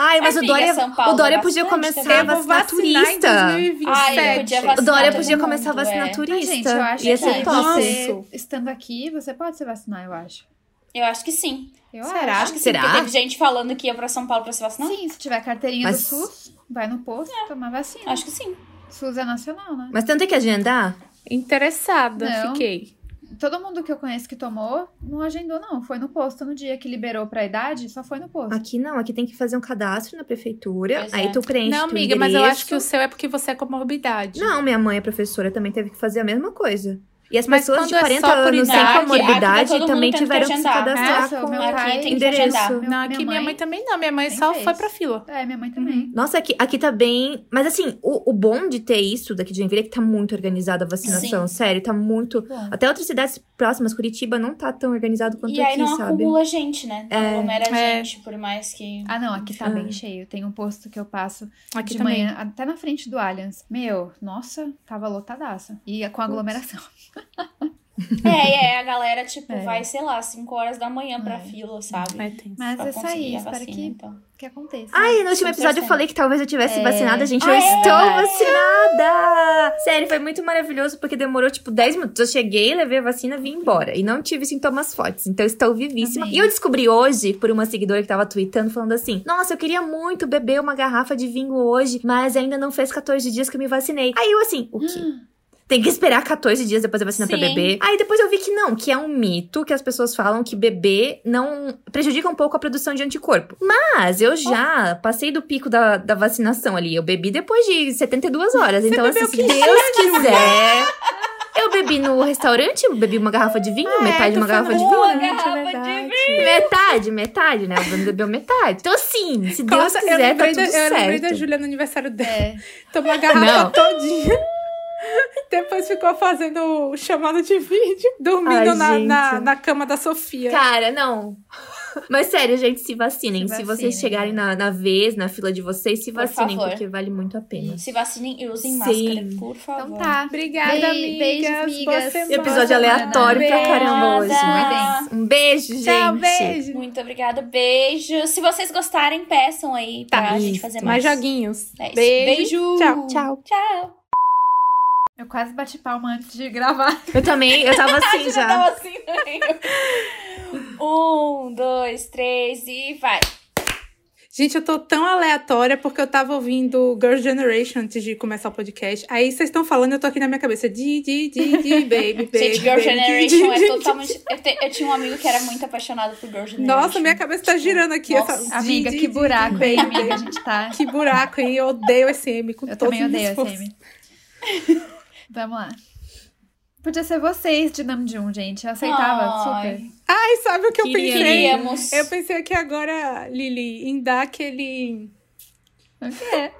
Speaker 4: Ai, mas
Speaker 1: Amiga,
Speaker 4: o Dória,
Speaker 1: São Paulo
Speaker 4: o Dória podia
Speaker 1: bastante
Speaker 4: começar
Speaker 1: também.
Speaker 4: a
Speaker 2: né? Eu vou
Speaker 4: vacinar
Speaker 2: vacinar em
Speaker 4: turista.
Speaker 2: 2027.
Speaker 1: Ah, ele podia
Speaker 4: O
Speaker 1: vacinar
Speaker 4: Dória
Speaker 1: todo
Speaker 4: podia começar a
Speaker 1: mundo,
Speaker 4: vacinar
Speaker 1: é.
Speaker 3: Mas,
Speaker 4: turista.
Speaker 3: gente, eu acho
Speaker 4: Ia ser
Speaker 3: que
Speaker 4: top.
Speaker 2: Nossa.
Speaker 3: você, estando aqui, você pode se vacinar, eu acho.
Speaker 1: Eu acho que sim.
Speaker 3: Eu
Speaker 2: Será?
Speaker 1: Acho que sim,
Speaker 4: Será?
Speaker 1: porque teve gente falando que ia pra São Paulo pra se
Speaker 3: acho.
Speaker 1: vacinar.
Speaker 3: Sim, se tiver carteirinha
Speaker 4: Mas-
Speaker 3: do SUS, vai no posto tomar vacina.
Speaker 1: Acho que sim.
Speaker 3: SUS é nacional, né?
Speaker 4: Mas tenta que agendar.
Speaker 2: Interessada,
Speaker 3: Não.
Speaker 2: fiquei.
Speaker 3: Todo mundo que eu conheço que tomou, não agendou, não. Foi no posto no dia que liberou pra idade, só foi no posto.
Speaker 4: Aqui não, aqui tem que fazer um cadastro na prefeitura.
Speaker 1: Pois
Speaker 4: aí
Speaker 1: é.
Speaker 4: tu preenche
Speaker 2: Não,
Speaker 4: teu
Speaker 2: amiga, mas eu acho
Speaker 4: endereço.
Speaker 2: que o seu é porque você é comorbidade.
Speaker 4: Não, minha mãe é professora, também teve que fazer a mesma coisa. E as
Speaker 2: Mas
Speaker 4: pessoas de
Speaker 2: quando é
Speaker 4: 40
Speaker 2: só por
Speaker 4: anos
Speaker 1: idade,
Speaker 4: sem
Speaker 1: aqui-
Speaker 4: comorbidade
Speaker 1: aqui tá todo
Speaker 4: também
Speaker 1: mundo tendo
Speaker 4: tiveram
Speaker 1: que
Speaker 4: que se
Speaker 1: agendar.
Speaker 4: cadastrar
Speaker 3: Nossa,
Speaker 4: com
Speaker 3: meu
Speaker 1: Aqui
Speaker 3: pai-
Speaker 1: tem que
Speaker 4: endereço.
Speaker 1: agendar.
Speaker 3: Meu-
Speaker 2: Não, aqui minha mãe também não. Minha mãe
Speaker 3: nem
Speaker 2: só
Speaker 3: fez.
Speaker 2: foi pra fila.
Speaker 1: tá-
Speaker 3: É, minha mãe também.
Speaker 4: Nossa, aqui, aqui tá bem. Mas assim, o, o bom de ter isso daqui de Joinville é que tá muito organizada a vacinação, sério, tá muito.
Speaker 3: Bom,
Speaker 4: Até outras cidades próximas, Curitiba, não tá tão organizado quanto
Speaker 1: E aí
Speaker 4: aqui,
Speaker 1: não
Speaker 4: sabe?
Speaker 1: acumula gente, né? Não aglomera
Speaker 2: É.
Speaker 1: gente, por mais que. *laughs*
Speaker 3: Ah, não, aqui tá
Speaker 4: Ah.
Speaker 3: bem cheio. Tem um posto que eu passo
Speaker 2: Aqui
Speaker 3: de
Speaker 2: também.
Speaker 3: manhã, até na frente do Allianz. Meu, nossa, tava lotadaça. E com aglomeração.
Speaker 1: É, é, a galera, tipo,
Speaker 3: É.
Speaker 1: vai, sei lá, 5 horas da manhã pra
Speaker 3: É.
Speaker 1: fila, sabe?
Speaker 2: É, tem.
Speaker 3: Mas
Speaker 1: Pra
Speaker 3: é isso
Speaker 1: conseguir
Speaker 3: aí,
Speaker 1: a
Speaker 3: espero
Speaker 1: vacina,
Speaker 3: que,
Speaker 1: então.
Speaker 3: que aconteça.
Speaker 4: Ai, no último
Speaker 1: Super
Speaker 4: episódio eu
Speaker 1: certo.
Speaker 4: falei que talvez eu tivesse
Speaker 3: É.
Speaker 4: vacinada, gente. Eu
Speaker 1: Ah, é
Speaker 4: estou
Speaker 1: verdade.
Speaker 4: vacinada! Sério, foi muito maravilhoso porque demorou tipo 10 minutos. Eu cheguei, levei a vacina, vim embora. E não tive sintomas fortes. Então estou vivíssima.
Speaker 3: Amém.
Speaker 4: E eu descobri hoje, por uma seguidora que tava tweetando, falando assim: Nossa, eu queria muito beber uma garrafa de vinho hoje, mas ainda não fez 14 dias que eu me vacinei. Aí eu assim,
Speaker 3: Hum,
Speaker 4: o quê? Tem que esperar 14 dias depois da vacina pra
Speaker 1: Sim.
Speaker 4: beber. Aí depois eu vi que não, que é um mito que as pessoas falam que beber não prejudica um pouco a produção de anticorpo. Mas eu já passei do pico da, da vacinação ali. Eu bebi depois de 72 horas. então, assim, se Deus quiser. Eu bebi no restaurante, eu bebi uma garrafa de vinho,
Speaker 2: Ah, é,
Speaker 4: metade de
Speaker 2: tu
Speaker 4: uma
Speaker 2: foi
Speaker 4: garrafa
Speaker 2: no
Speaker 4: de vinho.
Speaker 1: Uma
Speaker 4: né?
Speaker 1: garrafa
Speaker 4: É
Speaker 1: de
Speaker 4: verdade. Metade, metade, né? O Bruno bebeu metade. Então, assim, se Deus
Speaker 2: Nossa, eu
Speaker 4: quiser, tá
Speaker 2: lembrei
Speaker 4: tudo
Speaker 2: da, eu lembrei da
Speaker 4: certo.
Speaker 2: Júlia no aniversário dela.
Speaker 3: É,
Speaker 4: *laughs*
Speaker 2: Tomou a garrafa
Speaker 4: Não.
Speaker 2: todinha. *laughs* Depois ficou fazendo chamada de vídeo, dormindo
Speaker 4: Ai,
Speaker 2: na, na,
Speaker 4: gente.
Speaker 2: na cama da Sofia.
Speaker 4: Cara, não. Mas sério, gente, se vacinem.
Speaker 3: Se
Speaker 4: Se,
Speaker 3: vacinem,
Speaker 4: vocês chegarem na, na vez, na fila de vocês, se
Speaker 1: Por
Speaker 4: vacinem,
Speaker 1: favor.
Speaker 4: porque vale muito a pena.
Speaker 1: Se vacinem e usem
Speaker 4: Sim.
Speaker 1: máscara, por favor.
Speaker 3: então tá.
Speaker 2: Obrigada,
Speaker 3: Beijo,
Speaker 2: amigas.
Speaker 3: beijos,
Speaker 2: Boa
Speaker 3: migas.
Speaker 2: semana.
Speaker 4: Episódio aleatório pra caramba hoje.
Speaker 3: Ah.
Speaker 1: Obrigada.
Speaker 4: Um beijo, gente.
Speaker 2: Tchau, beijo.
Speaker 1: Muito obrigada, beijo. Se vocês gostarem, peçam aí pra
Speaker 4: Tá,
Speaker 1: gente
Speaker 4: isso.
Speaker 1: fazer
Speaker 2: Mais
Speaker 1: mais.
Speaker 2: joguinhos.
Speaker 1: É isso.
Speaker 2: Beijo. Tchau.
Speaker 4: Tchau.
Speaker 1: Tchau.
Speaker 3: Eu quase bati palma antes de
Speaker 4: *laughs*
Speaker 3: gravar.
Speaker 4: Eu também, eu tava assim
Speaker 1: Já *laughs*
Speaker 4: já.
Speaker 1: tava assim também. Um, dois, três e vai.
Speaker 2: Gente, eu tô tão aleatória porque eu tava ouvindo Girls' Generation antes de começar o podcast. Aí vocês estão falando, eu tô aqui na minha cabeça. Di, di, di, di, baby, baby.
Speaker 1: Gente, Girl
Speaker 2: baby, di,
Speaker 1: Generation
Speaker 2: di,
Speaker 1: é
Speaker 2: di.
Speaker 1: totalmente. Eu, te- eu tinha um amigo que era muito apaixonado por Girl Generation.
Speaker 2: Nossa, minha cabeça tá girando aqui.
Speaker 1: Nossa.
Speaker 2: essa- di,
Speaker 3: Amiga,
Speaker 2: di,
Speaker 3: que
Speaker 2: di,
Speaker 3: buraco,
Speaker 2: baby,
Speaker 3: hein, amiga?
Speaker 2: baby.
Speaker 3: A gente tá.
Speaker 2: Que buraco, hein? Eu odeio esse M com
Speaker 3: Eu
Speaker 2: todos
Speaker 3: também
Speaker 2: os meus
Speaker 3: odeio a
Speaker 2: esforços.
Speaker 3: Sammy. *laughs* Vamos lá. Podia ser vocês de Namjoon, gente. Eu aceitava,
Speaker 1: Ai.
Speaker 3: super. né?
Speaker 2: Ai, sabe o que eu
Speaker 4: Queria.
Speaker 2: pensei?
Speaker 1: Queríamos.
Speaker 2: Eu pensei aqui agora, Lili, em dar aquele,
Speaker 3: O quê?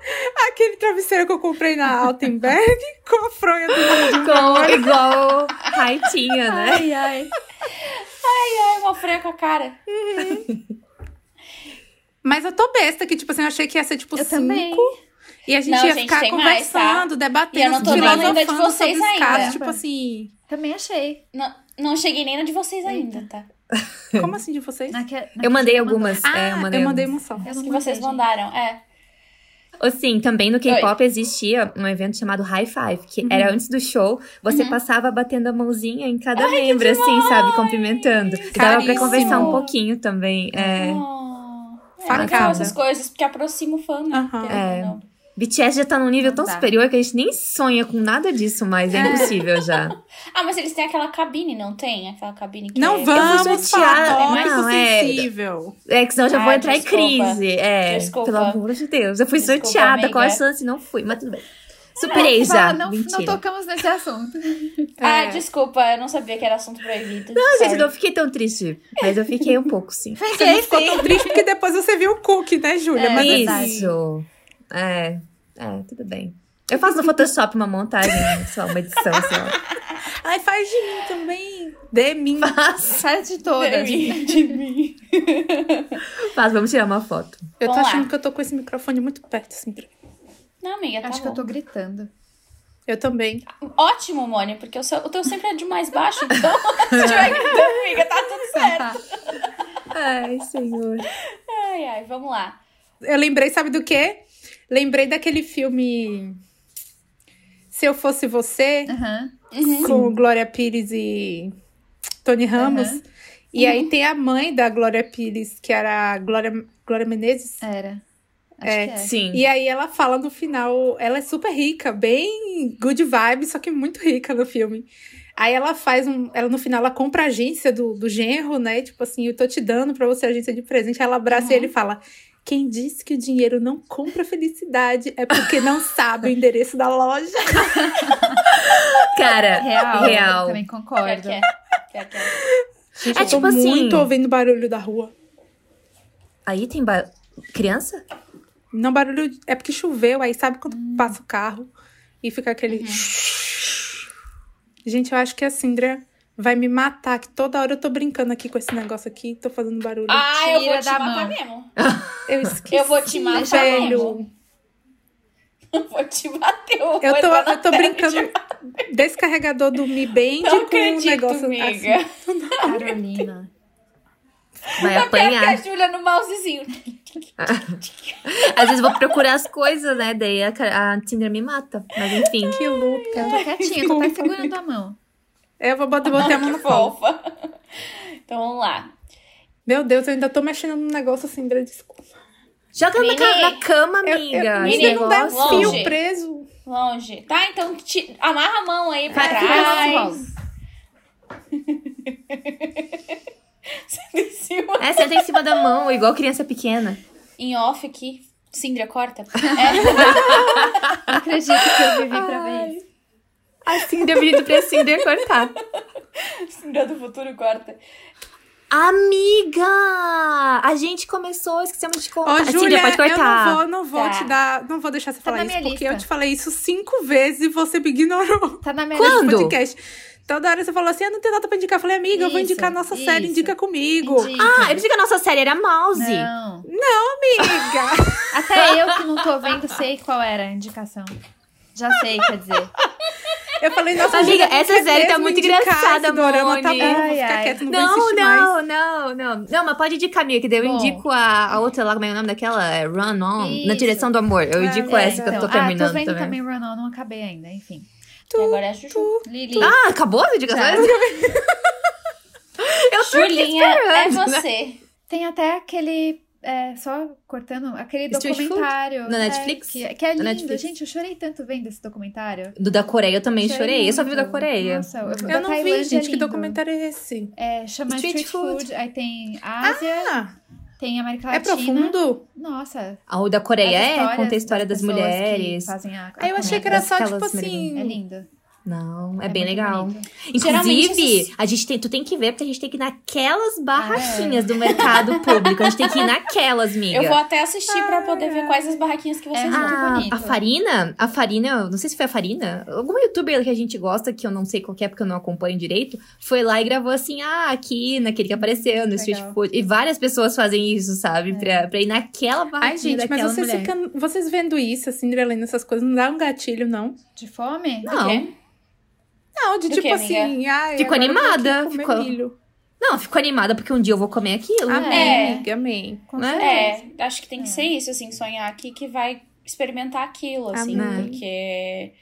Speaker 2: aquele travesseiro que eu comprei na Altenberg *laughs* com a fronha do
Speaker 4: Com igual Raitinha, né?
Speaker 3: Ai, ai.
Speaker 1: Ai, uma freia com a cara.
Speaker 2: Mas eu tô besta, que tipo assim, eu achei que ia ser tipo
Speaker 3: Eu
Speaker 2: cinco.
Speaker 3: também.
Speaker 2: E a gente
Speaker 1: Não,
Speaker 2: ia
Speaker 1: gente,
Speaker 2: ficar
Speaker 1: tem mais, tá?
Speaker 2: conversando,
Speaker 1: E eu não
Speaker 2: debatendo,
Speaker 1: tô
Speaker 3: nem
Speaker 2: filosofando
Speaker 1: lendo a de vocês
Speaker 2: sobre os
Speaker 1: ainda.
Speaker 2: casos. Tipo
Speaker 4: *laughs*
Speaker 2: assim,
Speaker 3: Também achei.
Speaker 1: Não, não cheguei nem na de vocês ainda, tá?
Speaker 2: como assim de vocês?
Speaker 3: Naque... naquele
Speaker 4: Eu mandei
Speaker 3: que mandou.
Speaker 4: algumas.
Speaker 2: Ah,
Speaker 4: é, eu mandei,
Speaker 2: eu mandei
Speaker 4: algumas.
Speaker 2: emoção.
Speaker 3: Eu
Speaker 1: As
Speaker 3: não
Speaker 1: que vocês
Speaker 3: mandei, gente.
Speaker 1: mandaram. É.
Speaker 4: Assim, também no K-pop existia um evento chamado High Five, que era antes do show, você passava batendo a mãozinha em cada membro, assim, sabe? Cumprimentando. E dava pra
Speaker 2: Caríssimo.
Speaker 4: conversar um pouquinho também. É.
Speaker 1: Oh,
Speaker 2: Facada.
Speaker 1: é legal essas coisas, porque aproxima o fã, né?
Speaker 2: Aham.
Speaker 1: Querendo
Speaker 3: É.
Speaker 1: ou não.
Speaker 4: BTS já tá num nível tão
Speaker 3: Tá.
Speaker 4: superior que a gente nem sonha com nada disso, mas é, impossível já.
Speaker 1: Ah, mas eles têm aquela cabine, não tem? Aquela cabine que
Speaker 2: Não
Speaker 1: é...
Speaker 2: vamos
Speaker 4: sortear,
Speaker 2: falar
Speaker 4: é,
Speaker 2: tópico
Speaker 4: não, é-
Speaker 2: sensível.
Speaker 4: É que senão eu já
Speaker 1: Ai,
Speaker 4: vou entrar em
Speaker 1: desculpa.
Speaker 4: crise. É,
Speaker 1: Desculpa.
Speaker 4: pelo amor de Deus. Eu fui
Speaker 1: Desculpa,
Speaker 4: sorteada,
Speaker 1: amiga.
Speaker 4: qual a chance? Não fui, mas tudo bem. Superei já.
Speaker 3: É, Fala, não, não
Speaker 4: Mentira.
Speaker 3: tocamos nesse assunto.
Speaker 1: Ah,
Speaker 2: É.
Speaker 1: desculpa, eu não sabia que era assunto proibido.
Speaker 4: Não, gente, eu
Speaker 1: Sorry.
Speaker 4: não fiquei tão triste, mas eu fiquei um pouco, sim.
Speaker 2: Você não ficou tão triste porque depois você viu o cookie, né, Júlia?
Speaker 3: É,
Speaker 2: Mas
Speaker 3: verdade.
Speaker 2: assim,
Speaker 4: Isso. tá, É, é, tudo bem. Eu faço no Photoshop uma montagem, só uma edição, só.
Speaker 2: Ai, faz de mim também. De mim.
Speaker 3: Faz de todas.
Speaker 1: mim, de mim.
Speaker 4: Faz, vamos tirar uma foto.
Speaker 2: Eu tô
Speaker 1: Vamos lá.
Speaker 2: achando que eu tô com esse microfone muito perto, assim. pra-
Speaker 1: Não, amiga, tá
Speaker 3: Acho que eu
Speaker 1: bom.
Speaker 3: tô gritando.
Speaker 2: Eu também.
Speaker 1: Ótimo, Mônica, porque o, seu, o teu sempre é de mais baixo, então *laughs* se tiver gritando, amiga, tá tudo certo.
Speaker 4: Ai, senhor.
Speaker 1: Ai, ai, vamos lá.
Speaker 2: Eu lembrei, sabe do quê? Lembrei daquele filme Se Eu Fosse Você,
Speaker 3: Aham.
Speaker 2: com Glória Pires e Tony Ramos.
Speaker 3: Aham.
Speaker 2: E aí tem a mãe da Glória Pires, que era a Glória, Glória Menezes.
Speaker 3: Era. Acho
Speaker 2: É,
Speaker 3: que é.
Speaker 4: Sim.
Speaker 2: E aí ela fala no final, ela é super rica, bem good vibe, só que muito rica no filme. Aí ela faz um, ela no final ela compra a agência do, do genro, né? Tipo assim, eu tô te dando pra você a agência de presente. Aí Ela abraça
Speaker 1: Uhum.
Speaker 2: ele e fala: "Quem disse que o dinheiro não compra felicidade é porque não sabe o endereço da loja".
Speaker 4: Cara,
Speaker 3: Real.
Speaker 4: Real.
Speaker 3: Eu também
Speaker 1: Pior
Speaker 3: concordo.
Speaker 1: que é. Pior que é.
Speaker 2: Gente,
Speaker 4: É
Speaker 2: eu tô
Speaker 4: tipo assim-
Speaker 2: muito ouvindo barulho da rua.
Speaker 4: aí tem ba- criança?
Speaker 2: Não barulho, é porque choveu, aí sabe quando passa o carro e fica aquele. *laughs* Gente, eu acho que a Sindra vai me matar, que toda hora eu tô brincando aqui com esse negócio aqui, tô fazendo barulho.
Speaker 1: Ah, eu vou
Speaker 3: Tira
Speaker 1: te
Speaker 3: da
Speaker 1: matar
Speaker 3: mão.
Speaker 1: mesmo.
Speaker 2: eu esqueci.
Speaker 1: Eu vou te matar mesmo.
Speaker 2: velho.
Speaker 1: Eu vou te bater. vou
Speaker 2: Eu tô,
Speaker 1: entrar na
Speaker 2: eu tô
Speaker 1: tela e te
Speaker 2: brincando. Descarregador do Mi Band
Speaker 1: Não
Speaker 2: com um
Speaker 1: acredito,
Speaker 2: negócio
Speaker 1: amiga.
Speaker 2: assim.
Speaker 3: Carolina.
Speaker 4: Vai
Speaker 1: Até a
Speaker 4: É apanhar.
Speaker 1: Júlia no mousezinho.
Speaker 4: Às vezes eu vou procurar as coisas, né? Daí a, ca- a Tinder me mata. Mas enfim.
Speaker 2: Que luta.
Speaker 4: É,
Speaker 3: Eu tô quietinha, tô até segurando a mão.
Speaker 2: É, Eu vou botar, botar a mão
Speaker 1: Que
Speaker 2: no colo.
Speaker 1: fofa. Então vamos lá.
Speaker 2: Meu Deus, eu ainda tô mexendo no negócio, Sindra, desculpa.
Speaker 4: Joga na, ca-
Speaker 1: Nenê.
Speaker 4: na cama,
Speaker 2: Eu,
Speaker 4: amiga.
Speaker 2: eu,
Speaker 4: esse
Speaker 2: ainda não dá um
Speaker 1: negócio. é
Speaker 2: fio
Speaker 1: Longe.
Speaker 2: preso.
Speaker 1: Longe. Tá, então te- amarra a mão aí pra
Speaker 4: Vai ficar
Speaker 1: trás.
Speaker 3: Bom,
Speaker 1: Senta em cima.
Speaker 4: É, senta em cima da mão, igual criança pequena.
Speaker 1: *laughs* Em off aqui. Sindra, corta. *laughs* É.
Speaker 3: não acredito que eu vivi pra ver isso.
Speaker 4: Assim, deu pedido pra Cinder cortar.
Speaker 1: Sindra do futuro, corta.
Speaker 4: Amiga! A gente começou, esquecemos de
Speaker 2: Ó,
Speaker 4: contar. Cinder,
Speaker 2: Júlia,
Speaker 4: pode
Speaker 2: eu
Speaker 4: Assim, cortar.
Speaker 2: não vou, não vou
Speaker 1: Tá.
Speaker 2: te dar, não vou deixar você falar
Speaker 3: na
Speaker 2: isso,
Speaker 3: minha
Speaker 2: porque eu
Speaker 3: lista.
Speaker 2: te falei isso cinco vezes e você me ignorou *laughs*
Speaker 3: Tá na minha
Speaker 2: no
Speaker 4: Quando?
Speaker 2: podcast. Toda hora você falou assim, eu não tenho nada pra indicar. Eu falei, amiga, eu vou
Speaker 3: Isso,
Speaker 2: indicar a nossa
Speaker 3: isso.
Speaker 2: série, indica comigo.
Speaker 3: Indica.
Speaker 4: Ah, eu pensei que a nossa série era Mouse.
Speaker 3: Não.
Speaker 2: Amiga!
Speaker 3: Até eu que não tô vendo sei qual era a indicação. Já sei, quer
Speaker 4: *laughs*
Speaker 3: dizer.
Speaker 2: *laughs* Eu falei, nossa,
Speaker 4: Amiga,
Speaker 2: Júlia,
Speaker 4: essa
Speaker 2: você
Speaker 4: série tá
Speaker 2: mesmo
Speaker 4: muito
Speaker 2: indicar
Speaker 4: engraçada,
Speaker 2: esse dorama, tá bom,
Speaker 4: Moni.
Speaker 2: vou ficar
Speaker 3: Ai,
Speaker 2: quieta, não, vou
Speaker 4: Não,
Speaker 2: insistir mais.
Speaker 4: não, não, não. Não, mas pode indicar, amiga, que daí eu
Speaker 3: Bom.
Speaker 4: indico a, a outra lá, como é o nome daquela? É Run On. Na
Speaker 3: Isso.
Speaker 4: direção do amor. Eu
Speaker 2: Ah,
Speaker 4: indico
Speaker 2: é,
Speaker 4: essa que eu tô
Speaker 3: então.
Speaker 4: terminando
Speaker 3: ah, tô vendo
Speaker 4: também.
Speaker 3: também Run On, não acabei ainda, enfim.
Speaker 1: E agora é a Juju.
Speaker 3: Lili.
Speaker 4: Ah, acabou as indicações? *laughs* eu tô aqui
Speaker 1: Julinha, é
Speaker 4: esperando.
Speaker 1: você.
Speaker 3: Tem até aquele. é, só cortando, aquele
Speaker 4: Street Food?
Speaker 3: documentário.
Speaker 4: Na
Speaker 3: é,
Speaker 4: Netflix?
Speaker 3: que, que é
Speaker 4: Na
Speaker 3: lindo.
Speaker 4: Netflix.
Speaker 3: Gente, eu chorei tanto vendo esse documentário.
Speaker 4: Do da Coreia eu também chorei. Eu só vi o da
Speaker 3: muito.
Speaker 4: Coreia.
Speaker 3: Nossa, eu,
Speaker 2: Eu não vi, gente, que documentário é esse?
Speaker 3: É, chama
Speaker 4: Street
Speaker 3: Street,
Speaker 4: Food.
Speaker 3: food. aí tem Ásia,
Speaker 2: Ah,
Speaker 3: tem América
Speaker 2: é
Speaker 3: Latina.
Speaker 2: profundo?
Speaker 3: Nossa.
Speaker 4: A o da Coreia
Speaker 3: as
Speaker 4: é,
Speaker 3: histórias
Speaker 4: conta a história das,
Speaker 3: pessoas que
Speaker 4: mulheres.
Speaker 3: Fazem Tá a, a
Speaker 2: Aí eu achei que
Speaker 3: comida.
Speaker 2: era só,
Speaker 4: Aquelas
Speaker 2: tipo assim...
Speaker 3: É lindo.
Speaker 4: Não, é, bem
Speaker 3: muito
Speaker 4: legal.
Speaker 3: bonito.
Speaker 4: Inclusive,
Speaker 1: Geralmente esses-
Speaker 4: a gente tem, tu tem que ver, porque a gente tem que ir naquelas barraquinhas do mercado *laughs* público. A gente tem que ir naquelas, miga.
Speaker 1: Eu vou até assistir pra poder ver quais as barraquinhas que vocês
Speaker 3: É
Speaker 1: vão.
Speaker 3: muito
Speaker 4: Ah,
Speaker 3: bonito.
Speaker 4: a Farina, a Farina, eu não sei se foi a Farina, alguma youtuber que a gente gosta, que eu não sei qual que é, porque eu não acompanho direito, foi lá e gravou assim, ah, aqui, naquele que apareceu, no Street
Speaker 2: Legal.
Speaker 4: Food. E várias pessoas fazem isso, sabe? Pra, pra ir naquela barraquinha
Speaker 2: Ai, gente, mas
Speaker 4: daquela
Speaker 2: vocês,
Speaker 4: mulher.
Speaker 2: ficam- vocês vendo isso, assim, lendo essas coisas, não dá um gatilho, não?
Speaker 3: De fome?
Speaker 4: Não,
Speaker 1: quê?
Speaker 2: Não, de
Speaker 1: Do
Speaker 2: tipo
Speaker 1: quê, amiga?
Speaker 2: assim, ai,
Speaker 4: Ficou
Speaker 2: agora eu vou aqui
Speaker 4: animada,
Speaker 2: comer
Speaker 4: ficou-
Speaker 2: milho.
Speaker 4: não, eu fico animada porque um dia eu vou comer aquilo.
Speaker 2: Ah,
Speaker 1: É.
Speaker 2: Amiga, amém.
Speaker 3: Com
Speaker 4: Né?
Speaker 3: certeza.
Speaker 1: É, acho que tem que
Speaker 3: É.
Speaker 1: ser isso, assim, sonhar aqui que vai experimentar aquilo, assim,
Speaker 4: Amém.
Speaker 1: porque.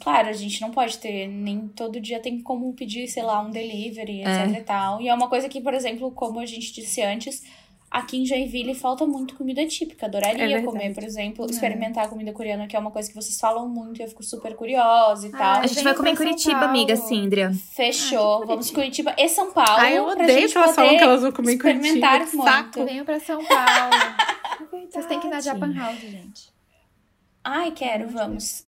Speaker 1: Claro, a gente não pode ter, nem todo dia tem como pedir, sei lá, um delivery,
Speaker 4: É.
Speaker 1: etc e tal. E é uma coisa que, por exemplo, como a gente disse antes, aqui em Joinville falta muito comida típica.
Speaker 2: É
Speaker 1: Adoraria
Speaker 2: verdade.
Speaker 1: comer, por exemplo,
Speaker 3: É.
Speaker 1: experimentar comida coreana, que é uma coisa que vocês falam muito e eu fico super curiosa e tal.
Speaker 4: A gente
Speaker 3: Vem
Speaker 4: vai comer em
Speaker 3: pra São
Speaker 4: Curitiba,
Speaker 3: Paulo.
Speaker 4: amiga, Cindria.
Speaker 1: Ah, Fechou. Vamos Curitiba e São Paulo.
Speaker 2: Ai, eu
Speaker 1: pra
Speaker 2: odeio
Speaker 1: gente
Speaker 2: que elas falam
Speaker 1: poder
Speaker 2: que elas vão comer em
Speaker 1: experimentar
Speaker 2: Curitiba. que
Speaker 1: muito.
Speaker 2: Saco.
Speaker 3: Venham pra São Paulo. Vocês têm que ir na Japan House, gente.
Speaker 1: Ai, quero,
Speaker 3: Pelo amor de
Speaker 1: vamos.